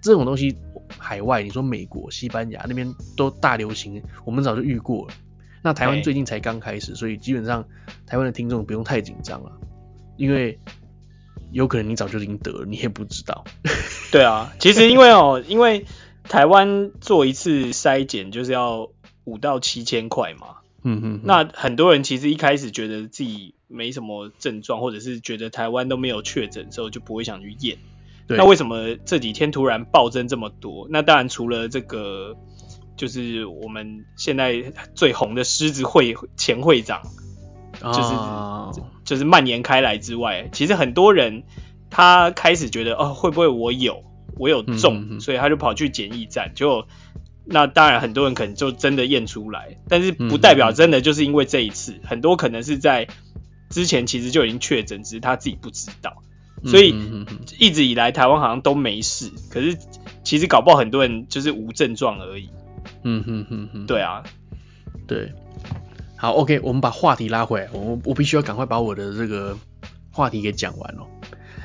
Speaker 1: 这种东西，海外你说美国、西班牙那边都大流行，我们早就遇过了。那台湾
Speaker 2: 对
Speaker 1: 最近才刚开始，所以基本上台湾的听众不用太紧张了，因为有可能你早就已经得了，你也不知道。
Speaker 2: 对啊，其实因 为哦，因为台湾做一次筛检就是要五到七千块嘛，
Speaker 1: 嗯嗯，
Speaker 2: 那很多人其实一开始觉得自己没什么症状，或者是觉得台湾都没有确诊之后就不会想去验。
Speaker 1: 对
Speaker 2: 那为什么这几天突然暴增这么多？那当然除了这个，就是我们现在最红的狮子会前会长，
Speaker 1: 就是啊
Speaker 2: 就是蔓延开来之外，其实很多人他开始觉得哦，会不会我有我有中，
Speaker 1: 嗯嗯嗯
Speaker 2: 所以他就跑去检疫站，就那当然很多人可能就真的验出来，但是
Speaker 1: 嗯
Speaker 2: 不代表真的就是因为这一次，很多可能是在之前其实就已经确诊，只是他自己不知道，所以
Speaker 1: 嗯嗯嗯
Speaker 2: 一直以来台湾好像都没事，可是其实搞不好很多人就是无症状而已，
Speaker 1: 嗯嗯嗯嗯，
Speaker 2: 对啊，
Speaker 1: 对，好，OK，我们把话题拉回来，我我必须要赶快把我的这个话题给讲完哦。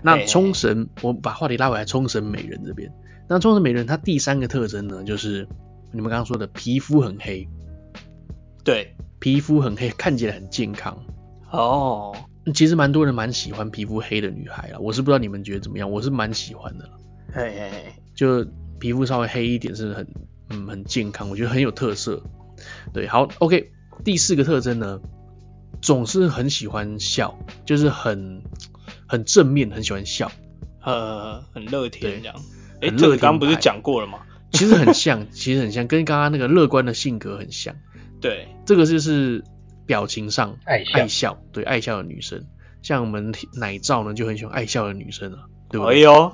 Speaker 1: 那
Speaker 2: 嘿
Speaker 1: 冲绳，我把话题拉回来，冲绳美人这边。那冲绳美人它第三个特征呢，就是你们刚刚说的皮肤很黑，
Speaker 2: 对，
Speaker 1: 皮肤很黑，看起来很健康。
Speaker 2: 哦，
Speaker 1: 其实蛮多人蛮喜欢皮肤黑的女孩啦，我是不知道你们觉得怎么样，我是蛮喜欢的啦，
Speaker 2: 嘿嘿嘿，
Speaker 1: 就皮肤稍微黑一点是很嗯很健康，我觉得很有特色。对，好，OK，第四个特征呢，总是很喜欢笑，就是很很正面，很喜欢笑，
Speaker 2: 呃，很乐天这样，哎、
Speaker 1: 很
Speaker 2: 这
Speaker 1: 乐
Speaker 2: 个
Speaker 1: 天
Speaker 2: 刚刚不是
Speaker 1: 派
Speaker 2: 讲过了吗？
Speaker 1: 其实很像，其实很像，跟刚刚那个乐观的性格很像。
Speaker 2: 对，
Speaker 1: 这个就是表情上
Speaker 3: 爱笑
Speaker 1: 对爱笑的女生，像我们奶罩呢就很喜欢爱笑的女生啊，对不
Speaker 3: 哦
Speaker 2: 哎
Speaker 1: 对？
Speaker 2: 呦，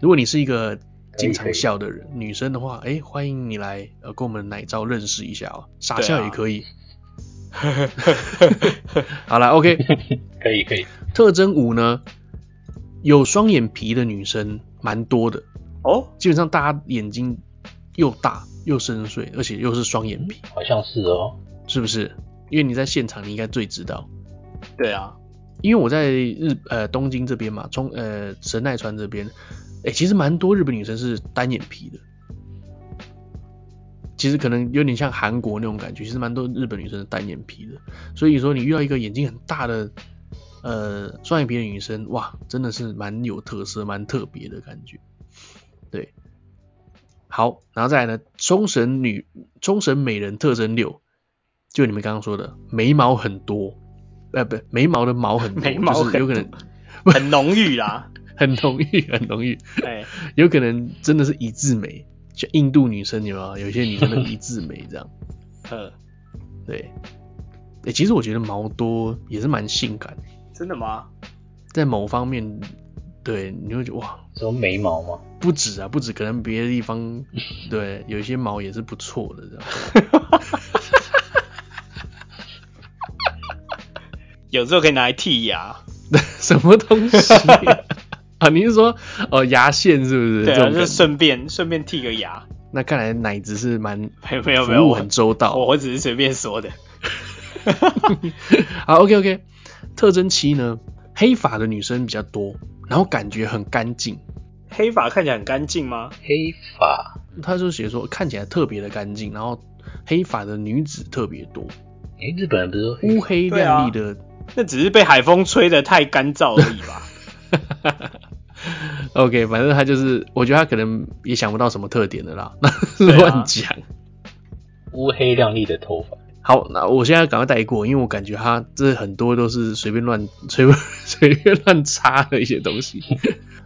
Speaker 1: 如果你是一个经
Speaker 3: 可
Speaker 1: 常
Speaker 3: 以
Speaker 1: 笑的人，女生的话，哎、欢迎你来呃跟我们奶罩认识一下哦，傻
Speaker 2: 对啊
Speaker 1: 笑也可 以。好了，OK，
Speaker 3: 可以可以，
Speaker 1: 特征五呢，有双眼皮的女生蛮多的，
Speaker 2: 哦，
Speaker 1: 基本上大家眼睛又大又深邃，而且又是双眼皮，
Speaker 3: 好像是哦。
Speaker 1: 是不是？因为你在现场，你应该最知道。
Speaker 2: 对 啊，
Speaker 1: 因为我在日呃东京这边嘛，冲呃神奈川这边，哎、其实蛮多日本女生是单眼皮的。其实可能有点像韩国那种感觉，其实蛮多日本女生是单眼皮的。所以说你遇到一个眼睛很大的呃双眼皮的女生，哇，真的是蛮有特色、蛮特别的感觉。对，好，然后再来呢，冲绳女冲绳美人特征六，就你们刚刚说的眉毛很多，呃不，眉毛的毛很多，
Speaker 2: 眉毛
Speaker 1: 就是有可
Speaker 2: 很
Speaker 1: 能
Speaker 2: 很浓郁啦，
Speaker 1: 很浓郁，很浓郁，
Speaker 2: 哎、
Speaker 1: 有可能真的是一字眉，像印度女生有啊，有些女生的一字眉 这样。
Speaker 2: 呃，
Speaker 1: 对，诶、其实我觉得毛多也是蛮性感的，
Speaker 2: 真的吗？
Speaker 1: 在某方面，对，你会觉得哇，
Speaker 3: 什么眉毛吗？
Speaker 1: 不止啊，不止，可能别的地 方，对，有一些毛也是不错的这样。
Speaker 2: 有时候可以拿来剔牙，
Speaker 1: 什么东西啊？ 啊你是说哦牙线是不是？
Speaker 2: 对
Speaker 1: 这
Speaker 2: 啊，
Speaker 1: 种
Speaker 2: 就
Speaker 1: 感觉
Speaker 2: 顺便顺便剔个牙，
Speaker 1: 那看来奶子是蛮
Speaker 2: 没有没有
Speaker 1: 服
Speaker 2: 没有，
Speaker 1: 务
Speaker 2: 我
Speaker 1: 很周到。
Speaker 2: 我我只是随便说的，
Speaker 1: 好，OK OK。特征七呢，黑发的女生比较多，然后感觉很干净。
Speaker 2: 黑发看起来很干净吗？
Speaker 3: 黑发，
Speaker 1: 他就写说看起来特别的干净，然后黑发的女子特别多，
Speaker 3: 诶、日本人不是都黑
Speaker 1: 乌黑亮丽的。
Speaker 2: 那只是被海风吹得太干燥而已 吧。
Speaker 1: OK，反正他就是，我觉得他可能也想不到什么特点的啦，
Speaker 2: 啊
Speaker 1: 乱讲。
Speaker 3: 乌黑亮丽的头发？
Speaker 1: 好，那我现在赶快带过，因为我感觉他这很多都是随便乱、 随便 随便乱插的一些东西。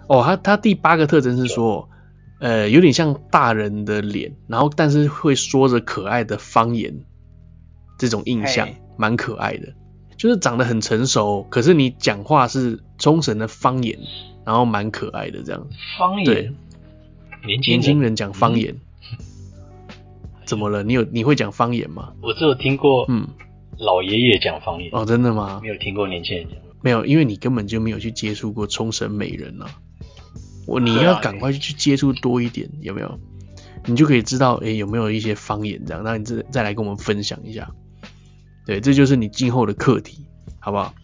Speaker 1: 哦，他他第八个特征是说呃，有点像大人的脸，然后但是会说着可爱的方言，这种印象
Speaker 2: 嘿
Speaker 1: 蛮可爱的。就是长得很成熟，可是你讲话是冲绳的方言，然后蛮可爱的这样。
Speaker 3: 方
Speaker 1: 对
Speaker 3: 言，年轻
Speaker 1: 年轻
Speaker 3: 人，嗯
Speaker 1: 人讲方言，怎么了？你有你会讲方言吗？
Speaker 3: 我只有听过
Speaker 1: 嗯，
Speaker 3: 老爷爷讲方言，
Speaker 1: 哦，真的吗
Speaker 3: 没？有听过年轻人讲。
Speaker 1: 没有，因为你根本就没有去接触过冲绳美人啊。我你
Speaker 2: 对啊
Speaker 1: 要赶快去接触多一点，有没有？你就可以知道，诶、有没有一些方言这样，那你再再来跟我们分享一下。对，这就是你今后的课题，好不好？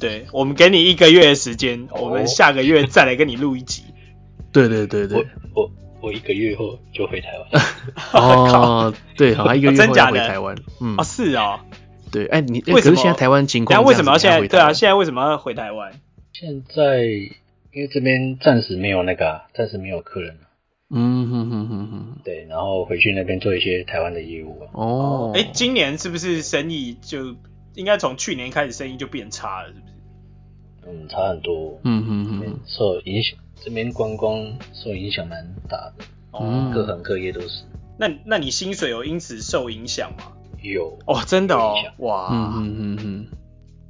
Speaker 2: 对，我们给你一个月的时间，
Speaker 3: 哦
Speaker 2: 我们下个月再来跟你录一集。
Speaker 1: 嗯对对对对
Speaker 3: 我，我我一个月后就回台湾，
Speaker 1: 哦，对，好像一个月
Speaker 2: 真
Speaker 1: 后
Speaker 2: 假
Speaker 1: 要回
Speaker 2: 的
Speaker 1: 台湾，嗯
Speaker 2: 哦，，是哦，
Speaker 1: 对，哎、你、哎
Speaker 2: 为
Speaker 1: 可
Speaker 2: 什
Speaker 1: 是
Speaker 2: 么
Speaker 1: 现在台湾情
Speaker 2: 等下
Speaker 1: 况
Speaker 2: 为什么要
Speaker 1: 这
Speaker 2: 现
Speaker 1: 样
Speaker 2: 在？
Speaker 1: 子
Speaker 2: 对啊，
Speaker 1: 你还回台湾
Speaker 2: 现在为什么要回台湾？
Speaker 3: 现在因为这边暂时没有那个、啊，暂时没有客人、啊，
Speaker 1: 嗯哼哼哼哼，
Speaker 3: 对，然后回去那边做一些台湾的业务、啊，
Speaker 1: 哦，
Speaker 2: 哎、今年是不是生意就应该从去年开始生意就变差了？是不是？
Speaker 3: 嗯，差很多，
Speaker 1: 嗯哼
Speaker 3: 嗯
Speaker 1: 哼，
Speaker 3: 受影响，这边观光受影响蛮大的，
Speaker 1: 嗯
Speaker 2: 哦，
Speaker 3: 各行各业都是
Speaker 2: 那那你薪水有因此受影响吗？
Speaker 3: 有，
Speaker 2: 哦，真的哦
Speaker 3: 有影响，
Speaker 2: 哇，
Speaker 1: 嗯哼哼哼，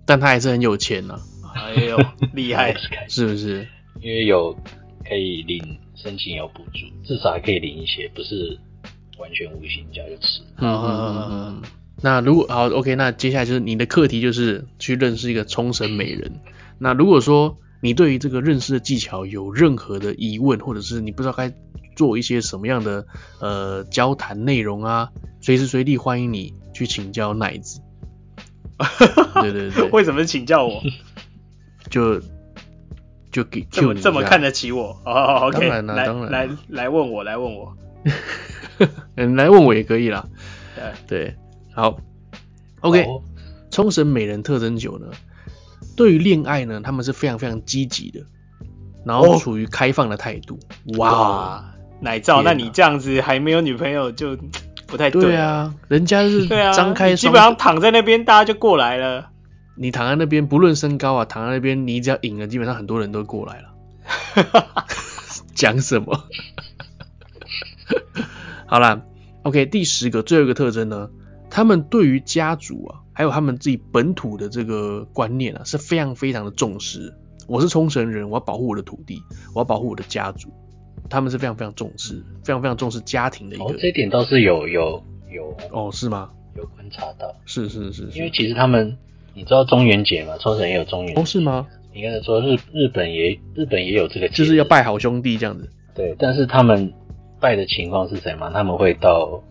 Speaker 1: 但他还是很有钱呐、
Speaker 2: 哎 呦，厉害
Speaker 3: 不，是开心，
Speaker 1: 是不是？
Speaker 3: 因为有可以领申请有补助，至少还可以领一些，不是完全无薪假就吃。
Speaker 1: 嗯嗯嗯嗯。那如果好，OK，那接下来就是你的课题就是去认识一个冲绳美人。那如果说你对于这个认识的技巧有任何的疑问，或者是你不知道该做一些什么样的呃交谈内容啊，随时随地欢迎你去请教奶子。对对对，
Speaker 2: 为什么请教我？
Speaker 1: 就就给
Speaker 2: 这么
Speaker 1: cue 你一
Speaker 2: 这么
Speaker 1: 下
Speaker 2: 看得起我？哦，OK，
Speaker 1: 当然啦
Speaker 2: 来
Speaker 1: 当然啦
Speaker 2: 来来问我，来问我，
Speaker 1: 嗯， 来问我也可以啦。
Speaker 2: 对
Speaker 1: 对，好，OK，
Speaker 3: 好
Speaker 1: 冲绳美人特征酒呢，对于恋爱呢，他们是非常非常积极的，然后
Speaker 2: 哦
Speaker 1: 处于开放的态度。哇，哦
Speaker 2: 哇，奶罩，
Speaker 1: 天哪
Speaker 2: 那你这样子还没有女朋友就不太
Speaker 1: 对，啊，人家是
Speaker 2: 对啊，
Speaker 1: 张开
Speaker 2: 你基
Speaker 1: 双
Speaker 2: 本上
Speaker 1: 手，
Speaker 2: 躺在那边，大家就过来了。
Speaker 1: 你躺在那边，不论身高啊，躺在那边，你只要赢了，基本上很多人都过 来了。讲什么？好啦 o k 第十个最后一个特征呢，他们对于家族啊，还有他们自己本土的这个观念啊，是非常非常的重视。我是冲绳人，我要保护我的土地，我要保护我的家族，他们是非常非常重视，非常非常重视家庭的一个。
Speaker 3: 哦，这一点倒是有有有
Speaker 1: 哦，是吗？
Speaker 3: 有观察到，
Speaker 1: 是是是
Speaker 3: 因为
Speaker 1: 是。
Speaker 3: 其实他们，你知道中元节嘛，冲绳也有中元节，
Speaker 1: 哦，是吗？
Speaker 3: 应该是说日日本也日本也有这个节日，
Speaker 1: 就是要拜好兄弟这样子。
Speaker 3: 对，但是他们拜的情况是什么？他们会到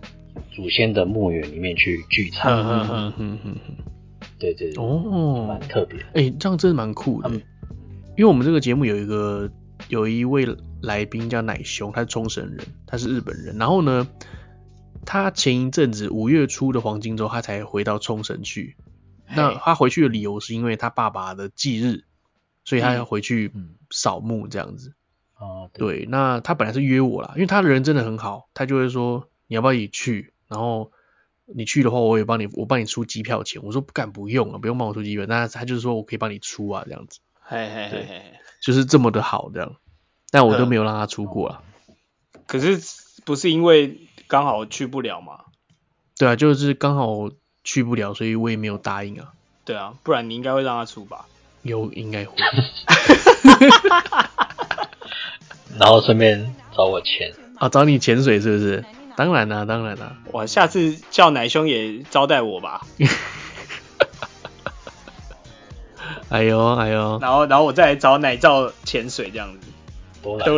Speaker 3: 祖先的墓园里面去聚餐，
Speaker 2: 嗯嗯嗯
Speaker 1: 嗯嗯嗯嗯。
Speaker 3: 对对对，
Speaker 1: 哦
Speaker 3: 蛮、，特别的。
Speaker 1: 哎、这样真的蛮酷的、
Speaker 2: 嗯
Speaker 1: 因为我们这个节目有一个有一位来宾叫奶熊，他是冲绳人，他是日本人。然后呢，他前一阵子五月初的黄金周，他才回到冲绳去。那
Speaker 2: 嘿
Speaker 1: 他回去的理由是因为他爸爸的忌日，所以他要回去
Speaker 3: 嗯
Speaker 1: 扫墓这样子。
Speaker 3: 哦，对，
Speaker 1: 对，那他本来是约我啦，因为他人真的很好，他就会说你要不要一起去，然后你去的话，我也帮你，我帮你出机票钱。我说不干不用了，啊不用帮我出机票。那他就是说我可以帮你出啊，这样子，
Speaker 2: 嘿嘿
Speaker 1: 对
Speaker 2: 嘿嘿，
Speaker 1: 就是这么的好这样。但我都
Speaker 2: 嗯
Speaker 1: 没有让他出过啊。
Speaker 2: 可是不是因为刚好去不了嘛？
Speaker 1: 对啊，就是刚好去不了，所以我也没有答应啊。
Speaker 2: 对啊，不然你应该会让他出吧？
Speaker 1: 有应该会，
Speaker 3: 然后顺便找我钱，
Speaker 1: 啊，找你潜水是不是？当然啦、当然啦、
Speaker 2: 我下次叫奶兄也招待我吧，
Speaker 1: 哎呦哎呦，
Speaker 2: 然后然后我再来找奶罩潜水这样子，
Speaker 3: 都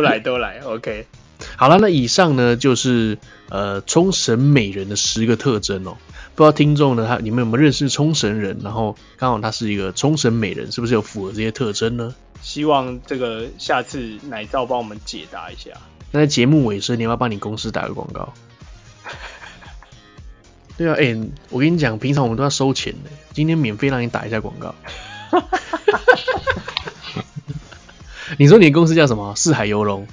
Speaker 2: 都
Speaker 3: 来
Speaker 2: 来都来，OK。
Speaker 1: 好了，那以上呢就是呃冲绳美人的十个特征哦。不知道听众呢，他你们有没有认识冲绳人？然后刚好他是一个冲绳美人，是不是有符合这些特征呢？
Speaker 2: 希望这个下次奶罩帮我们解答一下。
Speaker 1: 那在节目尾声，你要不要帮你公司打个广告？对啊，哎、我跟你讲，平常我们都要收钱的，今天免费让你打一下广告。 你说你的公司叫什么？四海游龙，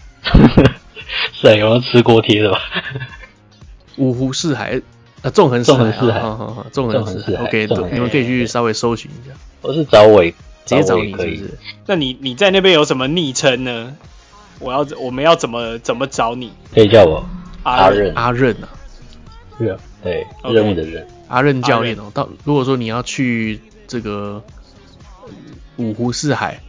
Speaker 3: 是啊，有人吃锅贴的吧？
Speaker 1: 五湖四海，呃，纵横四
Speaker 3: 纵横四海
Speaker 1: 海，好好好纵横
Speaker 3: 纵横
Speaker 1: 四
Speaker 3: 四
Speaker 1: 海
Speaker 3: 海
Speaker 1: ，OK，
Speaker 3: 纵横四海
Speaker 1: 你们可以去稍微搜寻一下。
Speaker 3: 或是找我也，
Speaker 1: 直接找
Speaker 3: 我
Speaker 1: 你
Speaker 3: 也
Speaker 1: 是
Speaker 3: 可
Speaker 1: 不
Speaker 3: 以。
Speaker 1: 是？
Speaker 2: 那你你在那边有什么昵称呢？我要我们要怎么怎么找你？
Speaker 3: 可以叫我
Speaker 2: 阿
Speaker 3: 任，
Speaker 1: 阿任啊，
Speaker 3: 任对
Speaker 2: OK
Speaker 3: 任务的任，
Speaker 1: 阿任教练哦。到如果说你要去这个呃五湖四海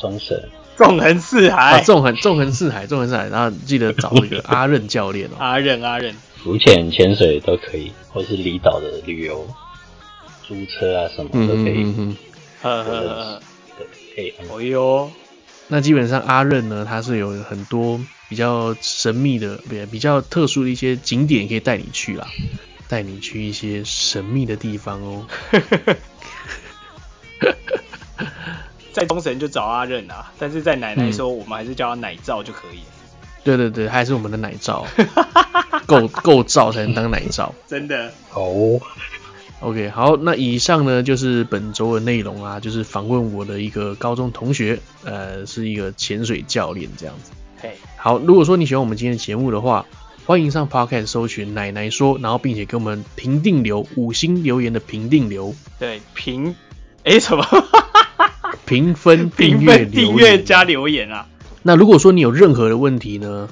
Speaker 3: 中神
Speaker 2: 纵横四
Speaker 1: 啊，
Speaker 3: 哎
Speaker 2: 海，
Speaker 1: 纵横纵横四海，纵横四海，然后记得找 一个阿任教练
Speaker 3: 啊
Speaker 1: 哦。
Speaker 2: 阿任阿任，
Speaker 3: 浮潜、潜水都可以，或是离岛的旅游、租车啊什么
Speaker 1: 嗯
Speaker 3: 都可以
Speaker 1: 嗯，嗯。
Speaker 2: 呵呵呵
Speaker 3: 对可以安排
Speaker 2: 呵，哦哟，
Speaker 1: 那基本上阿任呢，他是有很多比较神秘的、比比较特殊的一些景点可以带你去啦，带你去一些神秘的地方哦。
Speaker 2: 在中神就找阿任啊，但是在奶奶说，我们还是叫他奶罩就可以了。
Speaker 1: 对对对，他还是我们的奶罩， 够够罩才能当奶罩。
Speaker 2: 真的，
Speaker 3: 哦，
Speaker 1: OK，好，那以上呢就是本周的内容啊，就是访问我的一个高中同学，呃，是一个潜水教练这样子。
Speaker 2: 嘿，
Speaker 1: 好，如果说你喜欢我们今天的节目的话，欢迎上 Podcast 搜寻“奶奶说”，然后并且给我们评定留五星留言的评定留
Speaker 2: 对，评，诶，什么？
Speaker 1: 评分、
Speaker 2: 评
Speaker 1: 阅、
Speaker 2: 分、订
Speaker 1: 留
Speaker 2: 阅
Speaker 1: 言
Speaker 2: 加。留言啊！
Speaker 1: 那如果说你有任何的问题呢，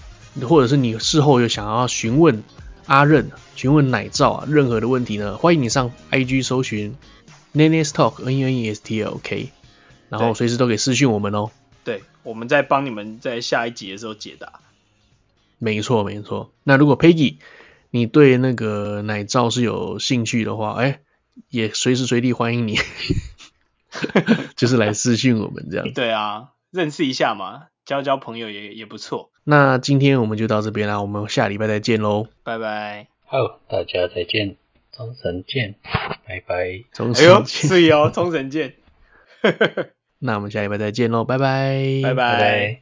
Speaker 1: 或者是你事后有想要询问阿任、询问奶罩啊，任何的问题呢，欢迎你上 IG 搜寻 Nenes Talk N E N E S T L K，然后
Speaker 2: 对
Speaker 1: 随时都可以私讯我们哦。
Speaker 2: 对，我们再帮你们在下一集的时候解答。
Speaker 1: 没错，没错。那如果 Peggy 你对那个奶罩是有兴趣的话，哎、也随时随地欢迎你， 就是来私讯我们这样。
Speaker 2: 对啊，认识一下嘛，交交朋友也也不错。
Speaker 1: 那今天我们就到这边啦，我们下礼拜再见喽，
Speaker 2: 拜拜。
Speaker 3: 好，大家再见，中神见，拜拜。
Speaker 1: 从
Speaker 2: 哎
Speaker 1: 此
Speaker 2: 呦，
Speaker 1: 见。
Speaker 2: 是哦，冲绳见，拜
Speaker 1: 那我们下礼拜再见喽，拜拜，
Speaker 2: 拜。
Speaker 3: 拜拜